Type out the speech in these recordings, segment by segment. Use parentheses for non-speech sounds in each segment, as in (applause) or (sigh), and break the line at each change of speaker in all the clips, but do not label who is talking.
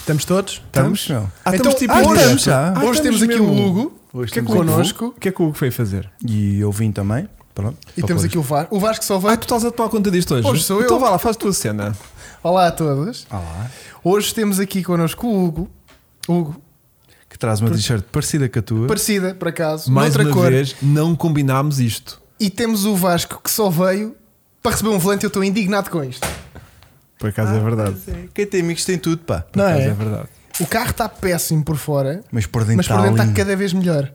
Estamos todos?
Estamos, não. Então-
Ah, estamos tipo
ah,
hoje.
estamos, já.
hoje
Ah,
temos
estamos
aqui
mesmo.
o Hugo,
Hoje
que é
temos aqui o
connosco. O que é que o Hugo foi fazer?
E eu vim também. Pronto.
E temos aqui o Vasco. O Vasco só
Ah,
veio.
tu estás a tomar conta disto hoje?
Hoje sou eu.
Então vá lá, faz a tua cena.
Olá a todos.
Ah lá.
Hoje temos aqui connosco o Hugo. Hugo,
Que traz uma t-shirt parecida com a tua.
parecida, por acaso,
Mais
noutra
uma
cor.
vez, não combinámos isto.
E temos o Vasco que só veio para receber um volante. Eu estou indignado com isto.
Por acaso é verdade.
Quem tem amigos tem tudo, pá.
Por
Não
acaso
é?
é verdade.
O carro está péssimo por fora,
Mas por dentro
mas por
está
dentro está
lindo.
cada vez melhor.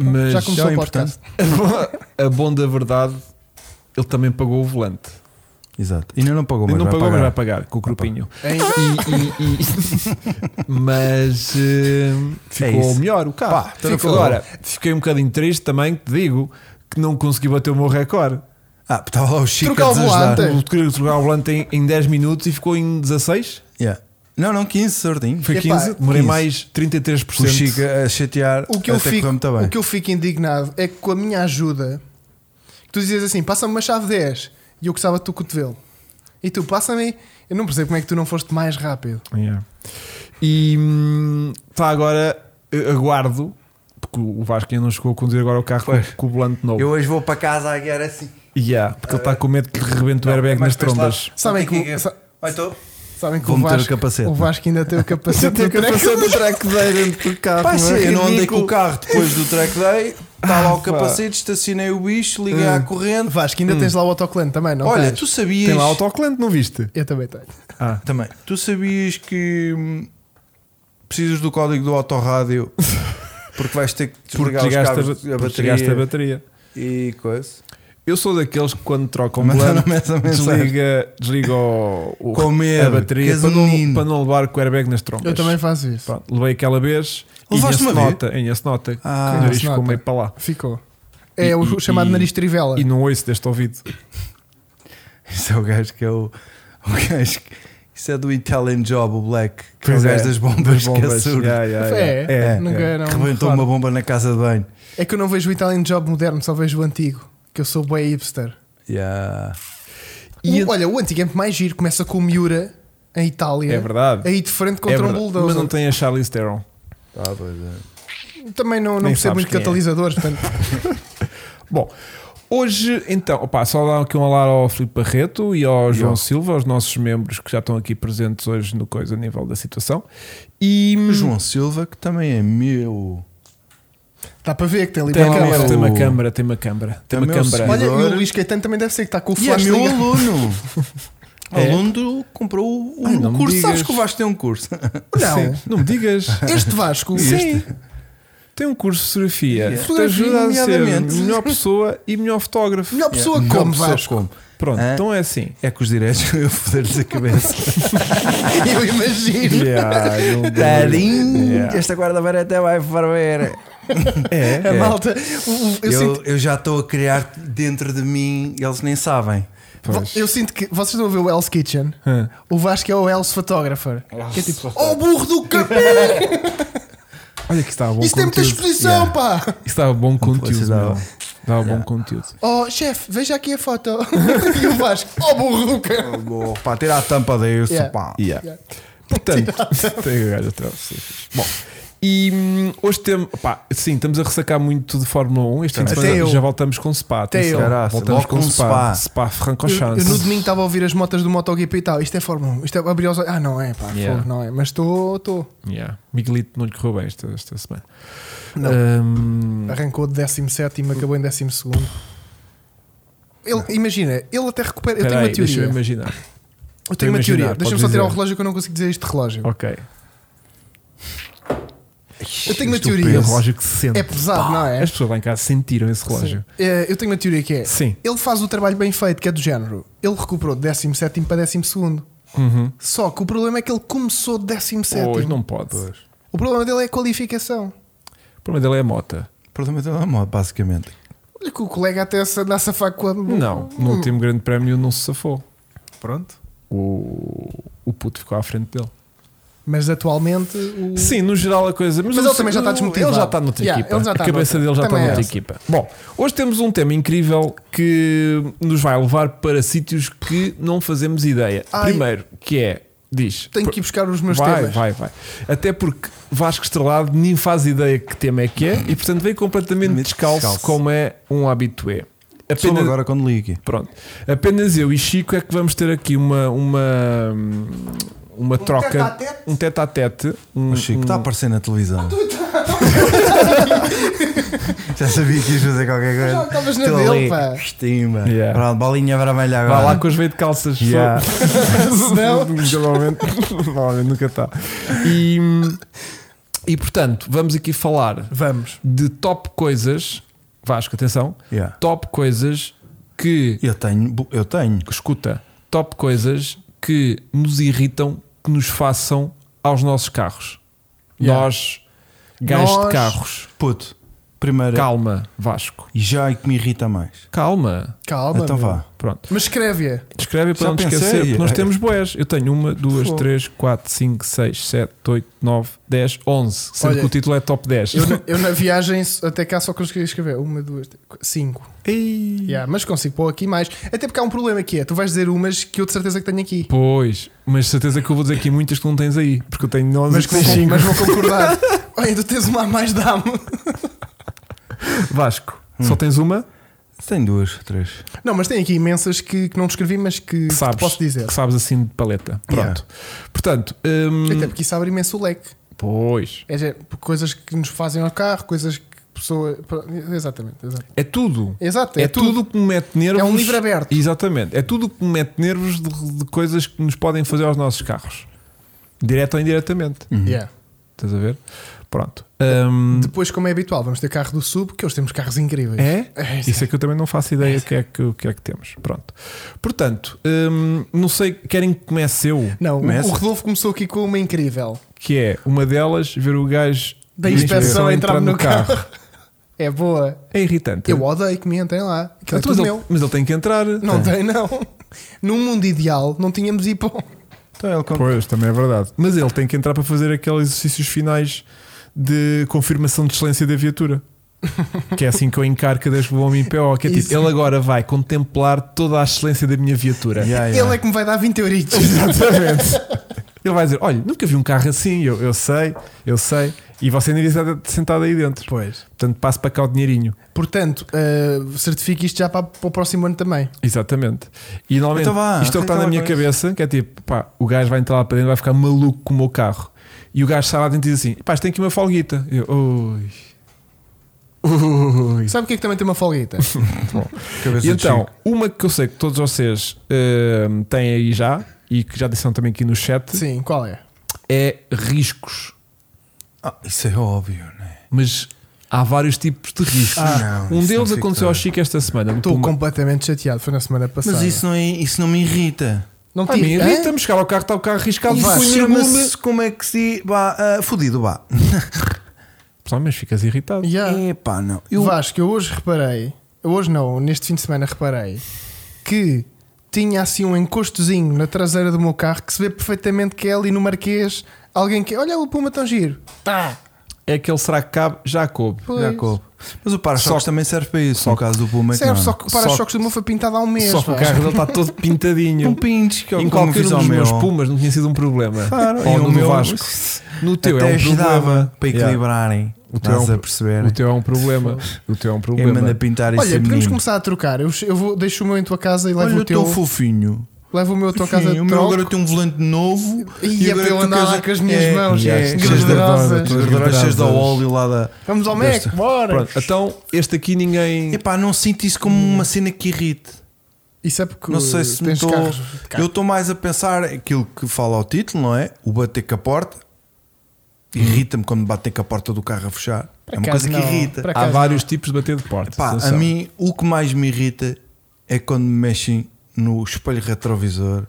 Mas
Já começou
é
o podcast.
a bo- a bom da verdade, ele também pagou o volante.
Exato. Ainda não pagou,
Ele
mas
não
vai
pagou, mas
pagar.
vai pagar com o grupinho.
Hein?
E- e- e- (laughs) mas eh, ficou
É isso.
melhor o carro.
Pá,
Então,
ficou.
Agora, fiquei um bocadinho triste também, te digo, que não consegui bater o meu recorde.
Ah, estava lá o Chico
Trocar
a
o
desajudar.
volante.
Eu queria trocar o volante em, em 10 minutos e ficou em 16.
Yeah. Não, não, 15, certinho.
Foi
Epá,
15, demorei
15.
mais
O
33%.
Chico a chatear.
O que, eu
até
fico,
correu muito bem.
o que eu fico indignado é que com a minha ajuda, tu dizes assim: passa-me uma chave 10 e eu gostava do teu cotovelo. E tu, passa-me. Eu não percebo como é que tu não foste mais rápido.
Yeah. E está agora, eh, aguardo, porque o Vasco ainda não chegou a conduzir agora o carro com,
Pois.
com o volante novo.
hoje vou para casa a guiar assim.
Yeah, porque ele está com medo que lhe rebente o
é
airbag nas trombas.
Sabem que é? o- sa-
estou.
Sabem que
Vou
o
meter o
Vasco,
capacete.
o Vasco ainda tem o capacete. do track.
do track day dentro do carro.
Pá, isso é
eu não andei
ridículo. Ah,
com o carro depois do track day. Está lá o
pá. É.
capacete, estacionei o bicho, liguei à corrente.
Vasco, ainda tens lá o autocolante também, não
Olha,
tens?
tu sabias.
Então, Tem lá autocolante, não viste?
Eu também tenho.
Ah,
Também. Tu sabias que hum, precisas do código do autorrádio porque vais ter que
porque
desligar os
desligaste,
cabos,
a,
a
porque desligaste
bateria
a bateria.
e coisa.
Eu sou daqueles que quando trocam
Mas
volante
não metes a mensagem.
desliga, desliga o, o-
Com medo,
a bateria
que és
para
um
não,
menino.
para não levar com o airbag nas trombas.
Eu também faço isso.
Pronto, levei aquela vez
Levaste
em
uma vez?
nota, em nota,
Ah.
o nariz ficou
Nota.
meio para lá.
Ficou. É
E-
o
e-
chamado
e-
nariz trivela.
E não ouço deste
(laughs)
ouvido.
Isso é o gajo que é o, o gajo que- Isso é do Italian Job, o Black, que é o gajo das bombas, que é surdo.
Yeah, yeah,
é,
yeah.
É,
nunca
é.
era um
Rebentou
fado.
uma bomba na casa de banho.
É que eu não vejo o Italian Job moderno, só vejo o antigo. Que eu sou bem hipster.
Yeah.
E
O-
a-
olha, o antigo é mais giro. Começa com o Miura, em Itália.
É verdade.
Aí de frente
É
contra um
verdade.
bulldozer.
Mas não tem a Charlize Theron.
Ah, pois é.
Também não, não
Nem
percebo
sabes
muito
quem é.
catalisadores.
(laughs)
portanto.
Bom, hoje então, opá, só dar aqui um olá ao Filipe Barreto e ao João
ao-
Silva, aos nossos membros que já estão aqui presentes hoje no Coisa a nível da situação. E
O João Silva, que também é meu.
Dá para ver que tem ali
tem, um
uma
lá-
câmara.
tem
meu-
uma câmara, tem uma câmara, tem
É
uma
meu
câmara.
seguidor.
Olha, e o
Agora-
Luís Caetano também deve ser que está com o
E é
flash
meu
ligado.
(laughs) aluno.
É.
Aluno do, comprou o, o
Ai, não me
curso.
digas.
Sabes que o Vasco tem um curso.
Não.
Sim, não me digas.
(laughs) Este Vasco.
Sim. Tem um curso de fotografia.
Yeah.
que Te ajuda a ser
Nomeadamente.
melhor pessoa e melhor fotógrafo.
Melhor pessoa
Não,
como
pessoa
Vasco.
como.
Pronto,
Ah.
então é assim.
(laughs)
É que os diretos (laughs) eu foder-lhes a (laughs) cabeça.
Eu imagino.
(laughs) Yeah, não- Yeah.
Tá Esta guarda-feira até vai farver.
É,
A
é.
malta. o- o- Eu,
Eu,
sinto.
eu já estou a criar dentro de mim, eles nem sabem.
Pois. Hum.
Eu sinto que vocês estão a ver o Hell's Kitchen.
Hã.
O Vasco é o Hell's Photographer. Que é tipo,
Oh, burro do capeta!
Olha que estava bom
isto tem muita
conteúdo.
exposição, pá!
Isso dava bom conteúdo.
publicidade.
meu. Dava bom
(laughs)
Yeah.
conteúdo.
Oh, chefe, veja aqui a foto. (laughs) e o Vasco, oh, burro do cão!
Bom, Oh, pá, tira a tampa disso,
Yeah.
pá.
Yeah. Portanto, (laughs) tem o gajo atrás, sim. Bom, e hum, hoje temos. Pá, sim, estamos a ressacar muito de Fórmula 1. Este fim de
Até
semana
eu.
já voltamos com Spa.
Até
atenção.
eu.
Caraca,
voltamos
logo
com
com Spa.
Spa. Spa, franco
Eu,
chance.
eu no domingo estava a ouvir as motas do MotoGP e tal. Isto é Fórmula 1. Isto é abrir os olhos. Ah, não é, pá,
Yeah.
fogo, não é. Mas estou, estou.
Yeah. Miguelito não lhe correu bem esta, esta semana.
Não.
Hum,
Arrancou de 17 e acabou em 12. Ele, imagina, ele até recupera. eu tenho
peraí,
uma teoria.
Deixa-me
Eu,
imaginar.
tenho uma
imaginar,
teoria. Deixa-me
podes
só tirar o
dizer.
relógio que eu não consigo dizer este relógio.
Ok.
Eu tenho uma
Isto o
teoria.
O
peso.
relógio que se sente.
um É pesado, não é?
As pessoas lá em casa sentiram esse
Sim.
relógio.
Eh, Eu tenho uma teoria que é:
Sim.
ele faz o trabalho bem feito, que é do género. Ele recuperou de 17 para 12.
Uhum.
Só que o problema é que ele começou de 17.
Pois não pode.
O problema dele é a qualificação.
O problema dele é a mota.
Problema dele é moda, basicamente.
Olha que o colega até se anda a safar com a.
Não,
Hum.
no último grande prémio não se safou.
Pronto.
O, o puto ficou à frente dele.
Mas atualmente. O...
Sim, no geral a coisa. Mas,
Mas
o-
ele também já está desmotivado.
Ele já está noutra
Yeah,
equipa.
ele já está
a cabeça
noutra.
dele já está
Também é
noutra
essa.
equipa. Bom, hoje temos um tema incrível que nos vai levar para sítios que não fazemos ideia.
Ai.
Primeiro, que é Diz.
Tenho que ir buscar os meus (laughs)
vai,
temas.
Vai, vai. Até porque Vasco Estrelado nem faz ideia que tema é que é e, portanto, veio completamente
Muito
descalço,
descalço.
como é um habitué.
Sou
Apenas,
agora quando ligo aqui.
pronto. Apenas eu e Chico é que vamos ter aqui uma. uma uma troca,
tete-a-tete?
um tete a tete, um,
O Chico
um-
está a aparecer na
Ah,
televisão.
tá.
(laughs) Já sabia que ias fazer qualquer coisa.
Já estavas na
Tu
dele,
ali,
pá.
Estima.
Yeah.
Pronto, bolinha vermelha agora.
um Vai lá com os veio de calças.
Ah. (laughs) Yeah.
só. (laughs) normalmente, normalmente nunca está. E, e portanto, vamos aqui falar
Vamos.
de top coisas. Vasco, atenção.
Yeah.
Top coisas que.
Eu tenho, bu- eu tenho.
Escuta. Top coisas que nos irritam, que nos façam aos nossos carros.
Yeah.
Nós, gajos
Nós-
de carros.
Puto, primeiro.
Calma, Vasco.
E já é que me irrita mais.
Calma.
Calma.
então
Oh, meu.
vá.
Pronto.
Mas escreve-a.
Escreve para
Já
não te
pensei.
esquecer, porque nós temos boés. Eu tenho uma, duas,
É. Fogo.
três, quatro, cinco, seis, sete, oito, nove, dez, onze. Sendo
Olha,
que o título é top 10.
Eu,
(laughs)
na- eu na viagem até cá só conseguia escrever. Uma, duas, três, qu- cinco.
Ei.
Yeah, mas consigo pôr aqui mais. Até porque há um problema que é: tu vais dizer umas que eu de certeza que tenho aqui.
Pois, mas certeza que eu vou dizer aqui muitas que não tens aí, porque eu tenho 11
Mas,
e tu tens
vou,
cinco.
mas vou concordar.
(laughs)
Olha, tu tens uma a mais, dá-me.
Vasco,
Hum.
só tens uma?
Tenho duas, três.
Não, mas tem aqui imensas que, que não te escrevi, mas que,
Que
que te
sabes,
posso dizer.
que sabes assim de paleta. Pronto.
Yeah.
Portanto, hum,
Até porque isso abre imenso o leque.
pois,
É, já- coisas que nos fazem ao carro, coisas que pessoa. Exatamente. exato.
é tudo.
Exato,
É, tudo o que me mete nervos.
É um livro aberto.
Exatamente. É tudo o que me mete nervos de, de coisas que nos podem fazer aos nossos carros. Direto ou indiretamente.
Yeah.
Estás a ver? Pronto. Hum,
Depois, como é habitual, vamos ter carro do sub, que hoje temos carros incríveis.
é?
É,
Isso é que eu também não faço ideia o que, é que, o que é que temos. Pronto. Portanto, hum, não sei, querem que comece eu,
Não, o-
Começa.
o Rodolfo começou aqui com uma incrível.
que é uma delas ver o gajo
Da inspeção entrar
entrando
no carro. É boa.
É irritante.
Eu odeio que me entrem lá. Aquilo é
Então, mas,
tudo
ele,
meu.
mas ele tem que entrar.
Não tem, não. Num mundo ideal, não tínhamos hipó.
Então ele conta.
Pois, também é verdade. Mas ele tem que entrar para fazer aqueles exercícios finais de confirmação de excelência
(laughs)
da viatura. Que é assim que eu encaro cada vez que vou ao MPO. Que é tipo,
Isso.
ele agora vai contemplar toda a excelência da minha viatura.
Yeah,
Ele
yeah.
é que me vai dar 20 euritos.
(laughs) Exatamente. Ele vai dizer: Olha, nunca vi um carro assim, eu, eu sei, eu sei. E você ainda está sentado aí dentro. Pois. Portanto, passo para cá o dinheirinho.
Portanto, uh, certifique isto já para, para o próximo ano também.
Exatamente. E normalmente
Então vá,
isto é o que
tem que
está na
falar
minha
com isso.
cabeça, que é tipo, pá, o gajo vai entrar lá para dentro, vai ficar maluco com o meu carro. E o gajo sai lá dentro e diz assim: pá, isto tem aqui uma folguita. E Eu, ui. Ui.
Sabe o que é que também tem uma folguita?
Cabeça
E
de
então,
Chico.
uma que eu sei que todos vocês hum, têm aí já, e que já disseram também aqui no chat,
Sim, qual é?
é riscos.
Ah, isso é óbvio, né?
Mas há vários tipos de riscos.
Ah, não,
um
isso
deles
não sei
aconteceu
que
ao Chico esta semana. no
Estou
Puma.
completamente chateado. Foi na semana
Mas
passada.
isso não, é, isso não é? me irrita.
não
A mim
tinha. Hã?
irrita-me, chegar ao carro está o carro
Então
riscado,
Isso
fui no gume.
chama-se como é que se. Bah, ah, fudido, vá.
Pessoal, mas ficas irritado.
Yeah.
É pá, não.
Eu...
Eu,
Vasco, eu hoje reparei, eu hoje não, neste fim de semana reparei que tinha assim um encostozinho na traseira do meu carro que se vê perfeitamente que é ali no Marquês alguém que. Olha o Puma tão giro. Tá.
É aquele será que cabe? Já coube.
Pois.
já coube. Mas o para-choques também serve para isso. no caso do Puma, é que
Serve
não.
só que o
Só
para-choques do meu foi pintado há um mês.
Só que o
Vasco.
carro dele está todo
Com
pintadinho.
pintos, que é o
em
que eu me
qualquer um
fiz
dos
ao meu.
meus pumas não tinha sido um problema.
Claro,
Ou
e
no
o
do
meu-
Vasco. No teu
Até
é um
ajudava
problema.
para equilibrarem.
O teu é um-
Estás a perceber?
Yeah. O teu é um problema. O teu é um
Quem
problema.
manda pintar isso
Olha,
é
podemos
menino.
começar a trocar. Eu, eu vou, deixo o meu em tua casa e levo
Olha,
o teu.
teu fofinho.
Levo o meu à tua casa
Sim,
de
o meu
troco.
agora tem um volante novo
Ih, é
agora
para eu
tu
andar
queres-
lá com as minhas
é,
mãos,
já,
é,
cheias de-
granderosas.
As garrachas da óleo lá da.
Vamos ao Mac,
Desta.
bora!
Pronto, então este aqui ninguém.
Epá, não sinto isso como uma cena que irrite.
Isso é porque
Não sei se me
tens
estou.
carros.
Eu estou mais a pensar aquilo que fala ao título, não é? O bater com a porta. Irrita-me quando bater com a porta do carro a fechar. é uma
acaso
coisa que
não.
irrita.
Por
Há
acaso
vários tipos de bater de porta.
Pá, a
atenção.
mim o que mais me irrita é quando me mexem no espelho retrovisor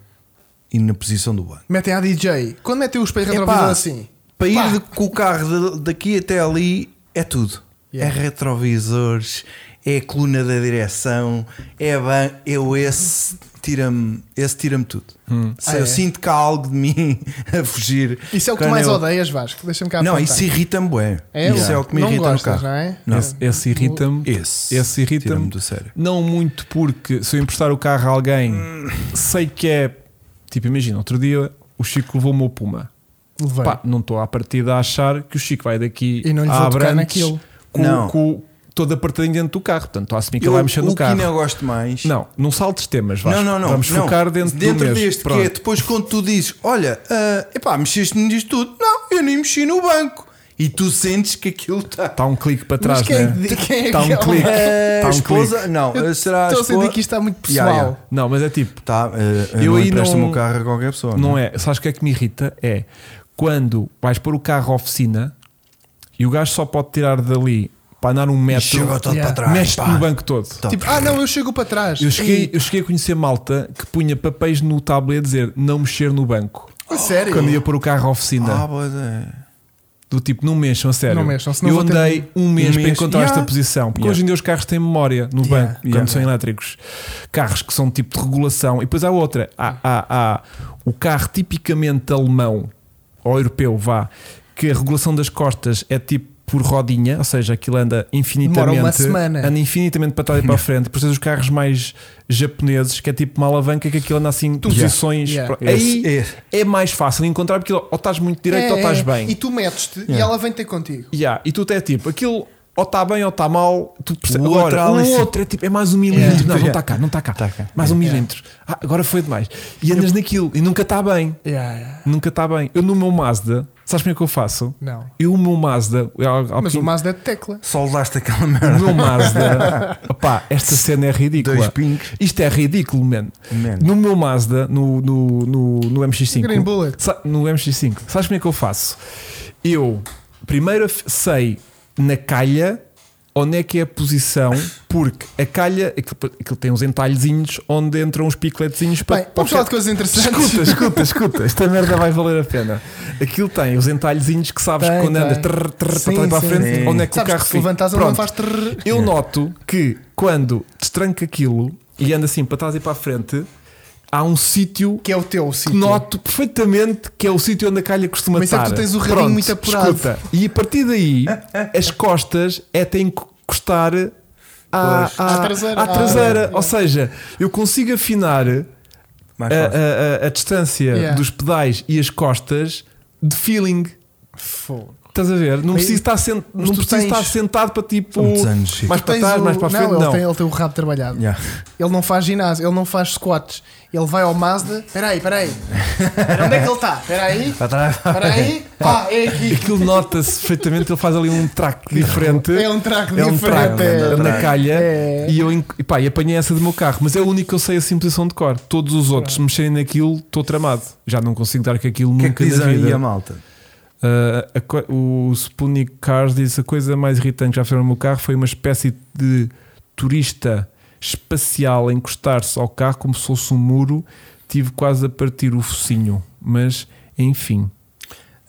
e na posição do banco.
Metem a DJ. Quando metem o espelho
Epá,
retrovisor assim.
Para
Pá.
ir de- com o carro de- daqui até ali é tudo.
Yeah.
É retrovisores, é a coluna da direção, é ban eu esse tira-me, esse tira-me tudo. Se
Hum.
Ah,
eu
é?
sinto que há algo de mim (laughs) a fugir.
Isso é o que tu
quando
mais
eu-
odeias, Vasco. Deixa-me cá
Não,
apontar.
isso irrita-me bué.
É,
isso é
não
o que me
não
irrita
gostas,
no carro.
Não é?
Não.
Esse, esse irrita-me.
Esse,
Esse irrita-me.
tira-me do sério.
Não muito Hum. porque se eu emprestar o carro a alguém, sei que é. Tipo, imagina, outro dia o Chico levou o meu Puma.
Levei.
Pá, não estou à partida a achar que o Chico vai daqui
E não lhe
a
vou tocar
Abrantes
naquilo.
Com,
Não.
com todo apertadinho dentro do carro. Portanto, estou a assumir que
Eu-
ele vai mexer
o
no carro.
que não gosto mais.
Não, não saltes temas, Vasco.
Não, não, não.
Vamos
não.
focar dentro, do mesmo.
deste, que é
Pronto.
depois quando tu dizes, olha, ah, epá, mexeste-me disto tudo. Não, eu nem mexi no banco. E tu sentes que aquilo tá- está.
Está um clique para trás,
Mas quem é
né?
que- quem é
Está
que
um clique.
A
Está um clique.
Eh, esposa. Não, eh,
Eu
será a
Estou a
esposa.
sentir que isto está muito pessoal.
Yeah, yeah.
Não, mas é tipo,
Tá, eh,
tá Eu
eu não
aí
empresto o
não-
meu carro a qualquer pessoa.
não é? Sabes o que é que me irrita? É quando vais pôr o carro à oficina e o gajo só pode tirar dali para andar um metro,
Chega todo
Yeah.
para trás.
mexe
pá.
no banco todo.
Tá.
Tipo, ah não, eu chego para trás.
Eu cheguei, eu cheguei a conhecer malta que punha papéis no tablet a dizer não mexer no banco.
A sério?
Quando ia pôr o carro à oficina,
Ah, pois é.
do tipo não mexam, a sério.
Não mexam, senão
eu
vou ter-
andei um mês
Um
para
mês.
encontrar
Yeah.
esta posição. Porque
Yeah.
hoje em dia os carros têm memória no
Yeah.
banco,
Yeah.
quando são elétricos. Carros que são tipo de regulação. E depois há outra. Há, há, há o carro tipicamente alemão ou europeu, vá, que a regulação das costas é tipo por rodinha, ou seja, aquilo anda infinitamente,
Demora uma semana.
anda infinitamente para trás e para
(laughs)
a frente. Depois tens os carros mais japoneses, que é tipo uma alavanca que aquilo anda assim em posições.
Yeah.
pro- Aí
Esse-
é mais fácil encontrar porque ou estás muito direito ou estás bem.
É, E tu metes-te e
Yeah.
ela vem ter contigo.
Yeah, e tu até tipo, aquilo ou está bem ou está mal, tu percebes.
O outro
Agora, o
ali-
outro é tipo, é mais um milímetro. Não, não está cá, não está cá.
Tá cá.
Mais um milímetro. Ah, agora foi demais. E andas naquilo e nunca está bem. Nunca está bem. Eu no meu Mazda, sabes como é que eu faço?
Não.
Eu o meu Mazda, eu, ao-
Mas
ao-
o Mazda é de tecla.
Soldaste aquela
o
merda.
meu Mazda, opá, esta cena é ridícula.
Dois pincos.
Isto é ridículo, man.
Man.
No meu Mazda, no, no, no, no MX5.
Green Bullet.
sa- No MX5. Sabes como é que eu faço? Eu primeiro af- sei na calha onde é que é a posição, porque a calha, aquilo, aquilo tem uns entalhezinhos onde entram uns picletezinhos para.
Bem,
para o
vamos falar de
bocado.
coisas interessantes.
Escuta, escuta, escuta, esta merda vai valer a pena. Aquilo tem os entalhezinhos que sabes
Tem,
que quando
tem.
andas trrr, trrr,
Sim,
para trás e para a
sim,
frente,
sim.
onde é que
Sabes
o carro
que se
fica.
levantas ele não
Pronto.
faz trrr.
Eu noto que quando destranco aquilo e ando assim para trás e para a frente, há um sítio
Que é o teu
que
sítio.
noto perfeitamente que é o sítio onde a calha costuma
Mas é que
estar.
tu tens o radinho
Pronto,
muito apurado.
Escuta, e a partir daí, as costas é têm que costar à,
Pois.
à-
À traseira.
à traseira.
Ah,
Ou seja, eu consigo afinar eh,
Mais
a,
fácil.
a- a- a distância
Yeah.
dos pedais e as costas de feeling.
Fogo.
Estás a ver? Não
Mas-
preciso estar, sent-
mas
não
tu
preciso
tens-
estar sentado para tipo.
Muitos anos, Chico.
Mais
Tu
para
tens
trás,
o-
mais para a frente,
ele
não.
Tem, ele tem o rabo trabalhado.
Yeah.
Ele não faz ginásio, ele não faz squats. Ele vai ao Mazda. Peraí, peraí. Pera, onde é que ele está? Peraí.
Para trás.
(laughs)
Peraí. Pá,
Ah,
é aqui.
Aquilo nota-se perfeitamente, ele faz ali um track diferente.
É um track
É um
diferente.
track
é.
um
na
track.
calha
É.
e eu en- e pá, e apanhei essa do meu carro, mas é o único que eu sei assim posição de cor. Todos os outros se mexerem naquilo, estou tramado. Já não consigo dar com aquilo
O que é
nunca
que diz
na vida.
aí a malta?
Ah, a co- o Spoonie Cars diz a coisa mais irritante que já fizeram no meu carro foi uma espécie de turista espacial a encostar-se ao carro como se fosse um muro. Tive quase a partir o focinho, mas enfim,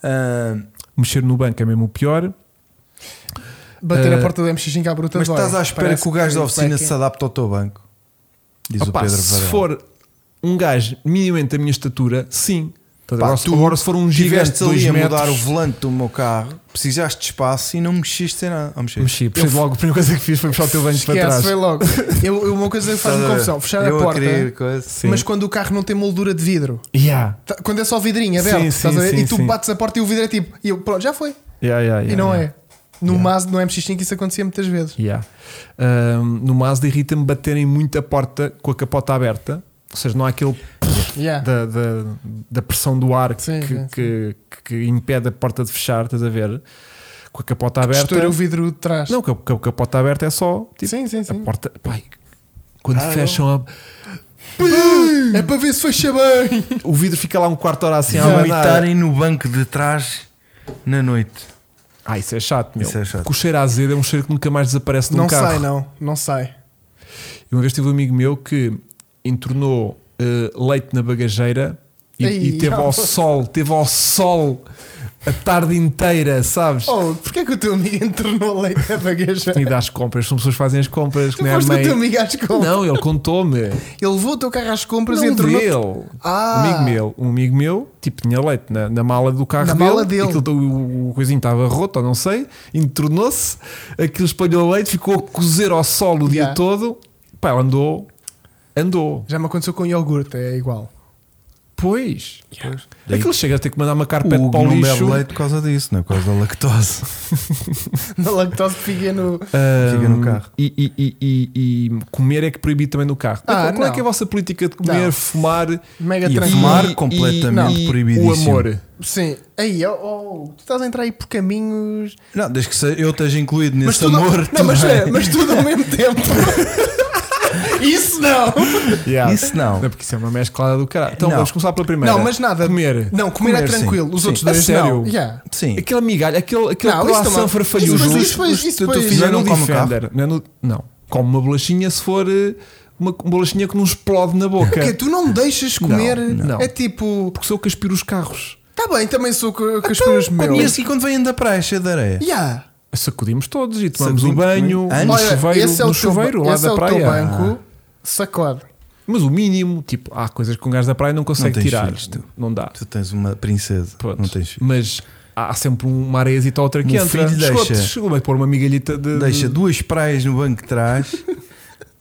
Ah,
Eh, mexer no banco é mesmo o pior.
Bater
Eh,
a porta do MX5 à bruta
mas
dói.
estás à espera
Parece
que o gajo da oficina
é
se adapte ao teu banco? Diz
Opa,
o Pedro
se
Varela.
for um gajo minimamente da minha estatura, sim. Estás
Pá,
a ver? agora, se- agora se for um gigante de
Tiveste
dois
ali a
metros,
mudar o volante do meu carro, precisaste de espaço e não mexiste em nada. Ou mexeste?
mexi. Percebo logo, a primeira coisa que fiz foi puxar o teu banco para
Esquece,
trás.
foi
(laughs)
logo. Eu, eu- uma coisa que faz-me
Estás a ver?
confusão: fechar
Eu
a porta,
querer coisa.
Sim.
mas quando o carro não tem moldura de vidro.
Yeah.
Tá- Quando é só vidrinho
Sim,
aberto,
sim,
estás a ver?
sim,
e tu
sim.
bates a porta e o vidro é tipo, e eu, pronto, já foi.
Yeah, yeah, yeah,
e não
yeah.
é. No Mazda, no MX5, isso acontecia muitas vezes.
Yeah. é. Ahm, no Mazda irrita-me baterem muito a porta com a capota aberta, ou seja, não há aquele
Yeah.
da, da, da pressão do ar
Sim,
que,
sim, sim.
Que, que impede a porta de fechar, estás a ver? Com a capota aberta.
Estoura o vidro de trás.
Não, com a- com a capota aberta é só tipo,
sim, sim, sim.
a porta. Pai, quando fecham a.
É para ver se fecha bem.
o vidro fica lá um quarto de hora assim a abanar.
Vomitarem no banco de trás na noite.
Ah, isso é chato, meu.
Isso é chato.
Porque o cheiro a azedo é um cheiro que nunca mais desaparece de um
Não
carro.
sai, não. Não sai.
E uma vez tive um amigo meu que entornou eh, leite na bagageira e,
Ei,
e teve ao
ah.
sol, teve ao sol a tarde inteira, sabes?
Oh, porquê que o teu amigo (laughs) entornou a É leite da bagageira?
E dá as compras, são pessoas que fazem as compras, que
Tu
nem a
foste o
mãe.
teu amigo às compras.
Não, ele contou-me.
Ele levou o teu carro às compras
Não
e entrou
dele.
no... Ah.
Um amigo meu, um amigo meu, tipo, tinha leite na, na mala do carro
Na
dele.
mala dele.
Aquilo, o, o coisinho estava roto, ou não sei, entornou-se, aquilo espalhou leite, ficou a cozer ao sol o dia
Yeah.
todo. Pá, ela andou, andou.
Já me aconteceu com iogurte, é igual.
Pois.
Pois. Daí
Aquilo chega a ter que mandar uma
o
carpete
Hugo
para o
não bebe
lixo.
leite por causa disso, não é por causa da lactose.
(laughs) Na lactose fica no.
Ahm,
Fica no carro.
E, e- e- e- e comer é que proibido também no carro.
Ah,
Então, qual é
não.
que é a vossa política de comer,
Não.
fumar
Mega
E a
tranquilo.
fumar? completamente
e
proibidíssimo.
O amor.
Sim. Aí, oh, oh, tu estás a entrar aí por caminhos.
(laughs) Não, desde que se- eu esteja incluído nesse
tudo-
amor.
Não,
tudo
mas,
bem.
é, mas tudo ao mesmo tempo. (laughs) Isso não!
(laughs) Isso não.
Não, porque isso é uma mesclada do caralho. Então
Não.
vamos começar pela primeira.
Não, mas nada.
Comer.
Não, comer, é
Comer, sim.
tranquilo. Os
Sim.
outros
A
dois não.
sério?
Yeah.
Sim.
Aquela migalha, aquele, aquele
Não, isso
croissant
também-
farfalhujo.
isso-
Os-
isso depois-
os-
isso
tu- tu
depois-
fizer
não
no
come carro?
Defender, Não, é no- não. come uma bolachinha se for eh, uma uma bolachinha que não explode na boca.
Porque tu não deixas comer.
não.
É tipo.
Porque sou eu que aspiro os carros.
Tá bem, também sou com as pessoas
Quando- E
Então, meus.
assim quando vêm da praia cheia de areia.
Yeah.
Sacudimos todos e tomamos o
Sacudimos
banho
também.
no
Antes-
chuveiro, no chuveiro lá
esse
da
é o
praia.
teu banco. Sacode.
Mas o mínimo, tipo, há coisas que um gajo da praia não consegue
tens
tirar.
filhos, tu.
Não dá.
Tu tens uma princesa.
Pronto.
Não tens filho.
Mas há sempre uma areiazita ou outra que
Meu
entra.
filho
Chegou-
deixa.
Chegou vai pôr uma migalhita de.
Deixa
de-
duas praias no banco de trás,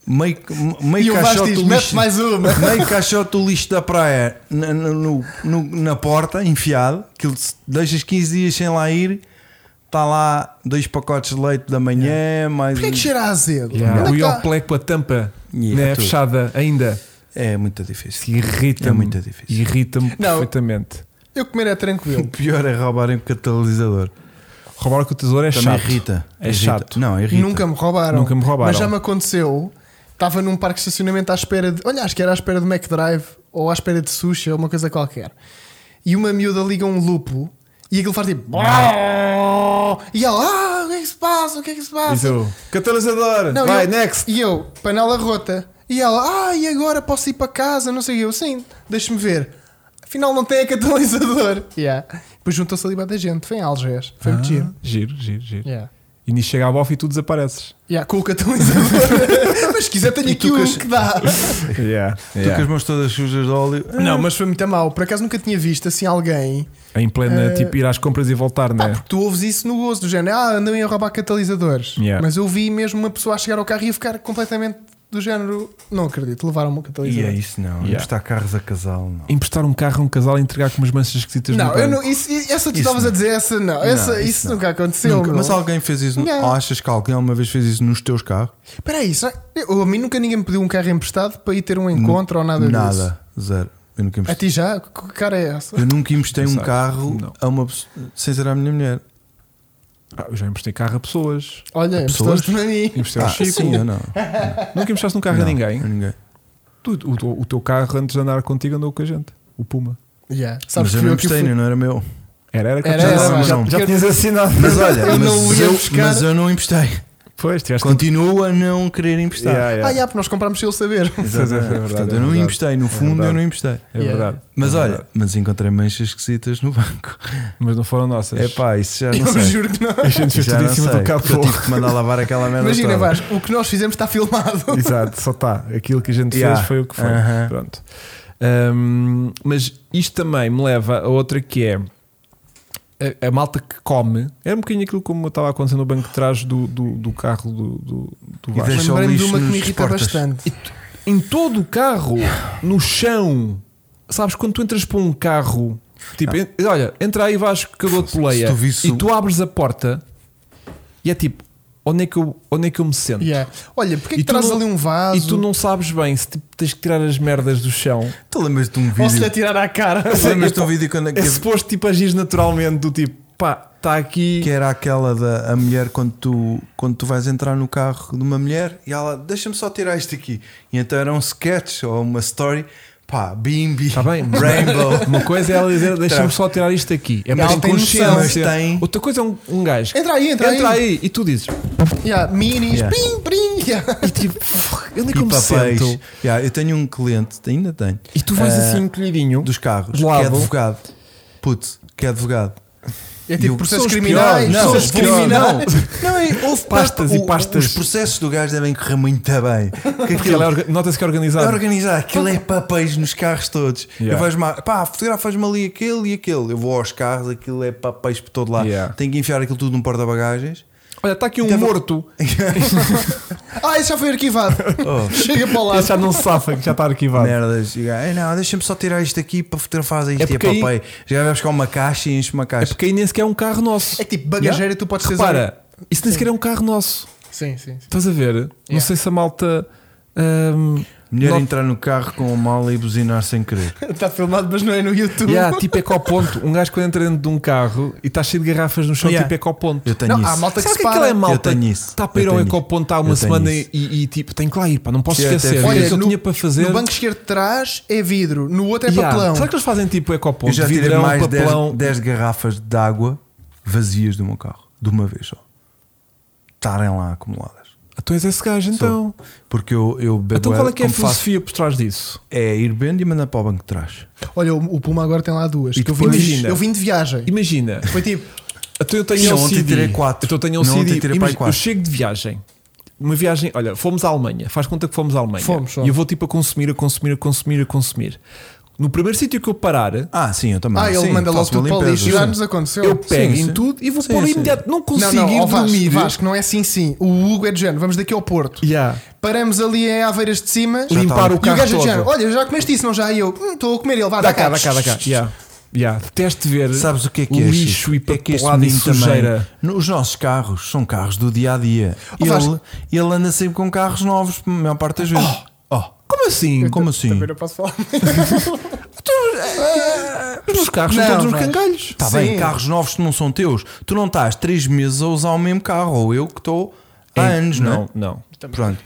meio, meio
E o Vasco
caixote
diz:
do
mete
lixo.
mais uma.
(laughs) Meio caixote do lixo da praia na, na- no- no- na porta, enfiado, que deixas 15 dias sem lá ir, está lá dois pacotes de leite da manhã, mais
Porquê é
um-
que cheira a azedo?
Yeah.
Anda
O
cá.
Ioplé com a tampa
Yeah,
né,
tudo.
fechada ainda.
É muito difícil.
Se irrita-me.
É muito difícil.
Irrita-me perfeitamente.
Eu comer é
O
tranquilo.
pior é roubarem o catalisador.
Roubar com o tesouro é
Também
chato.
irrita.
(laughs) É
Irrita.
chato.
Não, irrita.
Nunca me roubaram.
Nunca me roubaram.
Mas já me aconteceu. Estava num parque de estacionamento à espera de. Olha, acho que era à espera de Mac Drive ou à espera de sushi ou uma coisa qualquer. E uma miúda liga um lupo e aquilo faz tipo. E ela, ah, o que é que se passa? O que é que se passa?
Isso. Catalisador!
Não,
Vai,
né?
eu-
next!
E eu, panela rota. E ela, ah, e agora posso ir para casa? Não sei o quê. eu, sim, deixa-me ver. Afinal, não tem a catalisador. (laughs) Yeah. Depois juntou-se ali bué da gente. Foi em Algés. Foi muito Ah, giro.
Ah, Giro, giro, giro.
Yeah.
E nisso chega a bofa e
(laughs)
tu desapareces.
Yeah, com o (laughs) catalisador. Mas se quiser, tenho
E
aqui
tu
o
com as-
que dá.
Yeah.
Tu com as mãos todas sujas de óleo.
Não, mas foi muito a mal. Por acaso nunca tinha visto assim alguém.
Em plena,
Eh,
tipo, ir às compras e voltar,
Pá,
né?
porque tu ouves isso no gozo do género. Ah, andam a roubar catalisadores.
Yeah.
Mas eu vi mesmo uma pessoa a chegar ao carro e a ficar completamente do género. Não acredito, levaram-me o
E
catalisador.
é isso, não.
Yeah.
Emprestar carros a casal, não.
Emprestar um carro a um casal e entregar com umas manchas esquisitas no
Não, eu
banco.
não, isso, isso- essa tu
Isso
estavas
não.
a dizer, essa não, essa,
Não,
isso,
isso não.
nunca aconteceu.
Nunca-
meu.
mas alguém fez isso?
Não.
Ou achas que alguém alguma vez fez isso nos teus carros?
Espera aí, será- eu, a mim nunca ninguém me pediu um carro emprestado para ir ter um encontro ou nada, disso.
Nada, zero. Eu nunca
A
emprestei,
ti já? Que que cara é essa?
eu nunca
(laughs)
emprestei um
Não sei.
carro
Não.
a uma pessoa sem ser a minha mulher.
Ah, eu já emprestei carro a pessoas.
Olha,
pessoas?
emprestaste-me a mim.
Emprestei ao é Chico.
Ah, sim, eu não.
Nunca emprestaste um carro a
Não,
ninguém.
a ninguém.
Tu- o, teu- o teu carro antes de andar contigo andou com a gente. O Puma.
Yeah.
Mas
Sabes
eu né?
que
não
eu que
emprestei,
fui-
não era meu.
Era, era que
Era,
eu
era,
já,
mas
já,
não.
já tinhas assinado.
Mas
(laughs)
olha,
Eu
mas,
não ia
eu,
buscar.
mas eu não emprestei.
Pois, tiveste um
Continuo a não querer emprestar.
Yeah, yeah.
Ah, yeah, porque nós comprámos sem ele saber.
Pois é, é verdade,
Portanto,
é
eu não
verdade.
emprestei. No
É
fundo, eu
verdade.
não emprestei.
É
Yeah.
verdade.
Mas
É
olha,
verdade.
mas encontrei manchas esquisitas no banco.
Mas não foram nossas.
É pá, isso já não
Eu
sei.
juro que não.
(laughs) A gente fez
Já
tudo em
não
cima
sei,
do carro.
porque eu tive que mandar lavar aquela merda.
Imagina,
toda.
Vasco, o que nós fizemos está filmado.
(laughs) Exato, só está. Aquilo que a gente
Yeah.
fez foi o que foi.
Aham.
Pronto. Hum, mas isto também me leva a outra que é a, a malta que come. Era um bocadinho aquilo como estava acontecendo no banco de trás do, do, do carro do, do, do
E
Vasco.
deixa o
Lembrei-me de
lixo
uma que me
nos
irrita
portas.
bastante.
E tu- em todo o carro, no chão, sabes, quando tu entras para um carro, tipo, en- olha, entra aí Vasco que eu dou-te
Ah. Se
poleia,
tu visse
e
o-
tu abres a porta e é tipo, onde é que eu, onde é que eu me sento?
Yeah. Olha, porque é
E
que
tu
traz
não-
ali um vaso?
E tu não sabes bem se tipo, tens que tirar as merdas do chão.
Tu lembras-te de um
Ou se lhe
vídeo?
atirar à cara?
Lembras-te de um vídeo quando
É
que-
suposto tipo agir naturalmente do tipo, pá, está aqui.
que é era aquela da a mulher quando tu, quando tu vais entrar no carro de uma mulher e ela deixa-me só tirar isto aqui. E então era um sketch ou uma story, pá, bimbi,
Está Tá bem, mas
rainbow.
(laughs) Uma coisa é ela dizer, deixa-me só tirar isto aqui. É
Não,
mais
tem noção,
consciência.
mas tem.
Outra coisa é um, um gajo.
Entra aí, entra,
entra
aí.
aí e tu dizes,
Yeah, minis,
Yeah.
pim, pim. Yeah.
(laughs) E tipo, fuck, eu nem
E
como
papéis.
sento.
Yeah, eu tenho um cliente, ainda tenho,
E tu vais
eh,
assim encolhidinho.
dos carros, que
De lado.
é advogado. Putz, que é advogado.
É
E
tipo
o-
processos
são os
criminais,
piores,
não,
processos
vou-
criminais.
Não, é, houve
Pastas e
o-
pastas.
Os processos do gajo devem correr muito
(laughs)
bem. Que
Porque ele é
aquilo-
orga- Nota-se que é
É
organizado.
organizar, aquilo é papéis nos carros todos.
Yeah.
Eu vejo-me, pá, fotografas-me ali aquele e aquele. Eu vou aos carros, aquilo é papéis por todo lado.
Yeah.
Tenho que enfiar aquilo tudo num porta-bagagens. (laughs)
Olha, está aqui um
Então-
morto.
Ah, isso já foi
(laughs)
arquivado. Chega para lá.
Oh. Esse já não se safa, que já está arquivado.
Merdas, e o gajo, "Ei, não, deixa-me só tirar isto aqui para fotografar isto
É
e a
porque aí-
papel. Já vai buscar uma caixa e enche uma
É
caixa.
porque aí nem sequer é um carro nosso.
É que tipo, bagageira tu podes ser.
Repara, isso nem sequer é um carro nosso.
Sim, sim. sim.
Estás a ver? Não
Yeah.
sei se a malta. hum,
Melhor
Nós-
entrar no carro com a mala e buzinar sem querer.
Está filmado, mas não é no YouTube.
yeah, tipo ecoponto. Um gajo quando entra dentro de um carro e está cheio de garrafas no chão,
Yeah.
tipo ecoponto.
Eu tenho
(laughs) Não,
isso.
há malta que
Sabe
se
que aquilo
para.
é malta?
Eu tenho isso.
Está para ir
Eu
ao
tenho
ecoponto há uma
Eu tenho
semana e,
isso.
e, tipo, tenho que lá ir, pá, não posso
Eu até vi.
esquecer. Olha,
Olha,
o que eu
no-
tinha para fazer.
No banco esquerdo de trás é vidro, no outro é
Yeah.
papelão.
Será que eles fazem tipo
Eu
ecoponto?
já tirei
Vidrão,
mais
papelão.
10, 10 garrafas de água vazias do meu carro, de uma vez só. Estarem lá acumuladas.
Ah, Tu és esse gajo então.
Porque eu, eu bebo.
Então qual é que é a
como faço-
filosofia por trás disso?
É ir bendo e mandar para o banco de trás.
Olha, o, o Puma agora tem lá duas.
E
que eu, vim
depois-
de,
Imagina.
eu vim de viagem.
Imagina,
Foi tipo,
então eu tenho
Não,
um
ontem
CD.
tirei quatro.
Então eu tenho um
Não,
CD.
ontem tirei para aí
Imagina, eu
quatro.
chego de viagem. Uma viagem, olha, fomos à Alemanha, faz conta que fomos à Alemanha.
Fomos, só.
e eu vou tipo a consumir, a consumir, a consumir, a consumir. No primeiro sítio que eu parar,
Ah, sim, eu também.
ah, ele
Sim,
manda logo
faço uma
tudo para o
limpeza,
lixo. Já
sim.
nos aconteceu.
eu pego
sim.
em tudo e vou
Sim,
pôr
sim.
imediato. Não
não,
consigo
não,
ir
ó, Vasco,
dormir.
Vasco, não é assim, sim. O Hugo é de género, vamos daqui ao Porto.
Yeah.
Paramos ali em Aveiras de Cima.
Já tá
está.
Limpar o
E o
carro
gajo é de
todo.
género, olha, já comeste isso, não já? E eu, "Hum, estou a comer ele, vá,
Dá cá, dá cá, dá cá. Yeah. Yeah. Detesto ver
Sabes o que é que é?
lixo
Chico?
e
é que este
papelada e
menino também-
sujeira.
no- Os nossos carros são carros do dia a dia.
Oh,
Ele,
Vasco.
ele anda sempre com carros novos, a maior parte das vezes. Oh,
Como assim?
como assim?
Também não posso falar.
Os carros
Não,
são todos um os
mas-
cangalhos.
Está
Sim.
Tá bem, carros novos que não são teus. Tu não estás três meses a usar o mesmo carro, ou eu que estou há
É,
anos, não, é?
Não, não.
Pronto.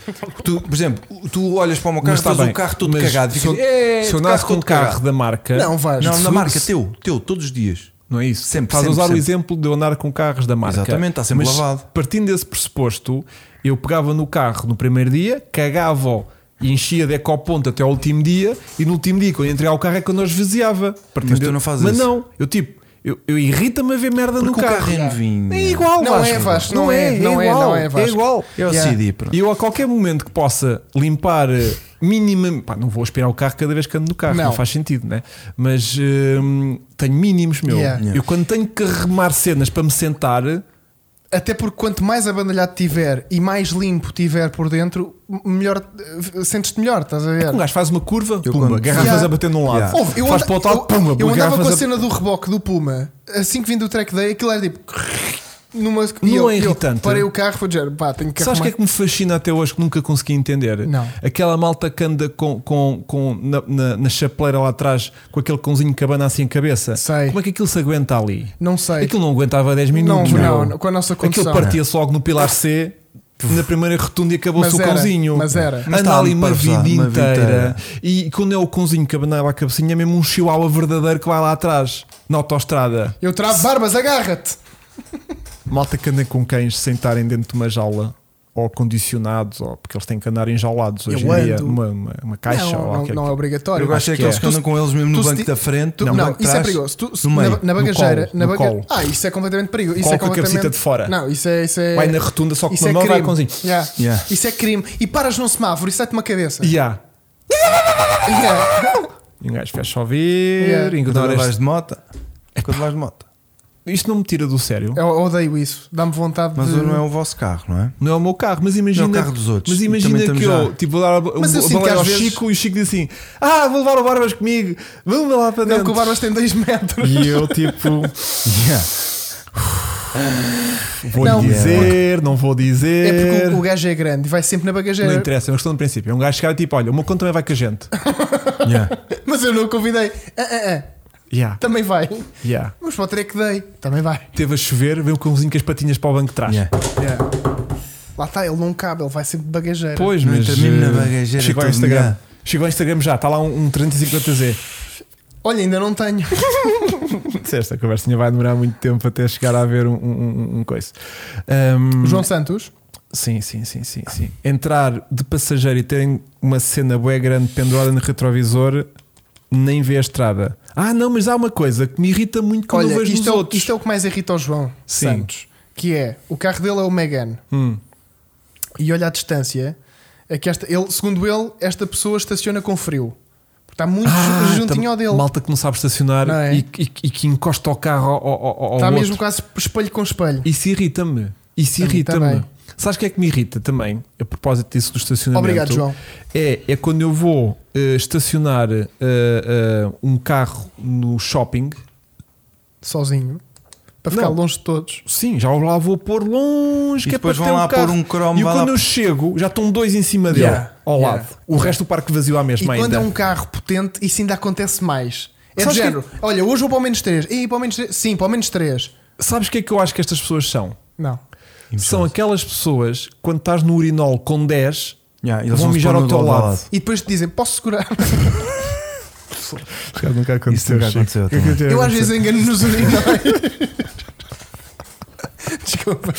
Tu, por exemplo, tu olhas para o meu carro,
Mas está
estás
bem.
um carro todo
Mas
cagado. e
se eu,
ficas, "Eh,
se
este
eu nasço com um
todo
carro
cagado."
da marca.
Não, vais.
Não,
de
da
Fux,
marca, teu, teu, todos os dias.
Não é isso?
Sempre,
Estás
sempre,
a usar
sempre.
o exemplo de eu andar com carros da marca.
Exatamente, está sempre
Mas
lavado.
Partindo desse pressuposto, eu pegava no carro no primeiro dia, cagava e enchia de ecoponto até ao último dia e no último dia, quando eu entregar o carro, é quando eu esvaziava. Partindo
Mas tu
de-
não fazes
Mas
isso.
não, eu tipo, eu, eu irrita-me a ver merda
Porque
no
o carro é novinho.
É igual,
Não
Vasco.
é, Vasco, não é, não é,
igual,
não é, Vasco.
igual.
É o
Yeah.
CD, pronto.
E eu a qualquer momento que possa limpar eh, minimamente, pá, não vou aspirar o carro cada vez que ando no carro, não,
Não.
faz sentido, né? Mas hum, tenho mínimos, meu.
Yeah.
Yeah.
Eu quando tenho que arremar cenas para me sentar,
Até porque quanto mais abandalhado tiver e mais limpo tiver por dentro, m- melhor eh, sentes-te melhor, estás a ver?
um gajo faz uma curva,
Eu
pumba,
quando-
garrafas
Yeah.
a bater num lado,
Yeah.
Ouve, eu
faz
anda-
para o outro lado,
eu-
pumba,
Eu andava com
garrafas
a
a-
cena do reboque do Puma, assim que vim do track day, aquilo era tipo. Numa,
Não
e eu-
é
eu
irritante?
Parei o carro, vou dizer, pá, tenho que
Sabes o que é
arrumar.
que me fascina até hoje que nunca consegui entender?
Não.
Aquela malta que anda com, com, com- na, na, na chapeleira lá atrás com aquele cãozinho que abana assim a cabeça.
Sei.
Como é que aquilo se aguenta ali?
Não sei.
Aquilo não aguentava 10
Não,
minutos.
não,
meu.
não, com a nossa
Aquilo
condução.
partia-se logo no pilar C. Na primeira rotunda e acabou-se
Mas
o
era,
cãozinho.
mas era.
Mas
Anda
tá
ali
um
uma vida,
parvado, uma vida
inteira.
inteira.
E quando é o cãozinho que abanava a cabecinha, é mesmo um chihuahua verdadeiro que vai lá atrás, na autoestrada.
Eu travo barbas, agarra-te!
Malta que andem com cães sem estarem dentro de uma jaula ou condicionados, ou porque eles têm que andar enjaulados hoje
Eu
em dia,
ando.
numa, uma, uma caixa
não,
ou
não,
qualquer
não é obrigatório.
Eu gosto é
que
aqueles
é.
que andam com eles mesmo
tu
no
se
banco
ti-
da frente.
Tu-
no
não,
banco de
isso é
trás,
perigoso. Tu- se-
no meio.
na, na
no
bagageira.
colo,
na
no
baga-
colo.
Ah, isso é completamente perigoso. Isso
Colo
é
com a cabecita
completamente...
de fora.
Não, isso é. Isso é...
Vai na rotunda só com
isso
uma
é
mão, vai
crime.
com assim.
Yeah.
Yeah.
Isso é crime. E paras num semáforo e sai-te uma cabeça.
E há.
(laughs) Yeah.
E um gajo fecha a ouvir,
Yeah.
ignora
Quando
este-
vais de moto.
É
Quando vais de moto.
Isto não me tira do sério.
Eu odeio isso. Dá-me vontade
Mas
de.
um
não é o vosso carro, não é?
Não é o meu carro, mas imagina.
Não é o carro dos outros.
Mas
E
imagina
também
que
estamos
eu,
já-
tipo, vou dar a,
Mas eu
a
sinto que
baleia
às
ao
vezes-
Chico e o Chico diz assim: Ah, vou levar o Barbas comigo, vamos lá para
Não, que
dentro.
o Barbas tem 2 metros.
E eu,
(laughs)
tipo,
Yeah.
vou
Não.
dizer, não vou
É
dizer.
porque o, o gajo é grande e vai sempre na
não
bagageira.
interessa, é uma questão de princípio. É um gajo chegar e tipo: Olha, o meu conto também vai com a gente. (laughs)
Yeah.
Mas eu não o convidei. Ah, ah, ah.
Yeah,
Também vai.
yeah.
Mas para o treco dei. Também vai.
Teve a chover, veio o cãozinho com as patinhas para o banco de trás.
Yeah.
Yeah. Lá está, ele não cabe, ele vai sempre de bagageira.
Pois,
Não
mas.
entra mesmo na
eh,
é
bagageira,
Chegou ao
todo
Instagram.
molhado.
Chegou ao Instagram já, está lá um, um 350Z.
Olha, ainda não tenho.
Esta conversinha vai demorar muito tempo até chegar a haver um, um, um- um coisa. Ahm,
João Santos.
Sim, sim, sim, sim, sim. Entrar de passageiro e terem uma cena bué grande pendurada no retrovisor, nem vê a estrada. Ah, não, mas há uma coisa que me irrita muito quando eu
Olha,
vejo
isto
nos
é, o-
outros.
isto é o que mais irrita ao João
Sim.
Santos. Que é, o carro dele é o Megane.
Hum.
E olha a distância. É que esta, ele, segundo ele, esta pessoa estaciona com frio. Porque está muito
Ah,
juntinho
tam-
ao dele.
Malta que não sabe estacionar
Não é?
e, que- e que- e que encosta o carro ao, ao, ao- ao
Está
outro.
mesmo quase espelho com espelho.
Isso irrita-me. Isso
A mim
irrita-me.
também.
Sabes o que é que me irrita também? A propósito disso do estacionamento.
Obrigado, João.
É, é quando eu vou eh, estacionar eh, eh, um carro no shopping.
Sozinho. Para ficar
Não.
longe de todos.
Sim, já lá vou pôr longe.
E
que é
depois
para
vão
ter
lá
o carro.
pôr um cromo,
E
vai
quando
lá-
eu chego, já estão dois em cima dele,
Yeah,
ao
yeah.
lado. O resto do parque vazio à
E
mesma
quando
ainda.
é um carro potente, isso ainda acontece mais. É do
Sabes que-
género. Olha, hoje vou para o menos 3. E para o menos 3. Sim, para o menos 3.
Sabes o que é que eu acho que estas pessoas são?
Não.
São aquelas pessoas, quando estás no urinol com 10,
Yeah, eles
vão
vão-se
mijar
pôr
ao
no
teu
do lado.
lado.
E depois te dizem, posso
(laughs)
segurar?
nunca
aconteceu, nunca Chico. aconteceu também.
aconteceu?
Eu às vezes engano nos
(laughs)
urinóis. Desculpa.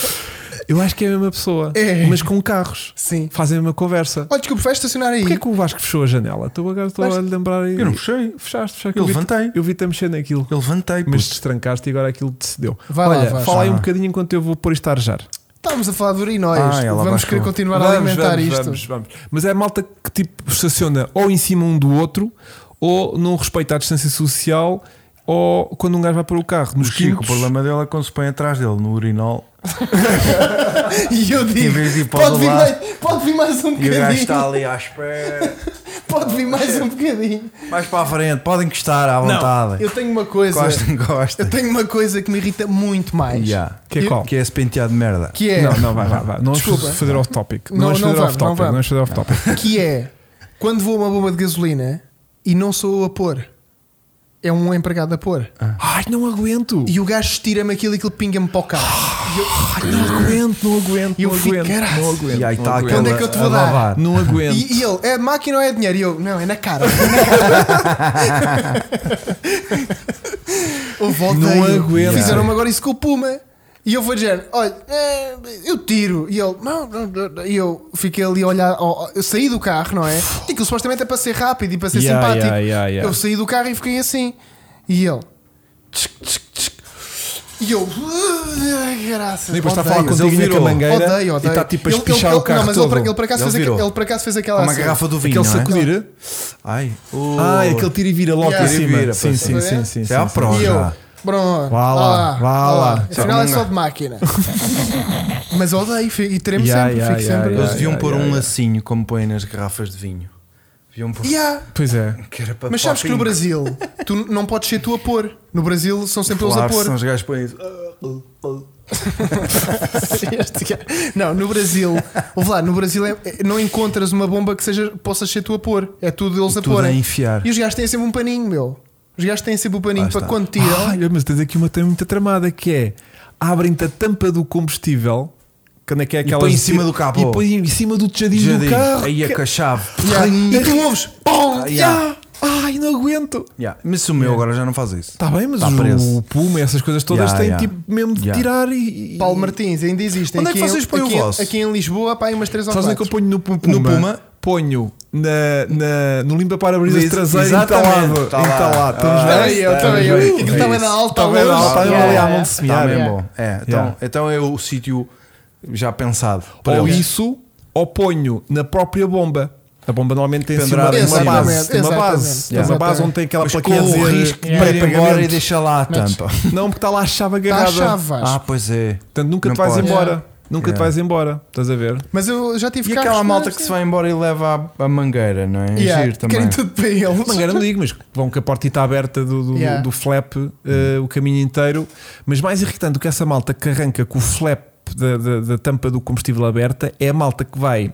Eu acho que é a mesma pessoa,
É.
mas com carros.
Sim.
Fazem a mesma conversa.
Olha, desculpa, vai estacionar aí.
Porquê é que o Vasco fechou a janela? Estou agora estou a
Vasco-
lembrar aí.
Eu não fechei.
Fechaste, fechaste.
Eu
vi-te-
levantei.
Eu vi-te a mexer naquilo.
Eu levantei,
Mas
puto.
destrancaste e agora aquilo decedeu.
Vai lá,
Olha,
Vasco.
fala aí um
Ah.
bocadinho enquanto eu vou pôr isto a arejar.
Estávamos a falar de urinóis.
Ah, ela
vamos
baixou.
querer continuar a alimentar
vamos,
isto.
Vamos, vamos. Mas é a malta que tipo estaciona ou em cima um do outro, ou não respeita a distância social, ou quando um gajo vai para o carro. Nos
O Chico, o
quintos.
problema dele é quando se põe atrás dele no urinol.
E eu digo:
vez de ir para o
pode
do
vir,
lado.
mais, pode vir mais um
E o gajo está
bocadinho.
ali à espera.
Pode vir mais um
(laughs)
bocadinho.
Mais para a frente, podem encostar à
Não,
vontade.
Eu tenho uma coisa.
Gosta, gosta.
Eu tenho uma coisa que me irrita muito mais.
Yeah.
Que é
Eu-
qual?
Que é esse penteado de merda.
Que é.
Não, não, vai, vai, vai. Não
Desculpa.
vamos fazer off topic.
Não,
Não, vamos
não
fazer
vamos,
off
não
topic. Não vamos fazer off topic.
que é quando vou a uma bomba de gasolina e não sou eu a pôr, é um empregado a pôr.
(laughs)
Ah.
Ai, não aguento.
E o gajo tira-me aquilo e aquilo pinga-me para o carro.
Ai, não aguento, não aguento,
Eu
não
fico,
aguento.
"Caralho."
Não aguento.
E aí
não
está
aguento.
aquela
Onde é que eu te vou
a
dar?
lavar.
Não aguento.
E, e ele, é máquina ou é dinheiro? E eu, não, é na cara. (laughs) eu voltei.
Não aguento.
Fizeram-me agora isso com o Puma. E eu vou dizer, olha, eh, eu tiro. E ele, não, não, não. E eu fiquei ali a olhar. ó, ó, eu saí do carro, não é? E aquilo supostamente é para ser rápido e para ser
Yeah,
simpático.
yeah, yeah, yeah.
Eu saí do carro e fiquei assim. E ele, tchic, tchic, tchic. E eu, ai, graças.
E depois Tipo, está a falar
odeio.
Mas
contigo
ele
na
virou.
camangueira
Odeio, odeio.
e está tipo a
Ele-
espichar
ele-
o carro
não, mas ele
todo.
por- Ele, por acaso
Ele
fez, aque-
virou.
ele por acaso fez aquela
Uma
assim.
garrafa do vinho. não
Aquele
é?
sacudir?
Ai. Oh.
Ah, aquele tira e vira logo
Yeah.
para
Tira
e
cima.
vira para
Sim, sim,
cima.
sim, sim,
É
sim,
à
sim.
prova.
E eu,
já.
pronto,
Vá lá, vá lá.
Afinal é
Só
só
um-
de máquina. mas odeio fi- e tremo
Yeah,
sempre,
yeah,
fico
yeah,
sempre.
Eles
yeah.
deviam pôr um
yeah.
lacinho como põem nas garrafas de vinho. Deviam pôr.
Yeah.
Pois é.
Que era para
Mas sabes que no
papinho.
Brasil tu n- não podes ser tu a pôr. No Brasil são sempre eles a
Claro,
pôr.
são os gajos põem isso.
(laughs) Este gajo- não, no Brasil, ouve lá, no Brasil é- é- não encontras uma bomba que seja, possas ser tu a pôr. É tudo eles a
Tudo
pôr.
a enfiar.
E os gajos têm sempre um paninho, meu. Os gajos têm sempre um paninho
Lá
para
está.
quando tiram.
Ai, mas tens aqui uma tem muita tramada que é abrem-te a tampa do combustível quando é que é aquela
põe em cima do capô.
e põe em cima do tejadinho do
Jardim.
carro
Aí a
Que-
cachave.
Yeah. E tu ouves, pom,
Ah,
Ya! ai não aguento
Yeah. Mas o meu agora já não faz isso.
está bem mas
Tá
o,
preso.
Puma essas coisas todas
Ya,
têm
ya.
tipo mesmo de
Ya.
tirar e, e
Paulo Martins, ainda existem.
Onde é que
Aqui em-
vocês põem o
aqui em-
vosso?
Aqui em Lisboa, pá, aí umas 3 ou
sabes onde é
4.
que eu ponho no Puma,
Puma?
ponho na, na, no limpa para-brisas
Ex-
traseiro
exatamente,
instalado
tá lá.
instalado
Ah,
estamos
Também
bem
eu, também eu.
bem.
tá Aquilo estava na alta,
Estava na
longe.
alta, estava
Ah, Yeah,
Tá ali à
yeah,
mão de
yeah.
semear
Está bem
yeah.
bom. É, então,
Yeah.
então é o sítio já pensado. para
ou
eles.
isso ou ponho na própria bomba a bomba normalmente tem
Pendurada
pendurada
em cima.
uma base, tem uma
Exatamente,
base, tem uma
exatamente.
base onde tem aquela
Mas
plaquinha a
corre o
dizer
risco de
para
ir embora e
pagamento.
deixa lá a tampa.
Não, porque está lá a chave
Está
agarrada.
a chave, Vasco.
Ah, pois é.
Portanto, nunca
Não
te vais
pode.
embora.
Yeah.
Nunca te
Yeah.
vais embora. Estás a ver?
Mas eu já tive
E
carros
aquela
com
malta
esta.
que se vai embora e leva a, a mangueira, não é? É
Yeah,
Giro também.
Querem tudo para eles.
Mangueira não digo, mas vão com a portita aberta do, do,
É um Yeah.
do flap eh, o caminho inteiro. Mas mais irritante do que essa malta que arranca com o flap da, da- da tampa do combustível aberta é a malta que vai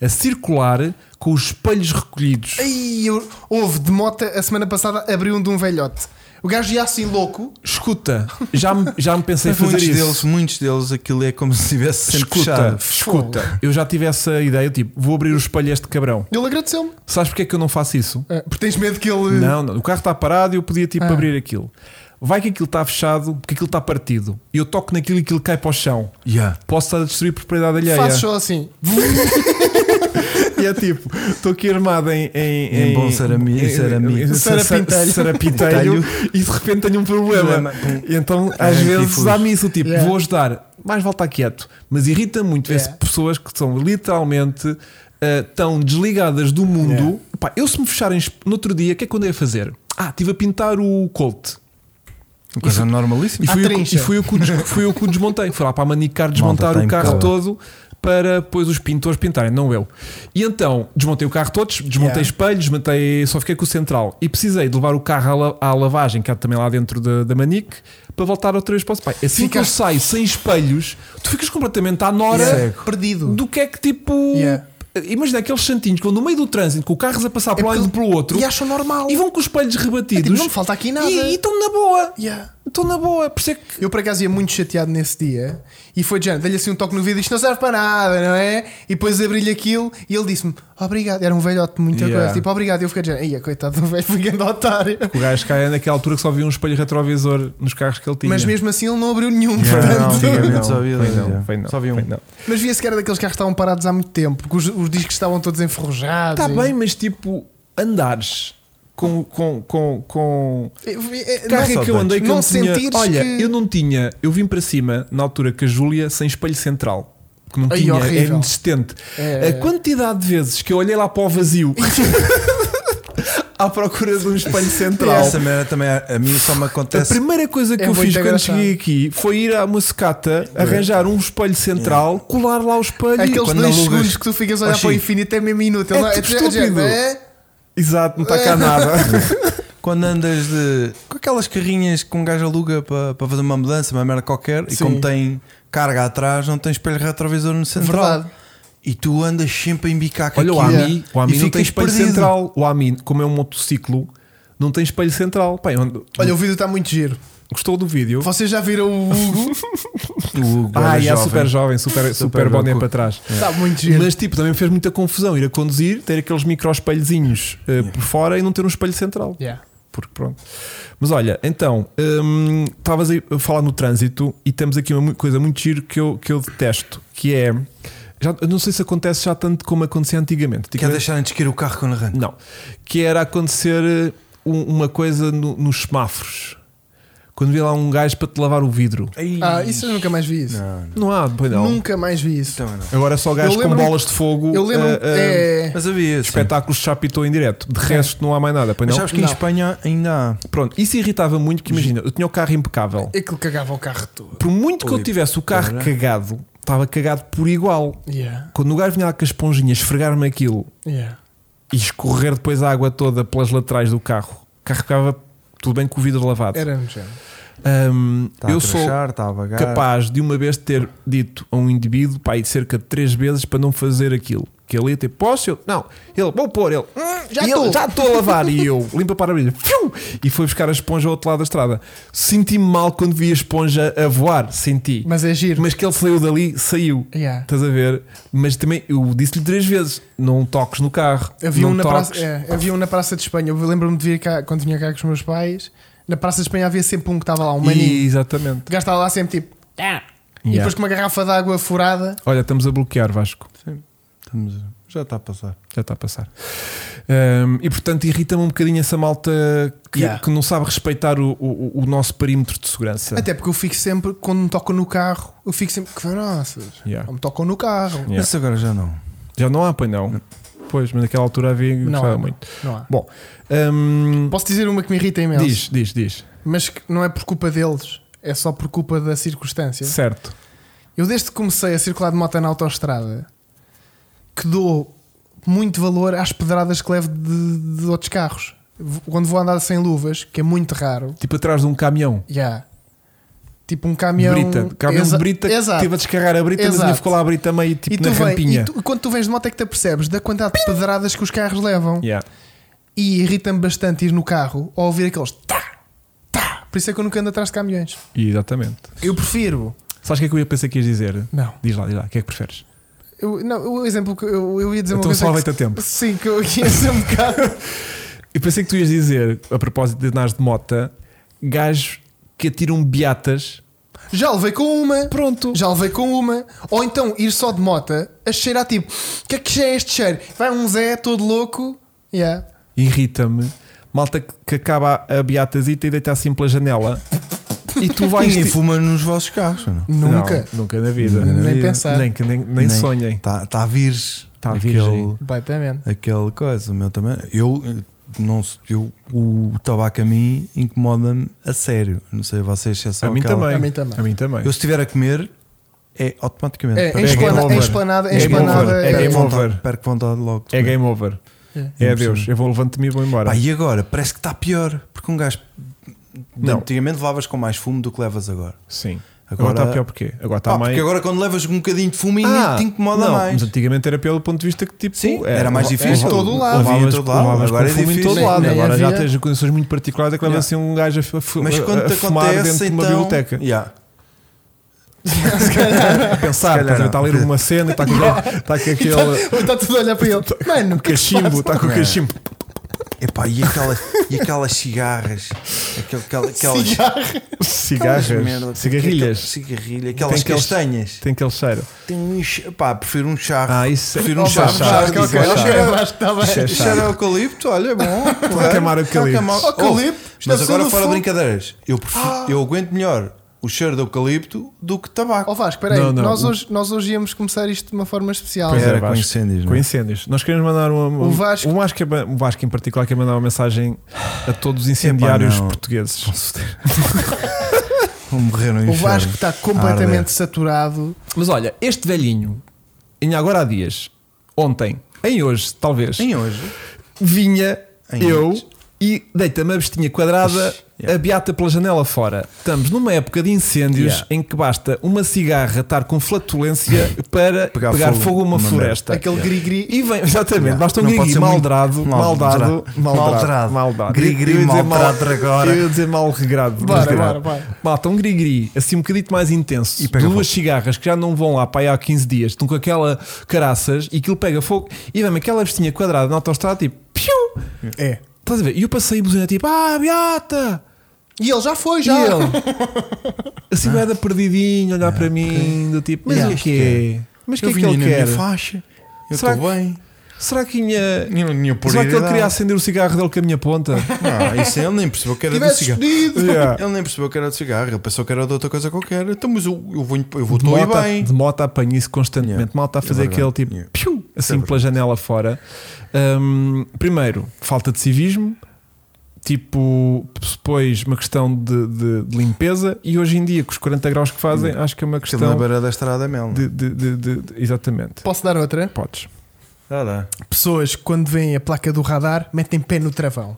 a circular com os espelhos recolhidos.
Ai, eu- houve de moto a semana passada abriu um de um velhote. O gajo ia assim louco.
Escuta, já me, já
(laughs)
me pensei
Mas
fazer
muitos
isso.
deles, muitos deles, aquilo é como se estivesse sempre
Escuta,
fechado.
escuta, Então, eu já tive essa ideia, tipo, vou abrir o espelho a este cabrão.
Ele agradeceu-me.
Sabes porque é que eu não faço isso?
Ah, Porque tens medo que ele.
Não, não, o carro está parado e eu podia tipo
Ah.
abrir aquilo. Vai que aquilo está fechado, porque aquilo está partido. E eu toco naquilo e aquilo cai para o chão.
Yeah.
Posso estar a destruir propriedade alheia.
Faz só assim.
E é tipo, estou aqui armado em. Em,
Em bom sarami- sarami-
em- em-
Sarapintelho.
sarapintelho e de repente tenho um problema.
Problema. Pum.
E então,
Ah,
às
que
vezes,
fujo.
dá-me isso, tipo,
Yeah.
vou ajudar, mais vale estar quieto. Mas irrita muito ver
Yeah.
pessoas que são literalmente ah, tão desligadas do mundo.
Yeah.
Pá, eu, se me fecharem esp- no outro dia, o que é que eu andei a fazer? Ah, estive a pintar o colt.
Uma coisa normalíssima.
E
À
fui, eu, que-
trincha.
e fui eu que o des- fui eu que o desmontei. Fui lá para a Manicar desmontar
tem
o carro
calma.
todo para depois os pintores pintarem, não eu. E então desmontei o carro todo, desmontei
Yeah.
espelhos, desmontei, só fiquei com o central. E precisei de levar o carro à, la- à lavagem, que há também lá dentro da, da Manique, para voltar outra vez para o pai. Assim que eu
Ficaste-
saio sem espelhos, tu ficas completamente à nora
Yeah. Perdido.
é do que é que tipo.
Yeah. É
Imagina aqueles santinhos quando no meio do trânsito, com o carro a passar para um
porque-
lado e para o outro,
E acham normal.
e vão com os espelhos
É
rebatidos.
tipo, não me falta aqui nada.
E e estão na boa.
Yeah.
Estou na boa, por isso é que
Eu por acaso ia muito chateado nesse dia e foi de género, dei-lhe assim um toque no vidro, isto não serve para nada, não é? E depois abri-lhe aquilo e ele disse-me obrigado, era um velhote muito
Yeah.
coisa, tipo obrigado, e eu fiquei de género, ia coitado do velho, (laughs) fui grande otário.
O gajo cá naquela altura que só via um espelho retrovisor nos carros que ele tinha.
Mas mesmo assim ele não abriu nenhum,
Yeah,
portanto.
não, antigamente
Não,
só havia
foi
dois,
não,
já.
foi não,
Só havia
foi
um.
não.
(laughs) Mas via-se que era daqueles carros que estavam parados há muito tempo, que os, os discos estavam todos enferrujados.
Está
e-
tá bem, mas tipo, andares com. com, com, com...
Eh, eh,
Carro
não-
em que eu andei que
não
eu tinha-
sentires
Olha,
que-
eu não tinha. Eu vim para cima na altura que a Júlia sem espelho central. Que não
Ai,
tinha, era
horrível.
inexistente.
É.
A quantidade de vezes que eu olhei lá para o
(laughs)
vazio (laughs) à procura de um espelho central.
Essa merda também, a mim só me
A
acontece.
primeira coisa que
É
eu
muito
fiz quando
engraçado.
cheguei aqui foi ir a uma secata, arranjar um espelho central, colar lá o espelho.
Aqueles
quando
dois
alugas-
segundos que tu ficas a olhar
Oh,
para o
Chico.
infinito é mesmo inútil.
É
não
tipo
É
estúpido.
é?
Exato, não está cá nada.
Quando andas de. com aquelas carrinhas que um gajo aluga para para fazer uma mudança, uma merda qualquer, e
Sim.
como tem carga atrás, não tem espelho retrovisor no central.
Verdade.
E tu andas sempre a embicar com
(laughs) Olha, o
aquilo.
Ami, o Ami
E
não tem
ficas
espelho
perdido.
central. O Ami, como é um motociclo, não tem espelho central. Pai, onde-
Olha, o vídeo está muito giro.
gostou do vídeo?
Vocês já viram o
(laughs)
Hugo?
O Hugo
Ah,
era
e é
jovem.
super jovem, super, É. super,
Super
boné
bom.
para trás.
Está Tá muito giro.
Mas tipo, também me fez muita confusão ir a conduzir, ter aqueles micro espelhozinhos eh, por fora e não ter um espelho central.
Yeah.
porque pronto. Mas olha, então, hum, estavas aí a falar no trânsito e temos aqui uma mu- coisa muito giro que eu, que eu detesto, que é. Já, eu não sei se acontece já tanto como acontecia antigamente.
Quer
Antigamente-
deixarem de esquecer o carro quando arranca.
Não. Que era acontecer eh, um- uma coisa no- nos semáforos. Quando via lá um gajo para te lavar o vidro.
Ah, isso eu nunca mais vi isso.
Não, não.
Não há, pois não.
Ah, Nunca mais vi isso.
Também não.
Agora é só gajos com
lembro-me-
bolas de fogo.
eu lembro
eh, eh,
é,
Mas havia. sim.
Espetáculos de chapitou em direto. De resto, não há mais nada. Pois
Mas
não?
sabes que em
Não.
Espanha ainda há.
Pronto, isso irritava muito. Que imagina, eu tinha o carro impecável.
aquilo cagava o carro todo.
por muito que eu
Ui,
tivesse o carro
pera.
cagado, estava cagado por igual.
Yeah,
Quando o gajo vinha lá com a esponjinha esfregar-me aquilo
yeah.
e escorrer depois a água toda pelas laterais do carro, o carro ficava tudo bem com o vidro lavado.
Era no género.
Hum,
Está
eu
a
sou
crachar, está a vagar.
capaz de uma vez ter dito a um indivíduo, pai, cerca de três vezes para não fazer aquilo. Que ele ia ter, posso? Eu, não, ele, vou pôr, ele, "Hum, já
E
estou
ele?
já estou a lavar. e eu, limpa para abrir, fiu, e foi buscar a esponja ao outro lado da estrada. Senti-me mal quando vi a esponja a voar, senti.
Mas é giro.
Mas que ele saiu dali, saiu.
Yeah.
Estás a ver? Mas também, eu disse-lhe três vezes: não toques no carro.
Havia
não
um, na
toques.
praça, é, havia um na Praça de Espanha. Eu lembro-me de vir cá, quando vinha cá com os meus pais. Na Praça de Espanha havia sempre um que estava lá, um maninho.
E, exatamente.
O gajo estava lá sempre tipo. "Ah", E depois com uma garrafa de água furada.
Olha, estamos a bloquear, Vasco.
Sim, estamos a- já está a passar.
Já está a passar. Ahm, e portanto, irrita-me um bocadinho essa malta que,
Yeah.
que não sabe respeitar o, o- o nosso perímetro de segurança.
Até porque eu fico sempre, quando me tocam no carro, eu fico sempre. Que faroças.
Yeah.
Não me tocam no carro.
Yeah.
Mas agora já não.
Já não há, pois não. Pois, mas naquela altura havia.
Não
gostava
há.
muito.
Não há.
Bom, ahm,
Posso dizer uma que me irrita imenso.
diz, diz, diz.
Mas que não é por culpa deles, é só por culpa da circunstância.
Certo.
Eu desde que comecei a circular de moto na autoestrada, que dou muito valor às pedradas que levo de, de outros carros. V- Quando vou andar sem luvas, que é muito raro,
Tipo atrás de um caminhão.
já. Tipo um
de
caminhão.
Brita, caminhão de
Exa-
brita que
Exato.
teve a descarregar a brita, mas ainda
Exato.
ficou lá a brita meio tipo
e tu
na
vem-
rampinha.
e tu- quando tu vens de moto é que te apercebes da quantidade de pedradas que os carros levam.
Yeah.
E irrita-me bastante ir no carro ou ouvir aqueles tá, tá. Por isso é que eu nunca ando atrás de caminhões.
Exatamente.
Eu prefiro.
Sabes o que é que eu ia pensar que ias dizer?
Não.
Diz lá, diz lá, o que é que preferes?
Eu, não, o exemplo que eu, eu ia dizer
Então
uma coisa.
salva-te
que-
a tempo.
Sim, que eu ia ser um bocado.
Eu pensei que tu ias dizer, a propósito de andares de mota, gajos que atiram beatas.
Já levei com uma.
Pronto.
Já levei com uma. Ou então ir só de mota a cheirar tipo: o que é que já é este cheiro? Vai um Zé todo louco. Yeah.
Irrita-me. Malta que que acaba a beatazita e deita assim pela janela.
(laughs)
E tu vais.
Ninguém
ti-
é fuma nos vossos carros, ou não?
Não,
Nunca.
nunca na vida.
Nem
Na vida.
pensar.
Nem, que- nem, nem sonhem.
Está tá a virgem.
Tá
Aquele-
virgem.
Completamente.
Aquele coisa, o meu também. Eu eh, não se- eu, o tabaco a mim incomoda-me a sério. Não sei vocês se é só
A mim,
aquela-
também.
A mim também.
A mim também.
Eu se estiver a comer, é automaticamente.
É, em
É game
esplanada,
over.
em esplanada, em
Game over.
esplanada.
É
é-
game
perco
over.
vontade- Perco vontade logo. de
É
comer.
game over.
é.
É adeus. Eu vou levanto-me e vou embora.
Pá, e agora? Parece que está pior. Porque um gajo.
Não.
Antigamente levavas com mais fumo do que levas agora.
Sim.
Agora-
Agora está pior porquê? Agora
Pá,
está mais. Ah,
Porque agora quando levas um bocadinho de fumo, ainda te incomoda
não,
mais.
Mas antigamente era pelo ponto de vista que tipo.
Sim,
é,
era mais
leva-
difícil.
Em todo
Em
o lado.
todo
Levavas-
lado.
levavas
Agora
com
é
fumo em
difícil.
todo
Nem-
lado.
nem
Agora já
havia-
tens condições muito particulares que leva assim um gajo a, fu- a,
Mas quando
a
te
fumar
acontece,
dentro de uma
então,
biblioteca.
Yeah. calhar
A pensar,
Então,
estás a ver,
não.
está a ler uma cena e está
(laughs)
com aquele. Está com aquele
(laughs) Está tá- tudo a olhar para
(laughs)
ele. Mano, o que é que se
cachimbo,
passa?
está com o
É.
cachimbo.
Epá, e, aquelas, e aquelas cigarras? Aquel, aquel, aquelas,
Cigarro.
aquelas
Cigarras,
merda, aquel-
cigarrilhas.
Cigarrilha, aquelas
Tem aqueles-
castanhas.
Tem aquele cheiro.
Tem um, ch- pá, prefiro um charro.
Ah, isso é.
Prefiro um
Oh,
chá,
vá,
chá,
vá,
digo,
ok, ok,
chá.
eu acho que está bem.
Chá, chá.
Cheiro a é eucalipto, olha, é bom.
a é queimar eucalipto.
Eucalipto,
Oh,
está
mas agora,
sendo
fora
fogo.
brincadeiras, eu, prefiro-
Ah!
eu aguento melhor o cheiro de eucalipto do que tabaco.
Ó Vasco, espera aí,
Não, não,
nós,
o-
hoje, nós hoje íamos começar isto de uma forma especial.
Pois
Era
é,
com
Vasco.
incêndios, não é?
Com incêndios. Nós queremos mandar uma,
O Vasco-
um, Vasco, é- um Vasco em particular quer mandar uma mensagem a todos os incendiários
Epá, não.
portugueses. Oh,
Vão morrer no
O
inferno.
Vasco está
A
completamente
arder.
saturado.
Mas olha, este velhinho, em agora há dias, ontem, em hoje, talvez,
Em hoje.
vinha
Em
eu
hoje.
e deita-me a bestinha quadrada,
Ixi, yeah.
a beata pela janela fora. Estamos numa época de incêndios
Yeah.
em que basta uma cigarra estar com
(laughs)
flatulência para
Pegar
pegar,
fogo
fogo a uma
numa
floresta.
Aquele gri-gri.
E vem, exatamente,
Yeah.
basta um
Não pode
grigri
ser muito-
maldrado,
mal-
maldrado,
maldrado. Maldrado.
maldrado, maldrado.
Grigri
Eu ia dizer mal-
maltrado agora.
Eu ia dizer mal regrado. mas
Bora,
não.
bora, bora.
Malta, um grigri, assim um bocadito mais intenso.
E pega
duas cigarras que já não vão lá para aí há 15 dias, estão com aquela caraças e aquilo pega fogo e vem aquela vestinha quadrada na autostrada tipo, piu!
É.
Estás a ver? E eu passei a buzina tipo, ah, beata!
E ele já foi,
E
já.
ele, assim, beata perdidinho, olhar para mim, do tipo, mas
Ah, Yeah.
o quê? Mas o que é que
vinha
ele
na
quer?
minha faixa. Eu
Será
estou bem.
Será que minha,
Não tinha por
Será que ele queria acender o cigarro dele com a
(laughs)
minha ponta?
Não, isso ele nem percebeu que era do
Tivesse
cigarro.
escolhido.
Yeah.
Ele nem percebeu que era de cigarro, ele pensou que era de outra coisa qualquer. Então, mas eu, eu vou, eu vou
De
estou aí
moto,
bem.
de moto apanho isso constantemente.
Yeah.
Malta a
É
fazer
verdade.
aquele tipo
Yeah. É
piu, assim
verdade.
pela janela fora. Hum, primeiro, falta de civismo. Tipo, depois uma questão de, de- de limpeza. E hoje em dia, com os 40 graus que fazem, acho que é uma
Aquilo na
questão
beira da estrada é mel. não é?
de, de- de- de- de- Exatamente.
Posso dar outra?
Podes.
Dá, dá.
Pessoas que quando veem a placa do radar metem pé no travão.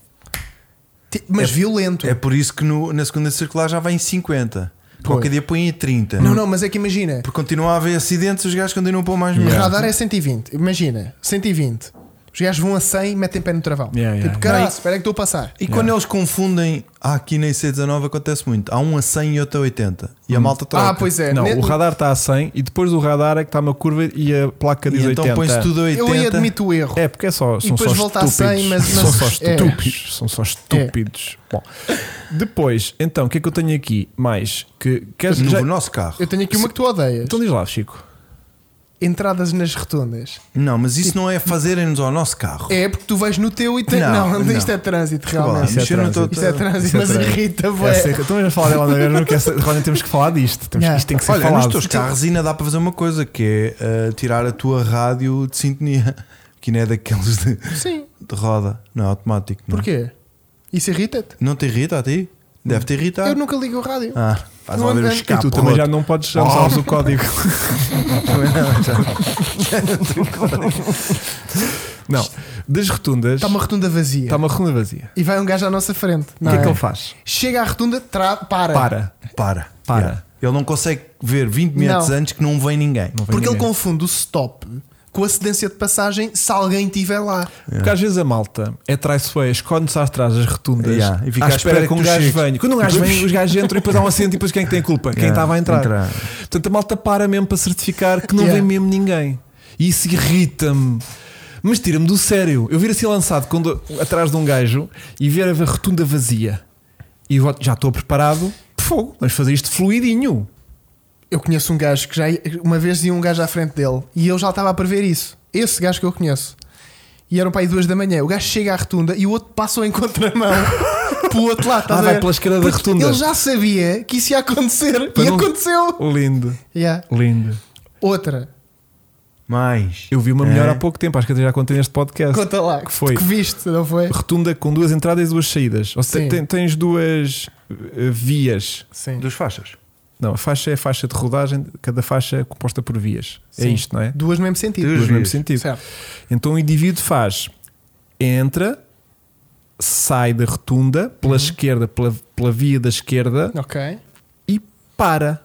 Ti- Mas
É-
violento.
É por isso que no- na segunda circular já vai em 50. Qualquer dia põe em 30.
Não, não, mas é que imagina.
Porque continua a haver acidentes, os gajos continuam a pôr mais
O
merda.
radar é 120. Imagina, 120. Os gajos vão a 100 e metem pé no travão.
Yeah, yeah,
tipo,
yeah.
caralho, espera que estou a passar.
E quando eles confundem, ah, aqui na IC19 acontece muito. Há um a 100 e outro a 80. E a malta troca.
Ah, pois é.
Não,
Ne-
o radar está a 100 e depois do radar é que está uma curva e a placa diz
E então
80.
põe-se tudo a 80.
Eu aí admito o erro.
É, porque é só, são
depois
só
volta a
estúpidos.
100, mas-
são
mas-
só
é.
estúpidos. São só estúpidos. Bom, depois, então, o que é que eu tenho aqui mais? Que, queres,
No
já,
nosso carro.
Eu tenho aqui uma que tu odeias.
então diz lá, Chico.
Entradas nas rotundas.
Não, mas isso não é fazerem-nos ao nosso carro.
É porque tu vais no teu e tem.
Não,
Não, isto
não.
é trânsito,
lá,
realmente.
Isso é trânsito.
Isto é trânsito,
Isso é
mas
trânsito.
irrita,
Essa,
velho.
então vamos falar dela na mesma, porque essa, realmente temos que falar disto. Temos,
Yeah.
Isto tem que ser
Olha, nos
falado.
teus carros ainda dá para fazer uma coisa que é uh, tirar a tua rádio de sintonia, (laughs) que não é daqueles de,
Sim.
de roda, não é automático. Não. é?
Porquê? Isso irrita-te?
Não te irrita a ti? Deve te irritar.
Eu nunca ligo o rádio.
Tá. Ah, faz
Não
lá ver
ando-
os
E tu
E tu
escape,
também já
roto.
não podes, já não sabes o
(laughs)
código. não, das rotundas,
Está Tá uma rotunda vazia.
está uma rotunda vazia.
E vai um gajo à nossa frente.
O
não
que é que ele faz?
Chega à rotunda, tra... para.
Para.
Para.
Para.
Yeah. Ele não consegue ver 20 minutos
Não.
antes que não vem ninguém.
Não vem
Porque ele
ninguém.
confunde o stop com a cedência de passagem se alguém estiver lá.
Porque às vezes a malta é traiçoeira, esconde-se atrás das rotundas
Yeah, e fica
à espera que, um
tu
gajo
chegues.
venha. Quando um gajo vem, os gajos entram e depois dá um assento e depois quem é que tem a culpa? Quem
Yeah,
estava a entrar.
entrar.
Portanto, a malta para mesmo para certificar que não
Yeah.
vem mesmo ninguém. E isso irrita-me. Mas tira-me do sério. Eu vir assim lançado quando, atrás de um gajo e ver a rotunda vazia e eu já estou preparado, fogo, vamos fazer isto fluidinho.
Eu conheço um gajo que já uma vez ia um gajo à frente dele e eu já estava a prever isso. Esse gajo que eu conheço. E eram para aí duas da manhã. O gajo chega à rotunda e o outro passa em
(laughs)
contramão para o outro lado. estás
Ah,
a
vai
ver?
pela esquerda da
Porque
rotunda.
Ele já sabia que isso ia acontecer
Para
e
não-
aconteceu.
Lindo,
Yeah.
lindo.
Outra.
Mais.
Eu vi uma melhor
É.
há pouco tempo, acho que até já contei neste podcast.
Conta lá.
que foi?
Que viste, não foi?
Rotunda com duas entradas e duas saídas. Ou seja,
Sim.
ten- tens duas eh, vias.
Sim.
Dos faixas.
Não, a faixa é a faixa de rodagem, cada faixa é composta por vias. É
Sim.
isto, não é?
Duas no mesmo sentido.
Duas
Duas no
vias.
mesmo sentido.
Certo.
Então o indivíduo faz, entra, sai da rotunda pela
Uhum.
esquerda, pela, pela via da esquerda
Ok.
e para.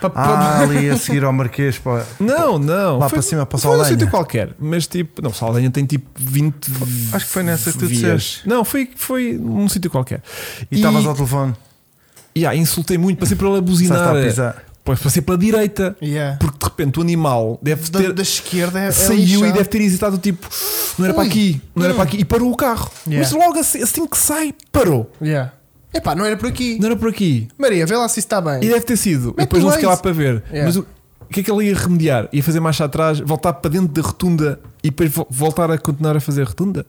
Pa- pa-
Ah, ali a seguir ao Marquês. Pá.
Não, não.
Lá para cima, para
foi num
Saldanha.
sítio qualquer, mas tipo, não, Saldanha tem tipo 20
Acho que foi nessa que tu
vias.
disseste.
Não, foi, foi num sítio qualquer.
E estavas ao telefone.
e, ah, insultei muito, passei para ela buzinar.
Começaste a pisar.
Pois passei pela direita,
(laughs) Yeah.
porque de repente o animal deve
Da,
ter
da esquerda é, é
saiu e
lixado.
deve ter hesitado, tipo, não era para
Ui.
aqui, não era
Hum.
para aqui, e parou o carro.
Yeah.
Mas logo assim, assim que sai, parou.
Yeah. Epá, não era por aqui.
Não era por aqui.
Maria, vê lá se isso está bem.
E deve ter sido.
Mete
e depois
o
não fiquei lá
Waze.
para ver.
Yeah.
Mas o, o que é que ele ia remediar? Ia fazer marcha atrás, voltar para dentro da rotunda e depois vo- voltar a continuar a fazer rotunda?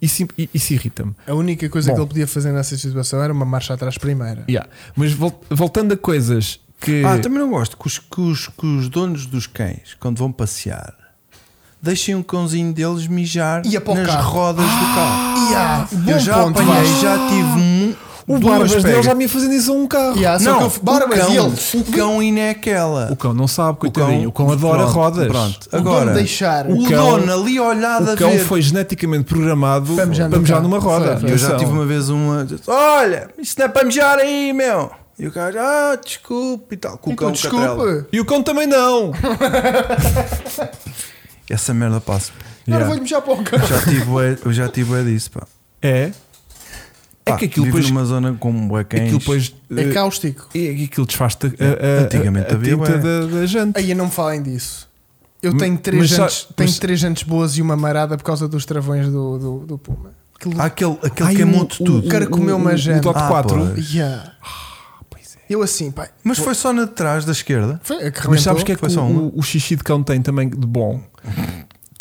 Isso, i- isso irrita-me.
A única coisa
Bom.
que ele podia fazer nessa situação era uma marcha atrás primeira.
Yeah. Mas vol- voltando a coisas que.
Ah, também não gosto que os, que os- que os donos dos cães, quando vão passear, deixem o cãozinho deles mijar
Ia para o
nas
carro.
rodas do
Ah,
carro.
Yeah.
eu
Bom
já
ponto,
apanhei,
Vasco.
já tive um.
o
duas
Barbas dele
pegas.
já me ia fazendo isso a um carro.
Yeah, só
Não,
que eu- Barbas, e
o, cão,
ele?
o cão ainda é aquela.
O cão não sabe, coitadinho. O cão, adora
pronto,
rodas.
Pronto,
O
agora.
dono deixar.
O,
O cão-
dono ali olhado
O
a
cão
ver.
foi geneticamente programado para
Vamos já
mijar,
no carro.
numa roda.
Foi, foi.
Eu já
Atenção.
tive uma vez uma. Olha, isso não é para mijar aí, meu. E o cara, ah, desculpe e tal. Com o cão catrela.
Desculpa.
E o cão
(laughs)
também não.
Essa merda passa.
Agora
Yeah.
vou-lhe mijar para o cão.
Já tive, bué- eu já tive é disso, pá.
É. É
Pá,
que aquilo
vivo
depois.
numa zona com bué cães.
Aquilo depois.
É
eh,
cáustico.
E aquilo desfaz a, a, a,
Antigamente
a
havia,
tinta
ué.
da, da janta.
Aí não me falem disso. Eu
Mas-
tenho
mas
três,
sa-
jantes, tenho
mas-
três jantes boas e uma marada por causa dos travões do, do, do Puma. Aquilo-
Há aquele, aquele
Ai,
que é monte
o-
tudo.
o-
cara comeu uma
o-
janta.
O top
Ah,
4.
pois.
Yeah. Eu assim, pai.
Mas foi só na de trás da esquerda.
Foi, a que
é. Mas
rebentou.
sabes o que é que
Foi só
o, o- o xixi de cão tem também de bom?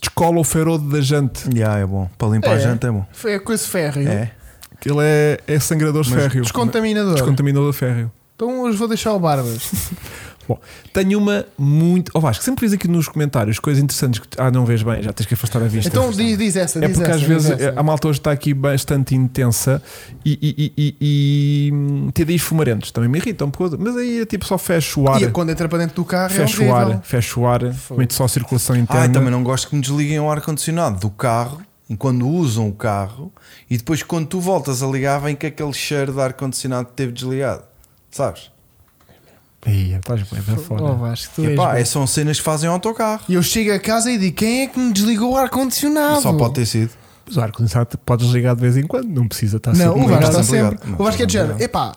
Descola o ferodo da jante.
Já, é bom. Para limpar a
É.
janta é bom.
Foi a coisa férrea.
É.
Que Ele é, é sangrador de
Mas
férreo.
Descontaminador.
Descontaminador de férreo.
Então hoje vou deixar o
(laughs)
Barbas.
é Bom, tenho uma muito. Oh, Vasco, sempre diz aqui nos comentários coisas interessantes que. tu- Ah, não vês bem, já tens que afastar a vista.
então diz, diz essa,
É
diz
porque
essa,
às
diz
vezes
essa.
a malta hoje está aqui bastante intensa e, e, e, e, e hum, TDIs fumarentos também me irritam, por causa- mas aí é tipo só fecho o ar,
E quando entra para dentro do carro é
fecho o
horrível.
ar, fecho o ar,
Fogo.
mete só a circulação
Ah, e também
interna.
não gosto que me desliguem o ar-condicionado do carro, enquanto usam o carro, e depois quando tu voltas a ligar, vem que aquele cheiro de ar-condicionado que teve desligado. Sabes?
Ih, estás bem, vai
Oh,
fora.
Vasco, tu
E,
és
pá,
bom.
é, são cenas que fazem autocarro.
E eu chego a casa e digo: quem é que me desligou o ar-condicionado?
Só pode ter sido.
Mas o ar-condicionado podes ligar de vez em quando, não precisa estar
Não, o
sempre
Vasco
ligado.
está
Estás
sempre.
obrigado.
O Vasco é de género.
Estás
Epá,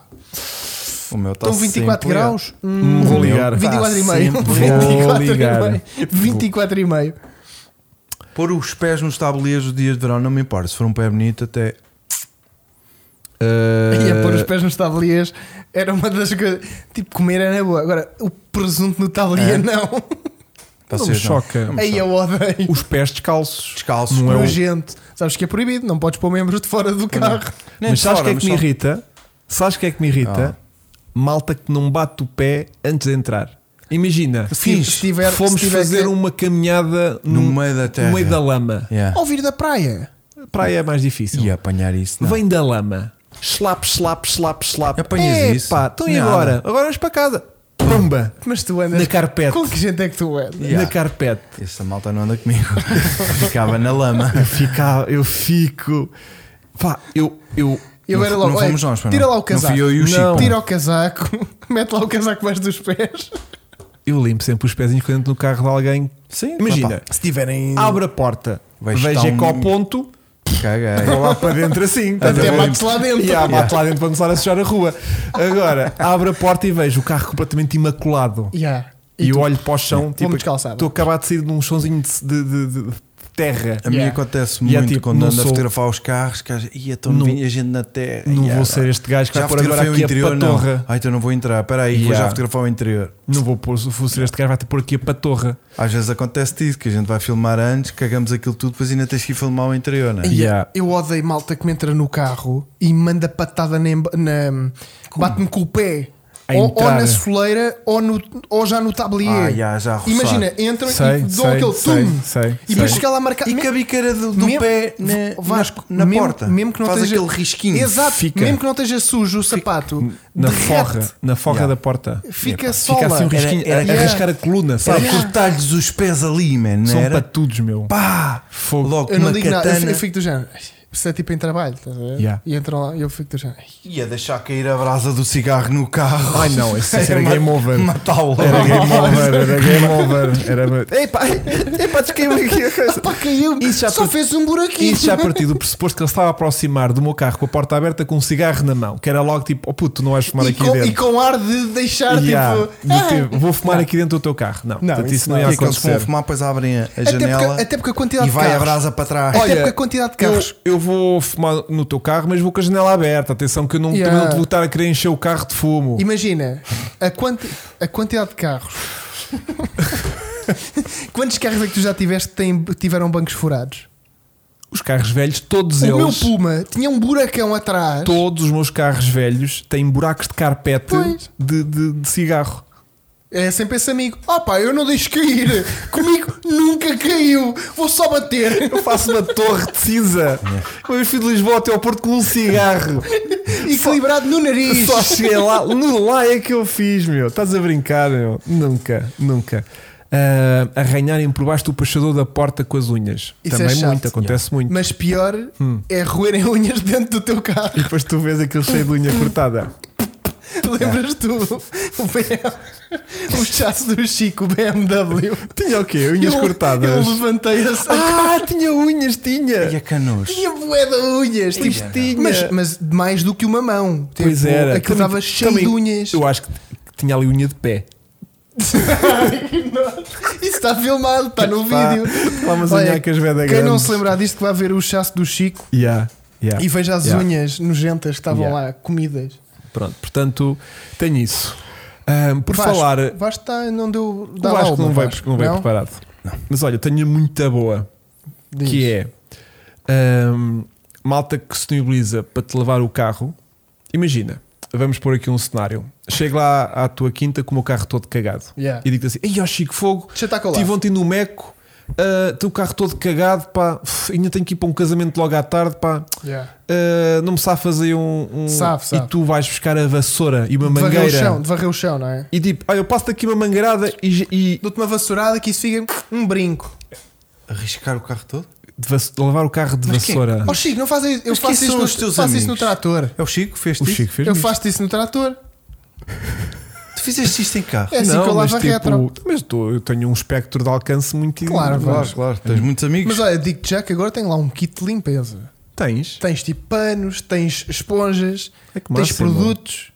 O meu está
estão 24
sempre
graus?
Tá Hum, Vou ligar.
24 e meio. (laughs)
Tá sempre
24 e
ligado.
meio. 24 e meio.
ligado. Pôr os pés nos tabuleiros dos dias de verão, não me importa. Se for um pé bonito, até.
E a pôr os pés nos tabliers era uma das coisas. Tipo, comer era boa. Agora, o presunto no
É.
tablier não.
Não me
Ah, Vocês
choca.
Não me
(laughs) Aí
choca.
eu odeio.
Os pés descalços.
Descalços,
Não é o-
Nojento. Sabes que é proibido, não podes pôr membros de fora do carro.
Nem
mas
de
sabes o
fora,
que é que
mas
me
só- Ah.
irrita? Sabes o que é que me irrita? Malta que não bate o pé antes de entrar. Imagina,
Se- se tiver- se
fomos
tiver
fazer
que-
uma caminhada
No
num-
meio da terra.
no meio da lama.
Yeah.
Ao vir da praia.
Praia é mais difícil.
E apanhar isso. Não.
Vem da lama. Slap, slap, slap, slap.
Apanhas
Epá,
isso?
Então e
Nada.
agora? Agora vamos para casa. Pumba!
Mas tu andas.
Na carpete.
Com que gente é que tu andas?
Yeah.
Na carpete.
Essa malta não anda comigo. (laughs) Ficava na lama.
Eu, fica, eu fico. Pá, eu. eu
E agora
Não-
logo.
não
olha,
fomos nós, pá,
tira
não.
lá o
Não
casaco.
fui eu e o Chico.
Tira o casaco. (laughs) Mete lá o casaco mais dos pés.
eu limpo sempre os pezinhos quando entro no carro de alguém.
Sim,
Imagina,
Se tiverem.
Hum. Ah,
abre a porta,
Vais
veja
estar
que ao
um-
ponto,
Caguei.
vou lá para dentro assim. estás a
Até
ver?
bates lá dentro.
E há, bate lá dentro para começar a sujar a rua. Agora, abre a porta e vejo o carro completamente imaculado.
Yeah.
E,
tu?
eu olho para o chão, tipo,
descalçado.
estou acabado de sair de um chãozinho de, de- de- de- de terra.
A mim
Yeah.
acontece
E é
muito
tipo,
quando
não
ando a
sou-
fotografar os carros, que haja- ia tão
Não-
vinha gente na terra.
Não
ia,
vou ser este gajo que
Já
vai pôr agora
fotografei o
aqui
interior,
a
não.
patorra.
Ah, então não vou entrar, peraí, vou
Yeah.
já fotografar o interior.
Não vou pôr, se fosse este gajo vai ter pôr aqui a patorra.
Às vezes acontece isso, que a gente vai filmar antes, cagamos aquilo tudo, depois ainda tens que ir filmar o interior, não é?
Ai,
Yeah.
Eu odeio malta que me entra no carro e manda patada na. na- Bate-me com o pé.
a
ou, ou
entrar.
na soleira ou, no, ou já no tablier.
Ah, já, já roçado.
Imagina, entram
Sei,
e dão
sei,
aquele
sei,
tum.
sei,
e
sei.
depois fica lá marcado.
E
Me-
que a biqueira do, do
mesmo-
pé na,
V- Vasco,
na, na
mesmo-
porta
mesmo que não
faz
esteja-
aquele risquinho.
Exato,
Fica.
mesmo que não esteja sujo o sapato,
na
derrete.
forra, na forra
Yeah.
da porta.
Fica sola.
Fica assim um risquinho,
Era- era-
a- a arriscar a coluna,
Sabe,
sabe?
cortar-lhes os pés ali, man. não
São
era?
patudos, meu.
Pá!
Fogo.
Logo
Eu não
uma
digo
katana.
nada, eu, eu fico do género. "Ai, Isso é tipo em trabalho, estás a ver?
Yeah.
E entram lá, eu fico do género. "Ai,
Ia deixar cair a brasa do cigarro no carro.
Ai não, esse
(laughs) ma-
era game over.
Matá-lo.
Era game over, era game over. Era... Epá, epá, descaiu-me aqui a coisa.
Pá, caiu,
Isso já
só
per-
fez um buraquinho.
Isso
(laughs)
já a partir do pressuposto que ele estava a aproximar do meu carro com a porta aberta com um cigarro na mão, que era logo tipo, oh puto, tu não vais fumar
e,
aqui
com,
dentro.
e com ar de deixar
Yeah,
tipo.
do
"Ah".
tipo, vou fumar aqui dentro do teu carro. Não,
Não,
portanto,
isso
isso não
não.
O
ia
que é que eles vão
acontecer.
fumar? Pois abrem a, a
Até porque-
janela
até porque a quantidade
e
de
vai a
carros-
brasa para trás.
Olha, porque a quantidade de carros-
Eu, eu vou fumar no teu carro, mas vou com a janela aberta. Atenção, que eu não,
Yeah.
também não te vou estar a querer encher o carro de fumo.
Imagina a, quanti- a quantidade de carros. (laughs) Quantos carros é que tu já tiveste que têm- tiveram bancos furados?
Os carros velhos, todos
O meu
eles,
Puma tinha um buracão atrás.
todos os meus carros velhos têm buracos de carpete
Pois.
de, de- de cigarro.
É sempre esse amigo. Ah pá, eu não deixo cair. Comigo nunca caiu. Vou só
(laughs)
bater.
Eu faço uma torre de cinza. Eu fui de Lisboa até ao Porto com um cigarro.
Equilibrado no nariz.
Só assim. cheguei lá, no lá é que eu fiz, meu. Estás a brincar, meu. Nunca, nunca. Ah, arranharem por baixo do puxador da porta com as unhas.
Isso
Também
é chato.
muito, acontece muito.
Mas pior
Hum.
é roerem (laughs) unhas dentro do teu
(laughs)
carro.
E depois tu vês aquele cheio de
(laughs)
unha cortada.
Lembras tu? O BM. O chasso do Chico, o BMW.
Tinha o quê? Unhas
eu,
cortadas.
Eu levantei a
Ah, tinha unhas, tinha.
é
E a canos.
Tinha bué de unhas, tipo,
Pois tinha.
Mas, mas mais do que uma mão. Tipo,
Pois era.
Aquilo
Também-
estava cheio
também-
de unhas.
Eu acho que tinha ali unha de pé.
Isso está filmado, está no
Pá,
vídeo.
Lá umas
Olha,
unhacas bem
Quem não se lembrar disto que vai ver o chasso do Chico
Yeah, yeah.
e veja as
Yeah.
unhas nojentas que estavam
Yeah.
lá, comidas.
Pronto, portanto, tenho isso. Ahm, por
Vasco,
falar.
Vasco está, não deu.
O Vasco não veio, não veio preparado. Mas olha, tenho muita boa. Que é ahm, malta que se disponibiliza para te levar o carro. Imagina, vamos pôr aqui um cenário. Chego lá à tua quinta com o meu carro todo cagado.
Yeah.
E um- digo-te assim: Ei, ó Chico Fogo,
Deixa eu estar com lá.
estive ontem no Meco, ah, teu carro todo cagado, pá, uf, ainda tenho que ir para um casamento logo à tarde, pá.
Yeah.
ah, não me safas aí um. um-
Sabe, sabe.
E tu vais buscar a vassoura e uma
De varrer o
mangueira.
chão, de varrer o chão, não é?
E tipo, olha, eu passo-te aqui uma mangueirada e- e
Dou-te uma vassourada que isso fica um brinco.
Arriscar o carro todo?
de vass- de levar o carro de
Mas quem?
vassoura.
Ó Oh, Chico, não fazes Eu
Mas quem
faço isso
são
no-
os teus
faço isso no
amigos?
trator.
É o Chico, fez
O
isto?
Chico fez
Eu
isso.
faço isso no trator.
Tu fizeste isto em carro?
É assim que eu
mas, tipo,
lavo a retro.
mas tô- eu tenho um espectro de alcance muito.
Claro,
Vasco.
claro. Tens muitos amigos?
Mas olha, digo-te já que agora tem lá um kit de limpeza.
Tens.
Tens tipo panos, tens esponjas,
É que
tens
máximo.
produtos.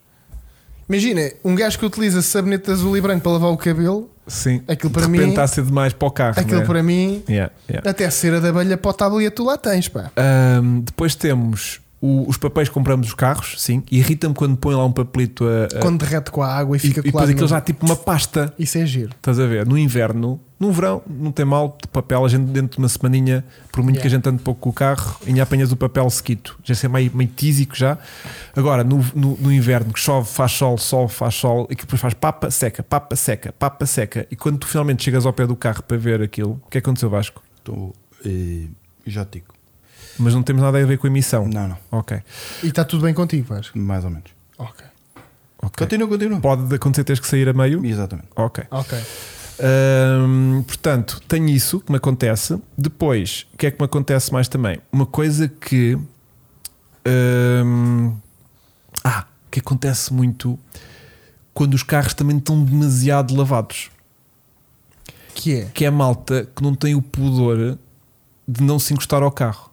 Imagina, um gajo que utiliza sabonete de azul e branco para lavar o cabelo,
Sim.
Aquilo para
de repente
mim-
está a ser demais para o carro.
aquilo
né?
para mim,
Yeah, yeah.
até cera de abelha para o tablet tu lá tens, pá.
Ahm, depois temos o- os papéis que compramos dos carros, sim. E Irrita-me quando põe lá um papelito a. a-
Quando derrete com a água e
e,
fica
e depois
colado.
aquilo
no-
já é tipo uma pasta.
Isso é giro.
Estás a ver? No inverno, no verão, não tem mal de papel. A gente dentro de uma semaninha, por muito
Yeah.
que a gente ande pouco com o carro, ainda apanhas o papel sequito. Já sei meio, meio tísico já. Agora, no, no, no inverno, que chove, faz sol, sol, faz sol, e que depois faz papa, seca, papa, seca, papa, seca. E quando tu finalmente chegas ao pé do carro para ver aquilo, o que é que aconteceu, Vasco?
Estou, eh, Já te digo.
Mas não temos nada a ver com a emissão.
Não, não.
Ok.
E está tudo bem contigo, Vasco.
Mais ou menos.
Ok.
ok.
Continua, continua.
Pode acontecer teres que sair a meio?
Exatamente.
Ok.
Ok.
Hum, portanto, tenho isso que me acontece. Depois, o que é que me acontece mais também? Uma coisa que. hum, ah, que acontece muito quando os carros também estão demasiado lavados.
Que é?
Que é a malta que não tem o pudor de não se encostar ao carro.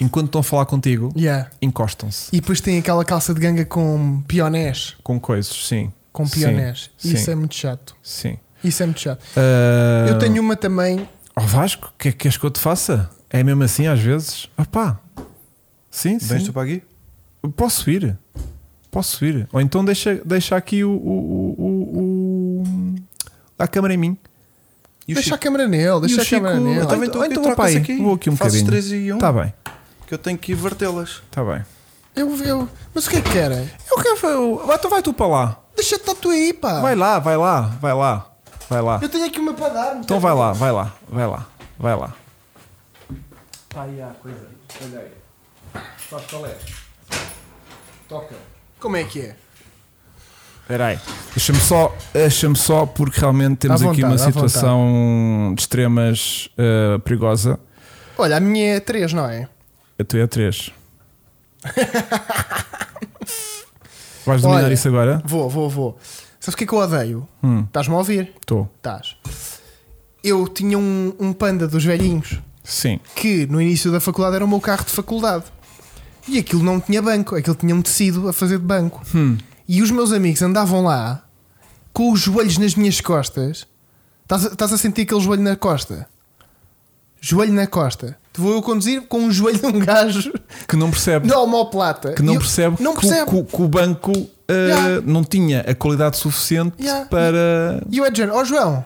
Enquanto estão a falar contigo,
Yeah.
encostam-se.
E depois tem aquela calça de ganga com pionés.
Com coisas, sim.
Com pionés.
Sim,
Isso
sim.
é muito chato.
Sim.
Isso é muito chato.
Hum,
Eu tenho uma também
Ó Vasco, o que é que queres que eu te faça? É mesmo assim às vezes? Opá, sim,
Vens
sim.
tu para aqui?
Posso ir. Posso ir. Ou então deixa, deixa aqui o, o, o- o- o- a câmera em mim.
E o
deixa
Chico?
a câmera nele,
E
deixa
o
a câmera
Chico-
nele.
Então
Ou
vem tu
ou
aqui, trocas
pá, aí,
aqui.
Vou aqui um
Fazes
bocadinho.
três e um.
Está bem,
Que eu tenho que invertê-las.
está bem.
Eu, eu, mas o que é que querem?
Eu quero. Eu, vai, então vai tu para lá.
Deixa estar tu aí, pá.
Vai lá, vai lá, vai lá, vai lá.
Eu tenho aqui uma para tá? dar.
Então vai lá, vai lá, vai lá, vai lá. Tá
Pá, e há coisa.
Olha aí. Sabes qual é? Toca.
Como é que é?
Espera aí. Deixa-me só, deixa só, porque realmente temos
À
aqui uma
vontade, à
situação de extremas eh, perigosa.
Olha, a minha é 3, não é?
A tua
(laughs)
é 3. Vais dominar
Olha.
isso agora?
Vou, vou, vou. Sabes o que é que eu odeio?
Hum,
Estás-me a ouvir?
estou.
Estás. Eu tinha um, um panda dos velhinhos
Sim.
que no início da faculdade era o meu carro de faculdade. E aquilo não tinha banco, aquilo tinha um tecido a fazer de banco.
Hum.
E os meus amigos andavam lá com os joelhos nas minhas costas. Estás a, estás a sentir aquele joelho na costa? Joelho na costa. Te vou eu conduzir com um joelho de um
(laughs)
gajo
Que não percebe.
na homoplata.
que
E
não
eu-
percebe,
Não
que,
percebe.
o- que o banco eh,
Yeah.
não tinha a qualidade suficiente
Yeah.
para.
E eu é de género, ó João,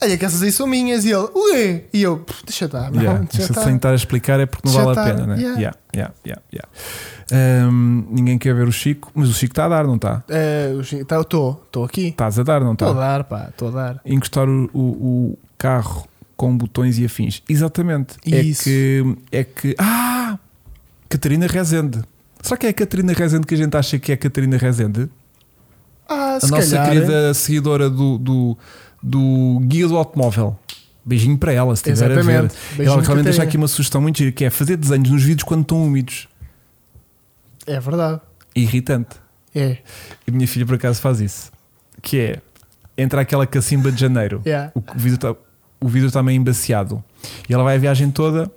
olha que essas aí são minhas. E ele, ué? E eu, "Pff, deixa estar, não,
Yeah.
deixa
Se-
estar.
Sem estar a explicar é porque não
Já
vale
tá.
a pena, né?
Yeah.
Yeah, yeah, yeah, yeah. Ahm, ninguém quer ver o Chico, mas o Chico está a dar, não está?
Eh, tá, Estou, estou aqui.
Estás a dar, não tá?
Estou a
está?
dar, pá, estou a dar.
Encostar o, o- o carro com botões e afins. Exatamente. É
Isso.
que, é que. Ah! Catarina Rezende. Será que é a Catarina Rezende que a gente acha que é a Catarina Rezende?
Ah,
a
se
nossa
calhar.
querida seguidora do, do, do Guia do Automóvel. Beijinho para ela, se tiver a ver.
Exatamente. Beijinho,
ela realmente deixa
Catarina.
aqui uma sugestão muito gira, que é fazer desenhos nos vídeos quando estão úmidos.
É verdade.
Irritante.
É.
E a minha filha, por acaso, faz isso. Que é, entra aquela cacimba de janeiro.
Yeah.
O vidro está o vidro tá meio embaciado. E ela vai a viagem toda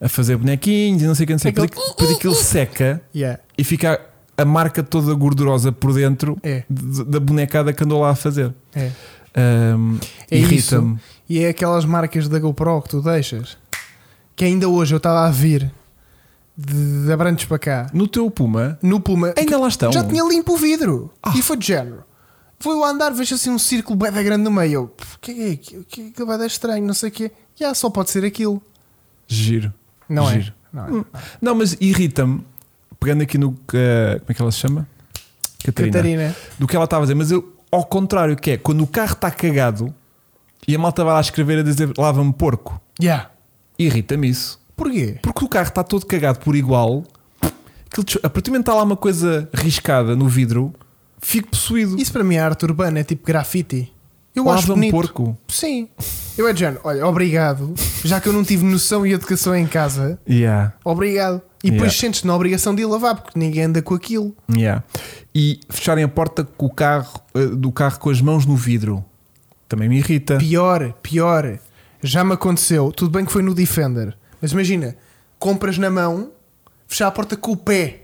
a fazer bonequinhos e não sei o que, não sei o que.
Aquele-
Depois aquilo seca
Yeah.
e fica a marca toda gordurosa por dentro
É.
de- da bonecada que andou lá a fazer.
É.
Ahm,
É
Irrita-me.
E é aquelas marcas da GoPro que tu deixas. Que ainda hoje eu estava a vir de, de Abrantes para cá.
No teu Puma,
No Puma.
ainda lá estão. Ah.
Já tinha limpo o vidro. E foi de género. Vou eu andar, vejo assim um círculo bem grande no meio. Eu, "Pff, O que é que O que é que vai dar estranho? Não sei o quê. Já, só pode ser aquilo.
Giro.
Não
Giro.
é? Não é?
Hum. Não, mas irrita-me. Pegando aqui no. eh, como é que ela se chama? Catarina.
Catarina.
Do que ela estava a dizer. Mas eu, ao contrário, que é quando o carro está cagado e a malta vai lá escrever a dizer lava-me porco.
Yeah.
Irrita-me isso.
Porquê?
Porque o carro está todo cagado por igual. Aquilo, des- a partir do momento que está lá uma coisa riscada no vidro, fico possuído.
Isso para mim é arte urbana, é tipo grafite. Eu acho bonito.
Lava-me um porco.
Sim. Eu é de género, olha, obrigado. Já que eu não tive noção e educação em casa,
Yeah.
obrigado. E depois
Yeah.
sentes-te na obrigação de ir lavar, porque ninguém anda com aquilo.
Yeah. E fecharem a porta com o carro, eh, do carro com as mãos no vidro também me irrita.
Pior, pior. Já me aconteceu, tudo bem que foi no Defender, mas imagina, compras na mão, fechar a porta com o pé.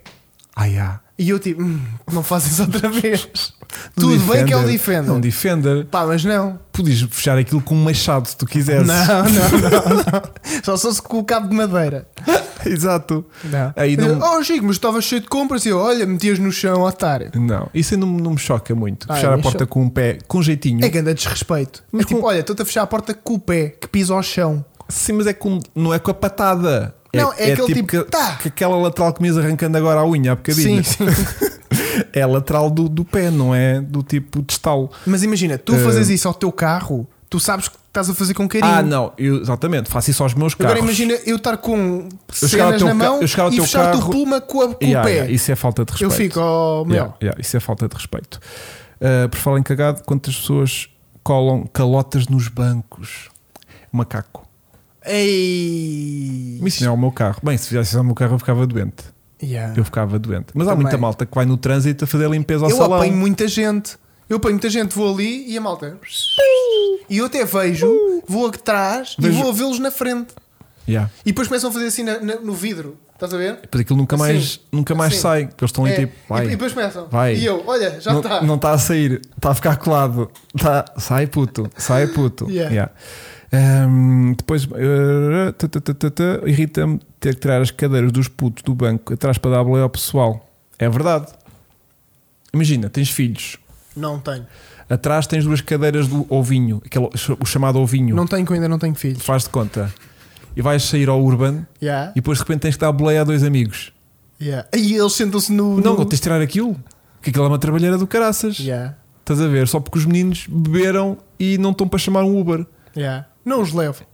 Ah, yeah.
E eu tipo, "Hum, não fazes (laughs) outra vez.
No
tudo bem que é o
É um
Defender.
Defender.
Pá, mas não.
Podias fechar aquilo com um machado se tu quisesse.
Não, não, não, não. Só se fosse com o cabo de madeira.
(laughs) Exato.
Não.
Aí não-
Oh, Chico, mas estava cheio de compras e eu, olha, metias no chão, otário.
Não, isso aí não, não me choca muito.
Ah,
fechar a
me
porta
choca.
com um pé, com jeitinho.
É que anda desrespeito.
Mas
é tipo,
com-
olha, estou-te a fechar a porta com o pé, que piso ao chão.
Sim, mas é com, não é com a patada.
Não, é aquele tipo,
que,
tá.
que aquela lateral que me ias arrancando agora a unha há bocadinho.
Sim, sim.
(laughs) É a lateral do, do pé, não é do tipo de estalo.
Mas imagina, tu
Eh,
fazes isso ao teu carro, tu sabes que estás a fazer com carinho.
Ah, não, eu- exatamente. Faço isso aos meus carros.
Agora imagina eu estar com
chegava
cenas
ao teu
na
ca-
mão
eu chegava ao
e
teu
fechar o teu
carro-
pluma com, a- com
Yeah,
o pé.
yeah, isso é falta de
eu
respeito.
fico, oh meu.
Yeah, yeah, isso é falta de respeito. Uh, por falar em cagado, quantas pessoas colam calotas nos bancos? Macaco.
Ei.
Mas isso não é o meu carro. Bem, se fizesse isso ao meu carro, eu ficava doente.
Yeah.
Eu ficava doente. Mas há
Também.
muita malta que vai no trânsito a fazer a limpeza ao
eu
salão.
apanho muita gente. Eu apanho muita gente, vou ali e a malta. E eu até vejo, vou atrás
Vejo-
e vou a vê-los na frente.
Yeah.
E depois começam a fazer assim na- na- no vidro. Estás a ver?
Depois aquilo nunca mais,
Assim.
nunca mais
Assim.
sai. Porque eles estão ali
É.
tipo, vai.
E, e depois começam.
Vai.
E eu, olha, já
não,
está.
não está a sair, está a ficar colado. Tá, sai puto, sai
(laughs)
puto.
Yeah.
Yeah. Ahm, depois eh, tã, tã, tã, tã, tã, irrita-me ter que tirar as cadeiras dos putos do banco atrás para dar boleia ao pessoal. É verdade. Imagina, tens filhos,
Não tenho.
atrás tens duas cadeiras do ovinho, aquele, o chamado ovinho,
Não tenho, que eu ainda não tenho filhos.
faz de conta, e vais sair ao Urban
Yeah.
e depois de repente tens que dar boleia a dois amigos.
Yeah. Aí eles sentam-se no.
Não,
no...
tens de tirar aquilo. Que aquilo é uma trabalheira do caraças.
Yeah.
Estás a ver? Só porque os meninos beberam e não estão para chamar um Uber.
Yeah. Não os levo.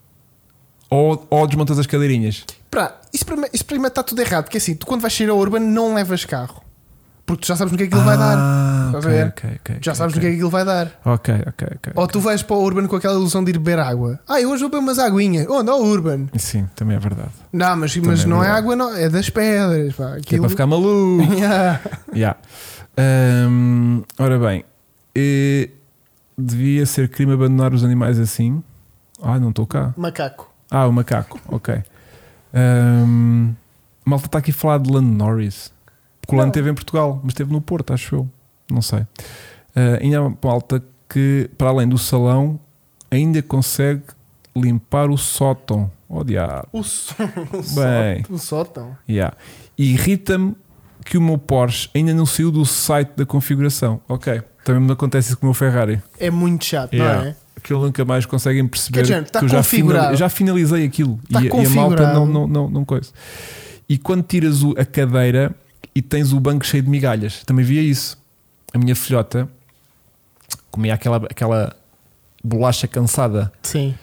Ou, ou desmontas as cadeirinhas.
Pra, isso para mim isso para mim está tudo errado. Porque assim, tu quando vais sair ao Urban não levas carro. Porque tu já sabes no que é que ele vai dar.
Ah,
Estás a
ok,
ver?
ok, ok,
Já
ok,
sabes no que é
ok.
que ele vai dar.
Ok, ok, ok.
Ou tu vais para o Urban com aquela ilusão de ir beber água. Ah, eu hoje vou beber umas aguinhas. Onde? Ao Urban.
Sim, também é verdade.
Não, mas, mas
é
não é
verdade.
água, não. É das pedras. Pá.
Que é
Aquilo...
para ficar maluco.
(laughs) Yeah.
Yeah. Ahm, ora bem, eh, devia ser crime abandonar os animais assim. Ah, não estou cá.
Macaco.
Ah, o macaco, ok. Ahm, malta está aqui a falar de Lando Norris. Porque o Lando
Não.
esteve em Portugal, mas esteve no Porto, acho eu. Não sei. Ah, ainda há uma malta que, para além do salão, ainda consegue limpar o sótão. Oh, diabo.
O, so... o,
Bem.
sótão. o sótão.
Yeah. E irrita-me que o meu Porsche ainda não saiu do site da configuração. Ok, também me acontece isso com o meu Ferrari.
É muito chato,
Yeah.
não é?
Que eles nunca mais conseguem perceber
Quer dizer, tá
que eu já,
configurado.
finali- já finalizei aquilo
Tá
e, a- e a malta
configurado.
não, não, não, não coisa. E quando tiras o- a cadeira e tens o banco cheio de migalhas, também via isso. A minha filhota comia aquela, aquela bolacha cansada,
Sim.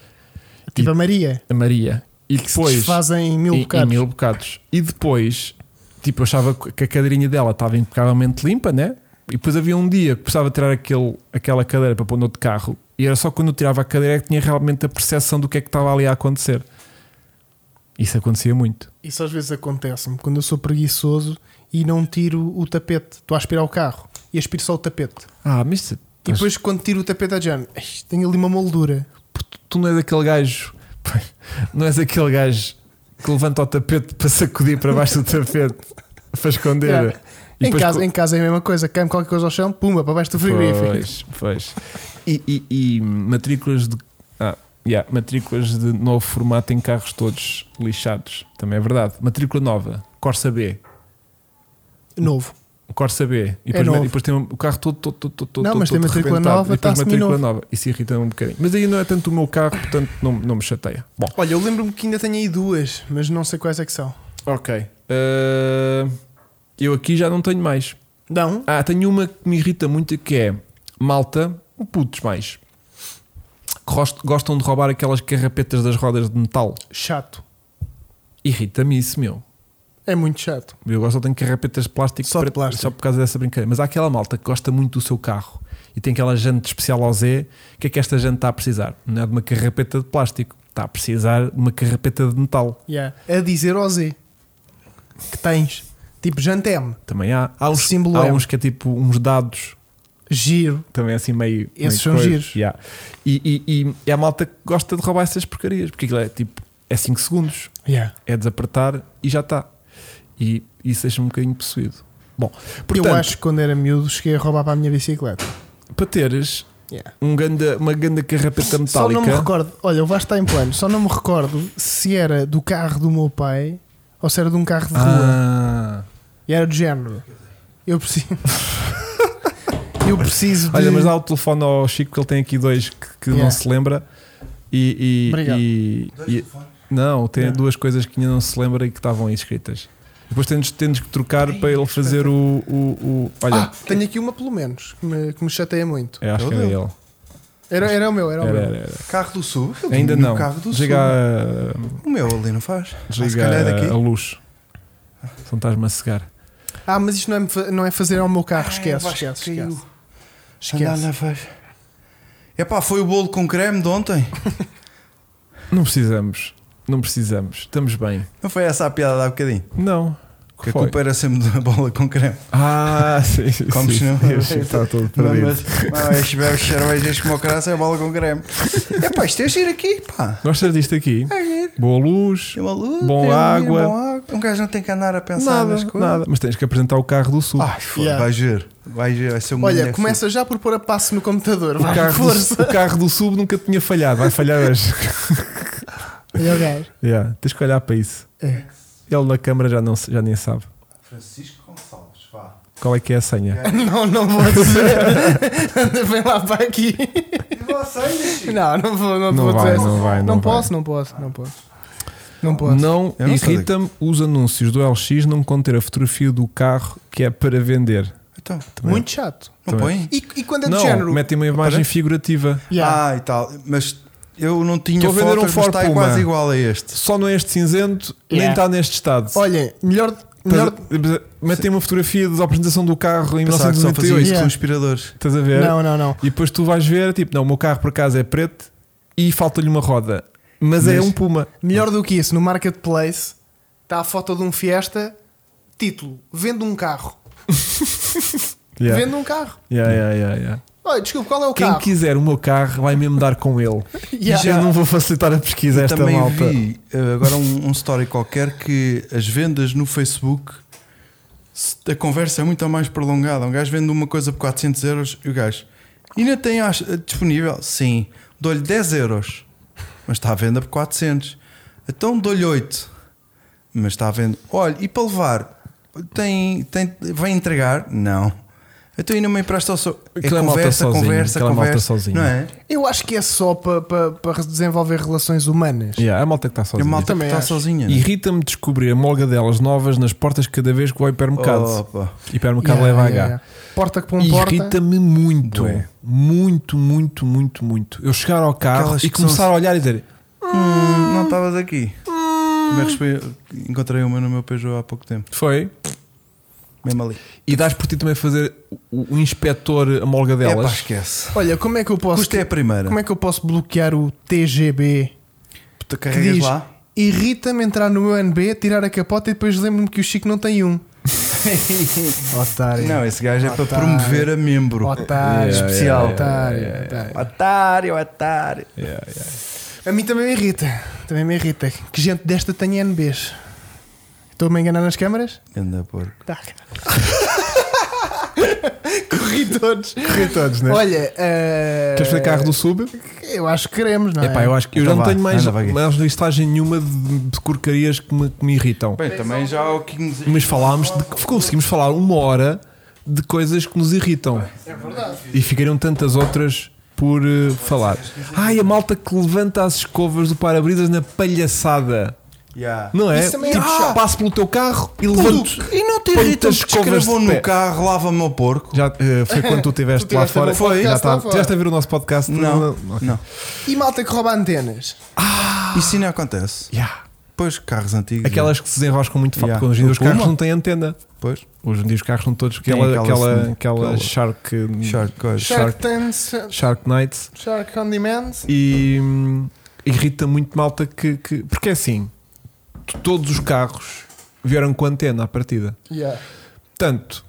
Tipo a Maria.
a Maria, e
Que se
depois
desfazem em mil
em-
bocados.
Em mil bocados. E depois, tipo, eu achava que a cadeirinha dela estava impecavelmente limpa, né? E depois havia um dia que precisava tirar aquele, aquela cadeira para pôr no outro carro. E era só quando eu tirava a cadeira é que tinha realmente a percepção do que é que estava ali a acontecer. Isso acontecia muito.
Isso às vezes acontece-me quando eu sou preguiçoso e não tiro o tapete. Estou a aspirar o carro e aspiro só o tapete.
Ah, mas
E depois quando tiro o tapete é a Jane, tenho ali uma moldura.
tu não és aquele gajo. (laughs) Não és aquele gajo que levanta o tapete para sacudir para baixo do tapete para esconder.
Yeah.
E
Em
depois
casa, em casa é a mesma coisa, cai qualquer coisa ao chão, pumba, para baixo do frigorífico.
Pois, pois. E, e- e matrículas de. Ah, yeah, matrículas de novo formato em carros todos lixados. Também é verdade. Matrícula nova, Corsa B.
Novo.
Corsa B. E depois,
É novo.
e depois tem um- o carro todo, todo, todo, todo, todo,
Não, mas
todo
tem matrícula
rebentado.
nova,
E depois
tá
matrícula
seminovo.
nova. Isso irrita-me um bocadinho. Mas aí não é tanto o meu carro, portanto não, não me chateia. Bom,
Olha, eu lembro-me que ainda tenho aí duas, mas não sei quais é que são.
ok. Ah, eu aqui já não tenho mais.
Não?
Ah, tenho uma que me irrita muito que é malta, putos mais. que gost- Gostam de roubar aquelas carrapetas das rodas de metal.
Chato.
Irrita-me isso, meu.
É muito chato.
Eu gosto, eu tenho carrapetas de plástico,
Só de plástico.
só por causa dessa brincadeira. Mas há aquela malta que gosta muito do seu carro e tem aquela jante especial ao Z. O que é que esta jante está a precisar? Não é de uma carrapeta de plástico, está a precisar de uma carrapeta de metal.
Yeah. A dizer ao Z que tens, tipo Jantem,
Também há. Há uns,
um Símbolo
há
M.
uns que é tipo uns dados
giro.
também assim meio.
Esses
meio
são
coisa.
giros.
Yeah. E, e, e é a malta que gosta de roubar essas porcarias, porque aquilo é tipo, é 5 segundos,
Yeah.
é desapertar e já está. E isso deixa-me um bocadinho possuído. Bom, portanto,
eu acho que quando era miúdo cheguei a roubar para a minha bicicleta.
para teres um ganda, uma ganda carrapeta
Só não me
metálica,
recordo, olha, o Vasco está em plano, só não me recordo se era do carro do meu pai ou se era de um carro de rua.
ah,
E era do género. Eu preciso. (laughs) eu preciso de.
olha, mas dá o telefone ao Chico, que ele tem aqui dois que, que não
Yeah.
se lembra. E, e,
Obrigado.
e- e- não, tem
Yeah.
duas coisas que ainda não se lembra e que estavam aí escritas. Depois tens, tens que trocar para ele fazer o. o, o- olha,
Ah, tenho aqui uma pelo menos que me, que me chateia muito.
É, acho que era ele.
Era, era o meu, era o
Era,
meu.
era, era.
Carro do Sul? Eu
Ainda
tenho
não.
um Carro do
Chega
Sul.
a,
O meu ali não faz. Ah, se
chega
calhar é daqui.
a, a luz. Então estás-me a cegar.
Ah, mas isto não é, fa- não é fazer ao meu carro, esquece,
Ai,
esquece,
Vasco, caiu.
esquece.
Andar
Esquece.
na faz. Epá, foi o bolo com creme de ontem.
Não precisamos. Não precisamos. Estamos bem.
Não foi essa a piada de há bocadinho?
Não.
Que a
Foi.
culpa era sempre da bola com creme.
Ah, sim. sim,
Como se
sim,
não-
sim, sim, Está todo
Não,
perdido.
mas não, é chibé, os cervejas como o caraças é bola com (laughs) creme. Epá, isto é giro aqui, pá.
Gostas disto aqui?
É giro.
Boa luz.
Tem uma luz,
Bom
tem um
água.
bom água. Um gajo não tem que andar a pensar
Nada,
nas coisas.
nada. Mas tens que apresentar o carro do sul.
Ai, foda,
Yeah.
vai giro. Vai giro, vai ser um
Olha,
mulher
começa já por pôr a passo no computador,
o,
vai,
carro
força.
do, o carro do sul nunca tinha falhado. Vai falhar hoje.
Olha o gajo.
(laughs) Yeah, Tens que olhar para isso.
É.
Ele na câmara já, não, se- já nem sabe.
feliz. Francisco Gonçalves, vá.
Qual é que é a senha?
Não, não vou dizer. (laughs) Anda, Vem lá para aqui.
E você, Chico?
Não, não vou, não,
Não
vou
vai,
dizer.
não vai, não
posso, não posso, não posso. Não posso.
Não,
Eu não sei
irrita-me os anúncios do LX não conter a fotografia do carro que é para vender.
Então, também.
Muito chato.
Não
Também.
põe?
E, e quando é do
não,
género.
metem uma imagem
Para?
figurativa.
Yeah.
Ah, e tal. Mas eu não tinha
Estou a vender um
fotos, mas
Ford
está
Puma.
quase igual a este.
Só não é este cinzento, nem
Yeah.
está neste estado.
Olhem, melhor. melhor
Estás a- Metem uma fotografia da apresentação do carro em
Pensava que só fazia
1998.
isso
Yeah.
com inspiradores.
Estás a ver?
não, não, não.
E depois tu vais ver, tipo, não, o meu carro por acaso é preto e falta-lhe uma roda. Mas, é
Mas-
um Puma.
Melhor do que isso, no marketplace está a foto de um Fiesta, título: Vendo um carro.
Yeah.
Vendo um carro.
Yeah, yeah, yeah, yeah.
Olha, desculpa, qual é o
Quem
carro?
quiser o meu carro vai mesmo dar com ele.
(laughs) Yeah.
E já não vou facilitar a pesquisa a esta
Também
malta.
vi eh, agora um, um story qualquer que as vendas no Facebook se- a conversa é muito mais prolongada. Um gajo vende uma coisa por 400 euros e o gajo ainda tem acho, disponível? Sim, dou-lhe 10 euros, mas está à venda por 400. Então dou-lhe 8, mas está à venda. Olha, e para levar? Tem, tem, vai entregar? Não. Então ainda me empresta ao seu. É
Aquela malta
conversa,
sozinha,
conversa,
aquela malta
conversa.
sozinha.
Não é?
Eu acho que é só para desenvolver relações humanas.
Yeah, a malta que
É
está
a
sozinha.
malta que
Também
está
acho.
sozinha. é?
Irrita-me descobrir a molga delas novas nas portas cada vez que vou ao hipermercado.
Opa.
Hipermercado
Yeah,
leva
yeah,
H.
yeah. Porta com
E
porta.
Irrita-me muito.
Bué.
Muito, muito, muito, muito. Eu chegar ao carro
Aquelas
e
que são-
começar a olhar e dizer
Hum, não estavas aqui. Também respe- encontrei uma no meu Peugeot há pouco tempo.
foi.
Mesmo ali.
E dás por ti também fazer o, o inspetor a molga
É pá,
delas.
esquece.
Olha, como é que eu posso.
Custa é a primeira.
Como é que eu posso bloquear o TGB? Que
Tu carregas
diz:
lá.
irrita-me entrar no meu NB, tirar a capota e depois lembro-me que o Chico não tem
(laughs)
um. Otário.
Não, esse gajo é para
Otário.
promover a membro.
Otário.
Yeah,
especial.
yeah, yeah,
otário,
yeah, yeah,
otário.
Otário, otário.
Yeah, yeah.
A mim também me irrita. Também me irrita que gente desta tenha NBs. Estou-me a enganar nas câmaras?
Anda porco.
Tá. (laughs) Corri todos.
Correr todos, né?
Olha, eh,
Queres fazer carro do sub?
Eu acho que queremos, não é?
Epá, eu acho que eu
Então
já não
vá,
tenho mais,
anda, vai aqui.
mais listagem nenhuma de, de porcarias que me, que me irritam.
Bem, também já há o que nos.
Mas falámos de que conseguimos falar uma hora de coisas que nos irritam. É verdade. E ficaram tantas outras por eh, falar. Ai, a malta que levanta as escovas do para-brisas na palhaçada.
Yeah.
Não é?
Isso também é
Tipo,
chato.
passo pelo teu carro e levanto.
Puto, E não te
Põe-te
irritam
as
que
escovas
escravou
de
no
pé.
carro, lava-me o porco?
Já, eh, foi quando tu estiveste
Tu
lá
tiveste
fora.
no podcast
Já tá-
lá fora.
tiveste a ver o nosso podcast?
Não,
Ok.
não.
E malta que rouba antenas.
Isso ainda acontece.
Yeah.
Pois, carros antigos.
Aquelas que se desenroscam muito fácil,
Yeah.
porque hoje em dia os
O Puma?
carros não têm antena.
Pois.
Hoje em dia os carros são todos
Tem
aquela,
aquela-
aquela, aquela,
aquela-
Shark,
Shark, coisa.
Shark,
Shark-
Tanks,
shark Night
Shark on Demand.
e hum, irrita muito malta que, que- Porque é assim, t- todos os carros vieram com antena à partida.
Yeah.
Portanto,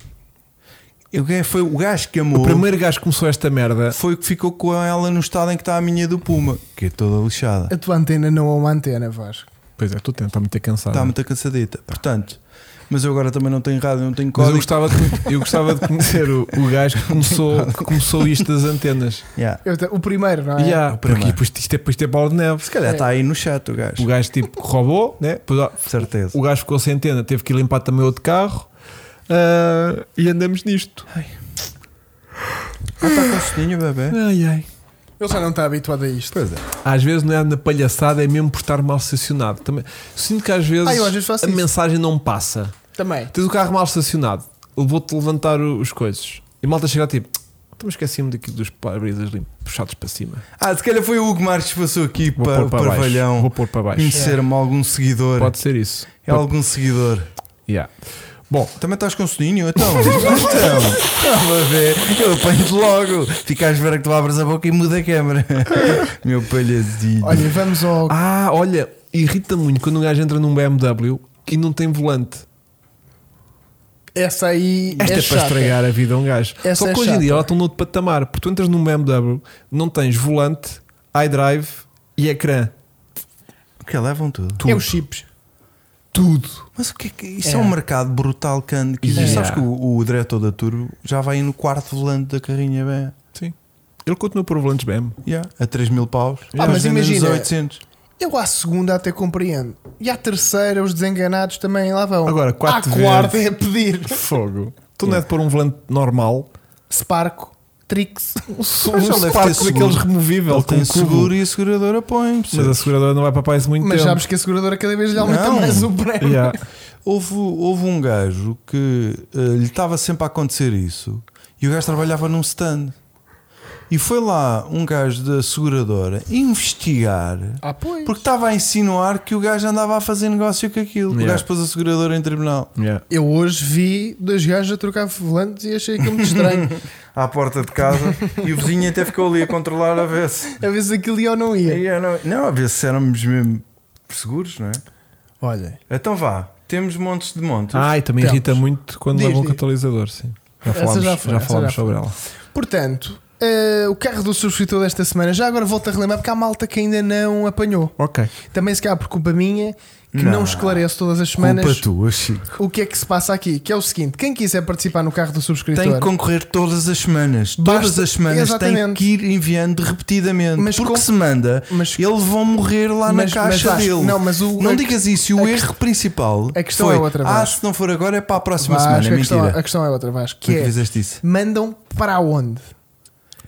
O gajo Foi o gajo que
o
amou.
primeiro gajo que começou esta merda.
foi o que ficou com ela no estado em que está a minha do Puma, que é toda lixada.
A tua antena não é uma antena, Vasco.
Pois é, tu tenta me ter cansado.
Está Tá muito cansadita. Portanto, mas eu agora também não tenho rádio, não tenho
Mas eu
código.
gostava, de, eu gostava de conhecer o, o gajo que
(laughs)
começou, que começou isto das antenas.
Yeah.
Eu te- o primeiro, não é?
Yeah,
Ah, o
porque
primeiro.
depois isto é, depois isto é bola de neve.
Se calhar está aí no chat o
O
gajo.
gajo tipo roubou, né? Depois, ó,
Certeza.
O gajo ficou sem antena, teve que ir limpar também outro carro ah, e andamos nisto.
Ah, está com soninho, bebê.
Ai, ai.
Ele já não está habituado a isto.
Pois é.
Às vezes não é na palhaçada, é mesmo por estar mal estacionado. Também, sinto que às vezes,
Ah, eu às vezes faço
a
isso.
mensagem não passa.
Também.
Tens o carro mal estacionado, levou-te levantar o- os coisas e a malta chega tipo, então esqueci-me daqui dos para-brisas limpos, puxados para cima.
Ah, se calhar foi o Hugo Marques que passou aqui
Vou
para
pôr
o
para baixo. Vou
Parvalhão
pôr para baixo.
conhecer-me algum seguidor.
Pode ser isso.
É algum seguidor.
Yeah. Bom,
Também estás com soninho? Então,
(laughs)
então. Estava a ver. Eu apanho-te logo. Fica à espera que tu abras a boca e muda a
(laughs)
câmera. Meu palhazinho.
Olha, vamos ao.
ah, olha, irrita muito quando um gajo entra num BMW e não tem volante.
Essa aí.
Esta é,
é
para
chata.
estragar a vida a um gajo.
Essa
Só
é
que hoje em dia
chata.
ela está noutro patamar. Porque tu entras num BMW, não tens volante, iDrive e ecrã.
Porque levam tudo.
É os chips.
Tudo.
Mas o que é que isso é,
É.
um mercado brutal que anda- que existe?
Yeah.
Sabes que o, o diretor da Turbo já vai no quarto volante da carrinha bem,
Sim. Ele continua por volantes BM.
yeah, a 3 mil paus.
Ah, mas
vendem-nos
imagina-
a 800.
Eu à segunda até compreendo. E à terceira, os desenganados também lá vão.
Agora, quatro
À quarta
vezes.
é pedir
Fogo. Tu não é de pôr um volante normal.
Sparco. Trix.
Um, som-
Mas
um
ele deve ter
Spark
seguro.
daqueles removível
Ele
com um
tem
cubo.
seguro e a seguradora põe.
Mas a seguradora não vai para isso
(laughs)
muito
Mas
tempo.
sabes que a seguradora cada vez lhe aumenta
Não.
mais o prémio.
(laughs) Yeah.
Houve, houve um gajo que eh, lhe estava sempre a acontecer isso e o gajo trabalhava num stand. E foi lá um gajo da seguradora investigar
Ah, pois.
porque estava a insinuar que o gajo andava a fazer negócio com aquilo. O
Yeah.
gajo pôs a seguradora em tribunal.
Yeah.
Eu hoje vi dois gajos a trocar volantes e achei aquilo muito
(laughs)
estranho.
À porta de casa
(laughs)
e o vizinho até ficou ali a controlar a ver se.
a ver se aquilo ia ou não ia.
não, não, a ver se éramos mesmo seguros, não é?
Olha,
Então vá, temos montes de montes.
Ai, também
Temos.
irrita muito quando
Diz,
levam um
diz.
catalisador, sim. Já
Ah, Essa
falámos,
já
já
foi, essa
falámos
já foi.
sobre ela.
portanto, eh, o carro do subscritor desta semana, já agora volto a relembrar porque há malta que ainda não apanhou.
Ok.
Também se calhar por culpa minha, que não,
Não.
esclareço todas as semanas
Culpa tua, Chico.
o que é que se passa aqui. Que é o seguinte: quem quiser participar no carro do subscritor.
Tem que concorrer todas as semanas. todas
Basta-
as semanas tem
Exatamente.
que ir enviando repetidamente.
Mas
porque
com-
se manda,
mas-
eles vão morrer lá
Mas- mas
na caixa
acho-
dele.
não, mas o- a-
digas isso. E o
a
erro principal
a questão
foi,
é outra,
Ah,
Vasco.
se não for agora é para a próxima
Vasco,
semana. É
a, questão,
mentira.
a questão é outra, Vasco.
Tu
Que
é que
é,
fizeste isso.
mandam para onde?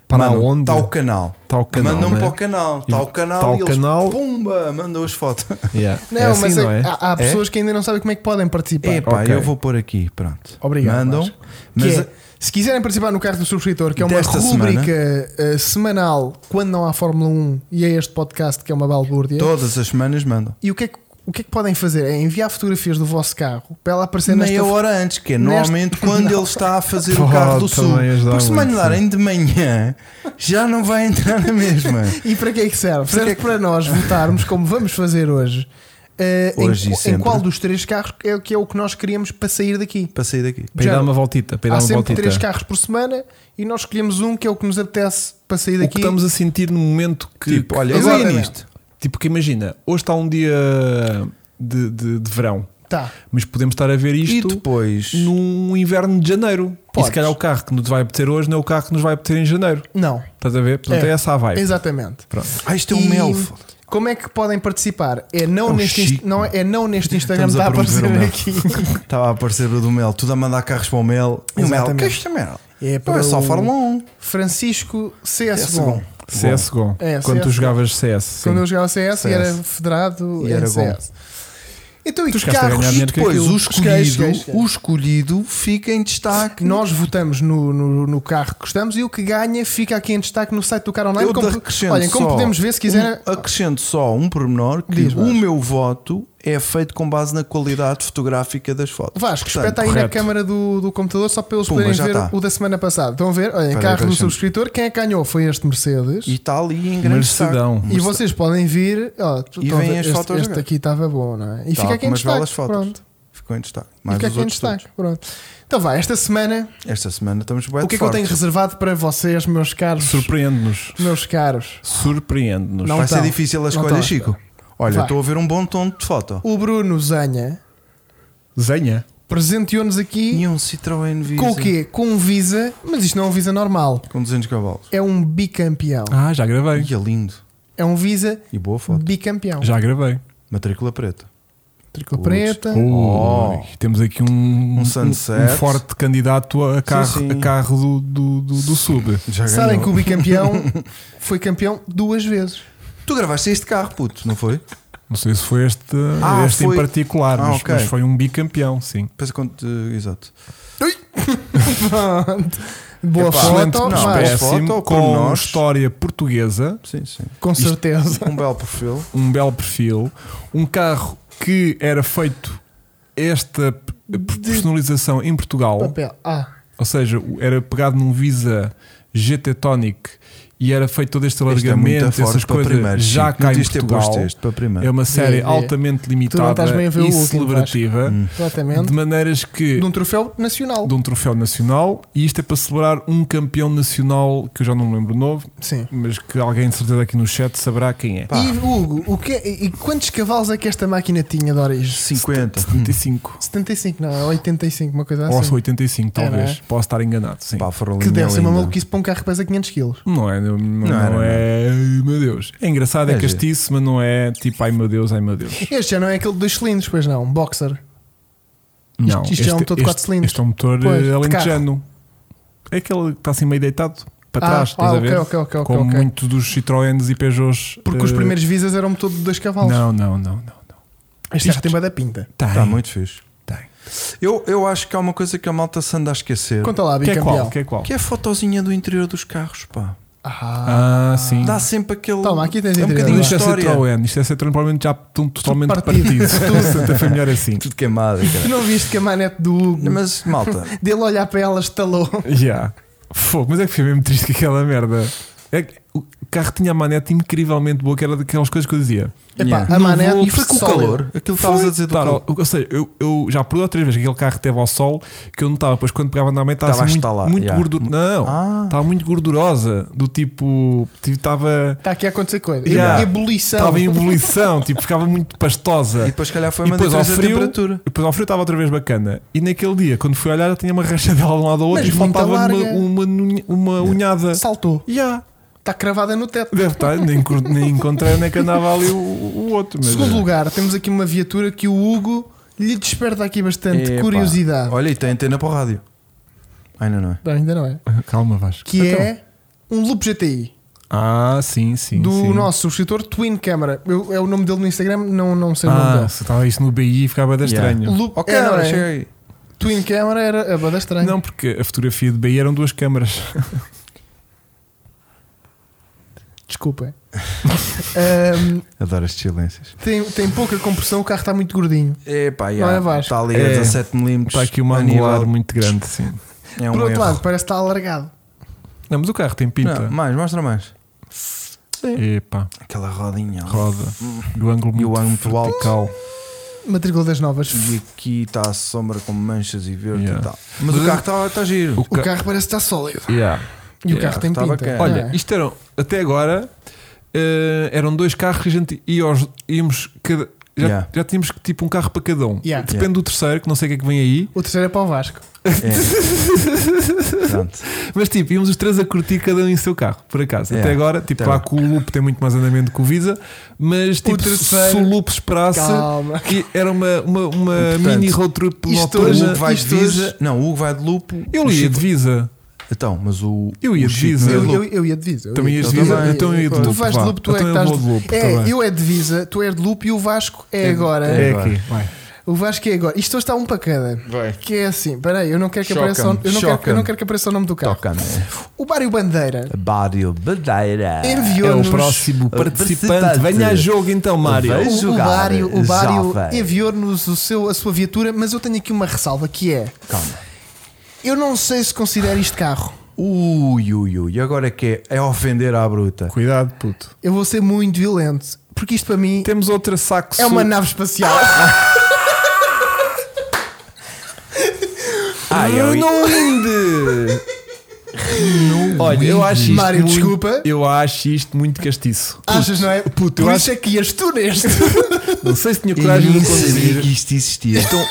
Para
Mano,
onde?
Está o canal.
Tá o canal,
Mandam
né?
para o canal. Está o canal.
tá o
e eles,
canal.
Pumba! Mandam as fotos.
Yeah.
Não,
é assim,
mas é-
não é?
há, há pessoas que ainda não sabem como é que podem participar.
(laughs) Epá,
ok.
eu vou pôr aqui. Pronto.
Obrigado,
Mandam.
Vasco.
Mas
Que é, se quiserem participar no carro do subscritor, que é uma
Desta
rubrica eh, semanal quando não há Fórmula 1 e é este podcast que é uma balbúrdia.
todas as semanas mandam.
E o que, é que, o que é que podem fazer? É enviar fotografias do vosso carro para ela aparecer nesta.
meia hora antes, que é
nesta- (laughs)
normalmente quando ele está a fazer o
Pode
carro do sul.
também ajudar
Porque se
muito,
mandarem de manhã, já não vai entrar na
(laughs)
mesma.
E para que é que serve?
Para que
Serve
é que-
para nós votarmos, como vamos fazer hoje, eh, em-
Hoje e
em,
sempre.
qual dos três carros é, o que é o que nós queríamos para sair daqui.
Para sair daqui.
Para ir
Já-
dar uma voltita. Para ir
Há
dar uma
sempre
voltita.
três carros por semana e nós escolhemos um que é o que nos apetece para sair
O que
daqui.
estamos a sentir no momento que.
Tipo, olha, eu ia
Exatamente.
nisto.
Tipo que imagina, hoje está um dia de, de, de verão,
Tá.
mas podemos estar a ver
E
isto
depois.
num inverno de janeiro. E
Podes.
se calhar o carro que nos vai apetecer hoje não é o carro que nos vai apetecer em janeiro.
Não.
Estás a ver? Portanto,
É.
é, essa a vibe.
Exatamente.
Ah, isto é um
E
mel.
Como é que podem participar? É não,
É um
neste,
chique.
inst- não, é- é não neste Instagram
Estamos
está
a
a aparecer
promover o mel.
aqui.
Estava a aparecer o do mel. Tudo a mandar carros para o mel. E O mel.
Exatamente.
Que é isto é mel?
É
Não (laughs) é só
o
Fórmula 1.
Francisco
É
CS
bom.
Bom.
CSGO.
É,
Quando tu
CS:GO.
jogavas CS. sim.
Quando eu jogava CS, e era
CS.
federado
E
em
era bom.
CS. Então, e
Tu
que
chegaste a ganhar
carros?
E
dinheiro com
depois
aquilo.
o
Cheguei, cheguei,
escolhido,
cheguei.
o escolhido fica em destaque.
Nós votamos no, no, no carro que gostamos e o que ganha fica aqui em destaque no site do Car Online.
Eu
é Como-
acrescento
olhem, como
só
podemos ver, se quiserem.
um- acrescento só um pormenor que
Diz,
o
Vasco.
meu voto é feito com base na qualidade fotográfica das fotos.
Vasco,
Portanto,
espeta aí na
correto.
câmara do, do computador só para eles
Pumba,
poderem
já
ver
tá.
o da semana passada. Estão a ver? Olhem,
Espera aí,
carro do
deixa-me.
subscritor. Quem é que ganhou foi este Mercedes.
E está ali em grande
Mercedão.
destaque.
E vocês podem vir. ó, tu-
E
estão a
vêm
ver,
as
este,
fotos
Este
jogar.
aqui estava bom, não é? E
Tá,
fica aqui
com
em
umas belas
destaque.
fotos.
Pronto.
Ficou em destaque.
E é
Mais
fica
os
aqui em
outros
destaque. Pronto. Então vai, esta semana,
todos. Esta semana estamos bem
o que é que eu tenho reservado para vocês, meus caros?
Surpreende-nos.
Meus caros.
Surpreende-nos.
Não
Vai ser
tão.
difícil a
Não
escolha,
tão.
Chico. Olha,
Vai.
estou a ver um bom tom de foto.
O Bruno Zanha
Zenha.
presenteou-nos aqui
E um Citroën Visa.
com o quê? Com um Visa, mas isto não é um Visa normal.
Com 200 cavalos.
É um bicampeão.
Ah, já gravei.
E é lindo.
É um Visa
E boa foto.
bicampeão.
Já gravei.
Matrícula preta.
Tricô preta.
Oh,
Oh.
Temos aqui um,
Um sunset.
um forte candidato a carro,
sim.
a carro do, do, do, do sub.
Já
Sabem que o
ganhou.
bicampeão foi campeão duas vezes.
Tu gravaste este carro, puto, não foi?
Não sei se foi este,
Ah,
este
foi-
em particular,
Ah,
mas,
ok.
mas foi um bicampeão, sim.
Pensa quanto. eh, exato.
Pronto. (laughs) Boa
Epá,
Excelente
foto,
não,
mas,
espécie.
espécime,
foto,
com
pormenores.
história portuguesa,
(laughs)
Sim, sim.
com
Isto-
certeza.
Um belo perfil.
um belo perfil, um carro que era feito esta p- personalização em Portugal,
Papel. Ah,
ou seja, o- era pegado num Visa GT Tonic e era feito todo este
Isto é muito
alargamento,
forte
essas
para
coisas
primeiro.
já
Chico.
cá em
Devias ter
Portugal.
posto este para primeiro.
É uma série
Vê, vê.
altamente limitada
estás bem a ver o
e
último,
celebrativa,
exatamente.
de maneiras que
De um troféu nacional.
de um troféu nacional e isto é para celebrar um campeão nacional que eu já não me lembro o novo,
Sim.
mas que alguém de certeza aqui no chat saberá quem é.
Pá.
E Hugo, o que, é- e quantos cavalos é que esta máquina tinha de origem?
50.
75
75, não, é 85, uma coisa
ou
assim.
85 talvez,
não é?
posso estar enganado, sim.
Pá, foram
Que deve ser uma maluquice para um carro que pesa 500 kg.
Não é, não, não,
era, não.
é, ai, meu Deus. É engraçado, é,
É giro.
castiço, mas não é tipo, ai meu Deus, ai meu Deus.
Este já não é aquele de dois cilindros, pois não, um boxer.
Não,
isto é um motor de quatro cilindros.
Este é um motor
Pois,
eh,
de
alentejano. É aquele que está assim meio deitado. para trás,
ah,
estás
ah,
a ver?
ok, ok,
é
ok. ok,
Como
ok.
muitos dos Citroëns e Peugeots.
Porque os
eh,
primeiros Visas eram todo de dois cavalos.
Não, não, não, não.
Este
Isto-
já tem bué da pinta.
Tem,
Está Tá muito fixe.
tem.
Eu, eu acho que há uma coisa que a malta se anda a esquecer.
Conta lá,
Que é
bicampeão.
qual? Que é qual?
Que é a fotozinha do interior dos carros, pá.
Ah,
Ah, sim.
Dá sempre aquele.
Toma, aqui tens
é um
interior.
bocadinho de
isto é
história.
Citroën, isto é Citroën, provavelmente já estão totalmente
partido.
partido.
(laughs)
Portanto, foi melhor assim.
Tudo queimado.
tu
(laughs)
cara.
não viste que a manete do Hugo
Mas, malta,
dele olhar para ela estalou.
Yeah. Fogo, mas é que foi mesmo triste que aquela merda. É que o carro tinha a manete incrivelmente boa, que era daquelas coisas que eu dizia.
Epá,
Yeah.
a manete
e foi com o
sólida.
calor. Aquilo que estavas a dizer do
Tá,
calor.
Ou seja, eu, eu já por outra vez que aquele carro teve ao sol que eu notava, depois quando pegava na meta
Estava
estava
a
assim,
estalar,
muito, muito
yeah.
gordurosa. Não,
Ah.
estava muito gordurosa. Do tipo, tipo, estava
Está aqui a acontecer coisa.
Yeah.
Ebulição.
estava em ebulição,
Então.
tipo, ficava muito
E
pastosa.
depois, se calhar, foi
E
uma
depois ao
diferença de
frio-
temperatura.
E depois ao frio estava outra vez bacana. E naquele dia, quando fui olhar, já tinha uma rachadela de um lado ao outro
Mas
e
muito
faltava uma,
larga.
uma, nunha- uma unhada.
Saltou.
Yeah.
Está cravada no teto.
Deve estar, nem, cur- nem encontrei onde é que andava ali o, o outro. Mas, eh,
Segundo lugar, temos aqui uma viatura que o Hugo lhe desperta aqui bastante
Epá.
curiosidade.
Olha, e tem antena para o rádio. Ainda não é?
Não, ainda não é.
Calma, Vasco.
Que
Então.
é um loop GTI
Ah, sim, sim.
do
sim.
nosso subscritor Twin Camera. Eu- é o nome dele no Instagram, não, não sei o nome
Ah,
dele.
se estava isso no BI ficava da
Yeah.
estranho.
Loop,
Ok,
é, não
agora
é?
chega aí.
Twin Camera era a banda estranha.
Não, porque a fotografia de BI eram duas câmaras.
Desculpem. (laughs) Ahm,
Adoro estes silêncios.
tem, tem pouca compressão, o carro está muito gordinho.
Epá,
Não é, Vasco?
está ali a
É.
17mm.
Está aqui uma
a
angular
nível-
muito grande, sim.
É um
Por outro
erro.
lado, parece que está alargado.
Não, mas o carro tem
Não,
pinta.
mais, mostra mais.
Epá,
Aquela rodinha. ali.
roda. E o ângulo
E
muito,
o ângulo muito alto.
vertical.
Matrícula das novas.
E aqui está a sombra com manchas e verde
Yeah.
e tal. Mas o carro está está giro.
O
O
ca-
carro parece que está sólido.
Yeah.
E o
Yeah,
carro tem
está
pinta.
bacana.
não
Olha,
é?
isto eram, até agora, eh, eram dois carros que a gente ia aos- íamos cada- Já,
Yeah.
já tínhamos que, tipo um carro para cada um.
Yeah.
Depende do terceiro, que não sei o que é que vem aí.
O terceiro é para o Vasco.
É.
(laughs)
Pronto.
Mas tipo, íamos os três a curtir cada um em seu carro, por acaso.
Yeah.
Até agora, tipo,
Até
lá
agora.
que o loop tem muito mais andamento que o Visa, mas tipo, se- se
terceiro-
o loop esperasse,
Calma.
que era uma, uma, uma
Importante.
mini road trip
Isto
é O
noturna.
Hugo vai de
isto hoje-
Visa. Não, o Hugo vai de lupo.
Eu
o
ia
Chico-
de Visa.
Então, mas o.
Eu ia
o
de
Chico
Visa.
vai
Eu,
de
eu,
Lupo.
eu ia de Visa. eu
Também ias de
Visa?
Então eu ia de
Tu
Lupo,
vais de
vá.
loop, tu
Então
é
eu
que estás.
vou de loop,
é,
tá bem.
eu é de Visa, tu és de loop e o Vasco é, agora.
É,
agora.
aqui, vai.
O Vasco é agora. Isto hoje está um para cada.
Vai.
Que é assim, peraí, eu não quero que apareça o,
Choca-me,
eu não quero, eu
choca-me.
não quero que apareça o nome do carro.
Toca-me.
O Mário Bandeira
Bário Badeira.
né? É
enviou-nos.
o próximo participante.
participante.
Venha a jogo então, Mário.
Vai
o- O
jogar,
Mário, o Mário
jovem.
enviou-nos o seu, a sua viatura, mas eu tenho aqui uma ressalva que é:
Calma.
eu não sei se considero isto carro.
Ui, ui, ui. E agora é que é? É ofender à bruta.
Cuidado, puto.
Eu vou ser muito violento, porque isto para mim
Temos outra saco.
é uma nave espacial.
Ai,
É
eu-
Renault Wind! Olha, eu acho isto.
Mário,
muito-
desculpa.
Eu acho isto muito castiço.
Achas, não é?
puto, eu
Por isso
acho-
é que ias tu neste.
Não sei se tinha
Eu
coragem de
nem sabia
conduzir.
que isto existia.
Então,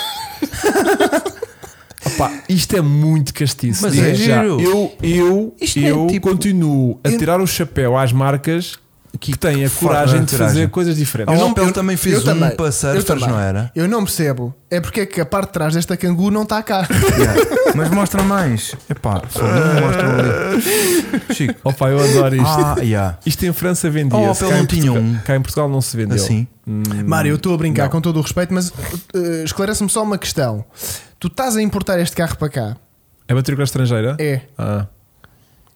Opá, isto é muito castiço.
Mas
digo
é
já.
giro.
Eu, eu,
Isto é
eu
tipo-
continuo a
Eu-
tirar o chapéu às marcas que têm a
fora
coragem
da
de fazer
é coragem.
coisas
A
diferentes.
não-
Opel
eu-
também fez
eu
um
também.
para surfers,
Eu também. (laughs)
não era?
Eu não percebo. É porque é que a parte de trás desta cangu não está
(laughs)
cá.
Yeah. Mas mostra mais. Epá, só não mostra ali. (laughs) Chico.
Opá, eu adoro isto.
Ah, yeah.
Isto em França vendia.
Oh, Opel não tinha um.
Cá em Portugal não se vendeu.
Assim.
Mário, eu estou a brincar com todo o respeito, mas eh, esclarece-me só uma questão. Tu estás a importar este carro para cá?
É matrícula estrangeira?
É.
Ah.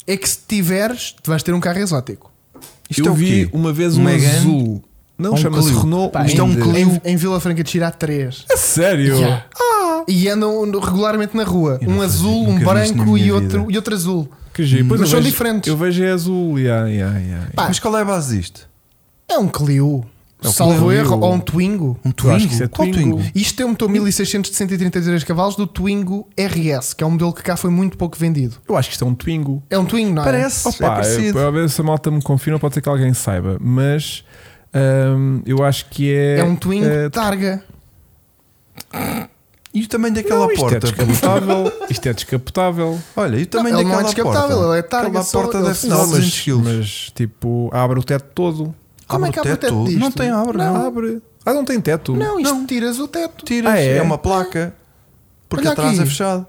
É que se tiveres, tu vais ter um carro exótico.
Isto
eu
é o
vi
quê?
uma vez um
Megane?
azul. Não,
Ou um
chama-se
Clio?
Renault.
Pá,
Isto é um
Wind.
Clio.
Em, em Vila Franca de Xira há três.
A Sério?
Yeah. E andam regularmente na rua.
Eu
Um
nunca-
azul, um
nunca vi isto na
branco
minha
e
vida.
outro, e outro azul.
Que giro. Pois
Mas
eu
são
vejo-
diferentes.
Eu vejo é azul. Yeah, yeah, yeah.
Pá,
Mas qual é a base disto?
É um Clio.
É um
Salvo
Clio.
erro, ou um Twingo.
Um
Eu acho
Twingo?
que isso é
Qual
Twingo.
Isto é um motor 1600 de 133 cavalos do Twingo RS, que é um modelo que cá foi muito pouco vendido.
Eu acho que isto é um Twingo.
É um Twingo, não é?
Parece, é
Opa, eu-
parecido.
eu- eu- se a malta me confirma, pode ser que alguém saiba, mas hum, eu acho que é.
É um Twingo
eh,
Targa.
E o tamanho daquela
não, isto é
porta?
descapotável. (laughs) isto é descapotável.
Olha, e o tamanho
Não, ele não é
daquela
descapotável,
porta?
ele é targa,
Aquela
só-
porta
ele-
deve ser
Não,
200
mas,
quilos. Ah,
mas, tipo, abre o teto todo.
Como
Abre
é que
o
abre o teto
teto?
disto?
Não tem abre,
não.
não.
Abre. Ah, não tem teto.
Não, isto tiras o teto.
Tiras,
Ah, é?
é? uma placa. Porque
Olha
atrás
aqui.
é fechado.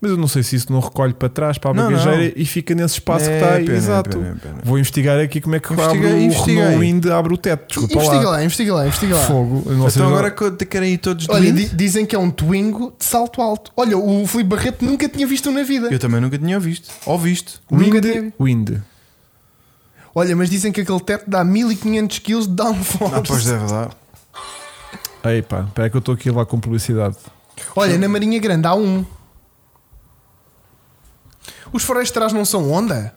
Mas eu não sei se isso não recolhe para trás, para a
Não,
bagageira
não.
e fica nesse espaço que
É
está aí.
pena, é
Exato.
pena, é pena.
Vou investigar aqui como é que
Investiga-
abre o
investiga
Renault
aí.
Wind, abre o teto. Desculpa
investiga
lá.
lá, investiga lá, investiga lá.
Fogo. Eu
Então
não sei se-
agora que querem ir todos de
Olha,
lindo.
di- dizem que é um Twingo de salto alto. Olha, o Filipe Barreto nunca tinha visto um na vida.
Eu também nunca tinha visto. Ou visto.
Nunca
Wind,
tinha-
Wind.
Olha, mas dizem que aquele teto dá 1500 kg de downforce.
Ah, pois deve dar.
Aí pá, Ah, espera que eu estou aqui lá com publicidade.
Olha, na Marinha Grande há um. Os faróis de trás não são onda?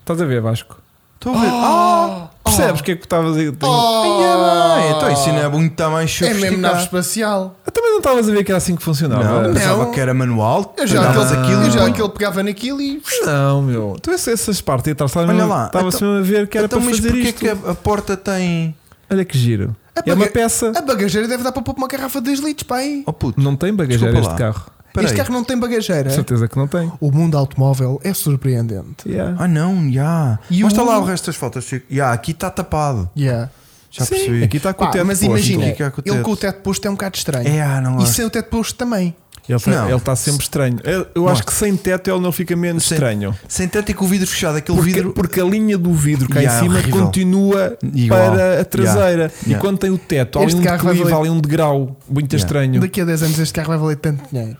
Estás a ver, Vasco?
Estou a ver. Ah!
Percebes o que é que estavas a dizer?
Oh. Minha mãe! Então isso não é muito tá mais
Oh, é mesmo nave
sofisticado.
espacial.
Eu Ah, também não estavas a ver que era assim que funcionava.
Não,
Não.
pensava que era manual.
Eu já,
Davas
aquele,
aquilo
eu já
e-
aquele pegava naquilo e.
Não, meu. Tu esse- essas partes aí atrás estava
Olha lá,
Estava-se
então-
mesmo a ver que era
Então,
para
mas
fazer
porquê
isto.
que a, a porta tem.
Olha que giro. É uma
baga-
peça.
A bagageira deve dar para pôr uma garrafa de 2 litros, pai.
Oh puto.
Não tem bagageira
Desculpa
este
lá. É? Ah,
carro.
peraí.
Este carro não tem bagageira.
Certeza que não tem.
O mundo automóvel é surpreendente.
Yeah.
Ah não, já.
E
Mostra
o-
lá o resto das fotos, Chico. Já, aqui está tapado.
Yeah.
Já
Sim,
percebi.
Aqui está com
Pá,
o teto.
mas
posto.
imagina,
Fica com o
ele
teto.
com o teto posto é um bocado estranho.
É, ah, não
e
gosto.
sem o teto posto também.
Ele
Não.
está tá sempre estranho. Eu, eu acho que sem teto ele não fica menos
Sem-
tá estranho.
Sem teto e com o vidro fechado, aquele
Porque,
vidro.
porque a linha do vidro cá
Yeah,
em cima
horrível.
continua
Igual.
para a traseira.
Yeah.
E
Yeah.
quando tem o teto, há ali
Este
um
carro vai
declive, há
valer-
ali um degrau muito
Yeah.
estranho.
Daqui a 10 anos este carro vai valer tanto dinheiro.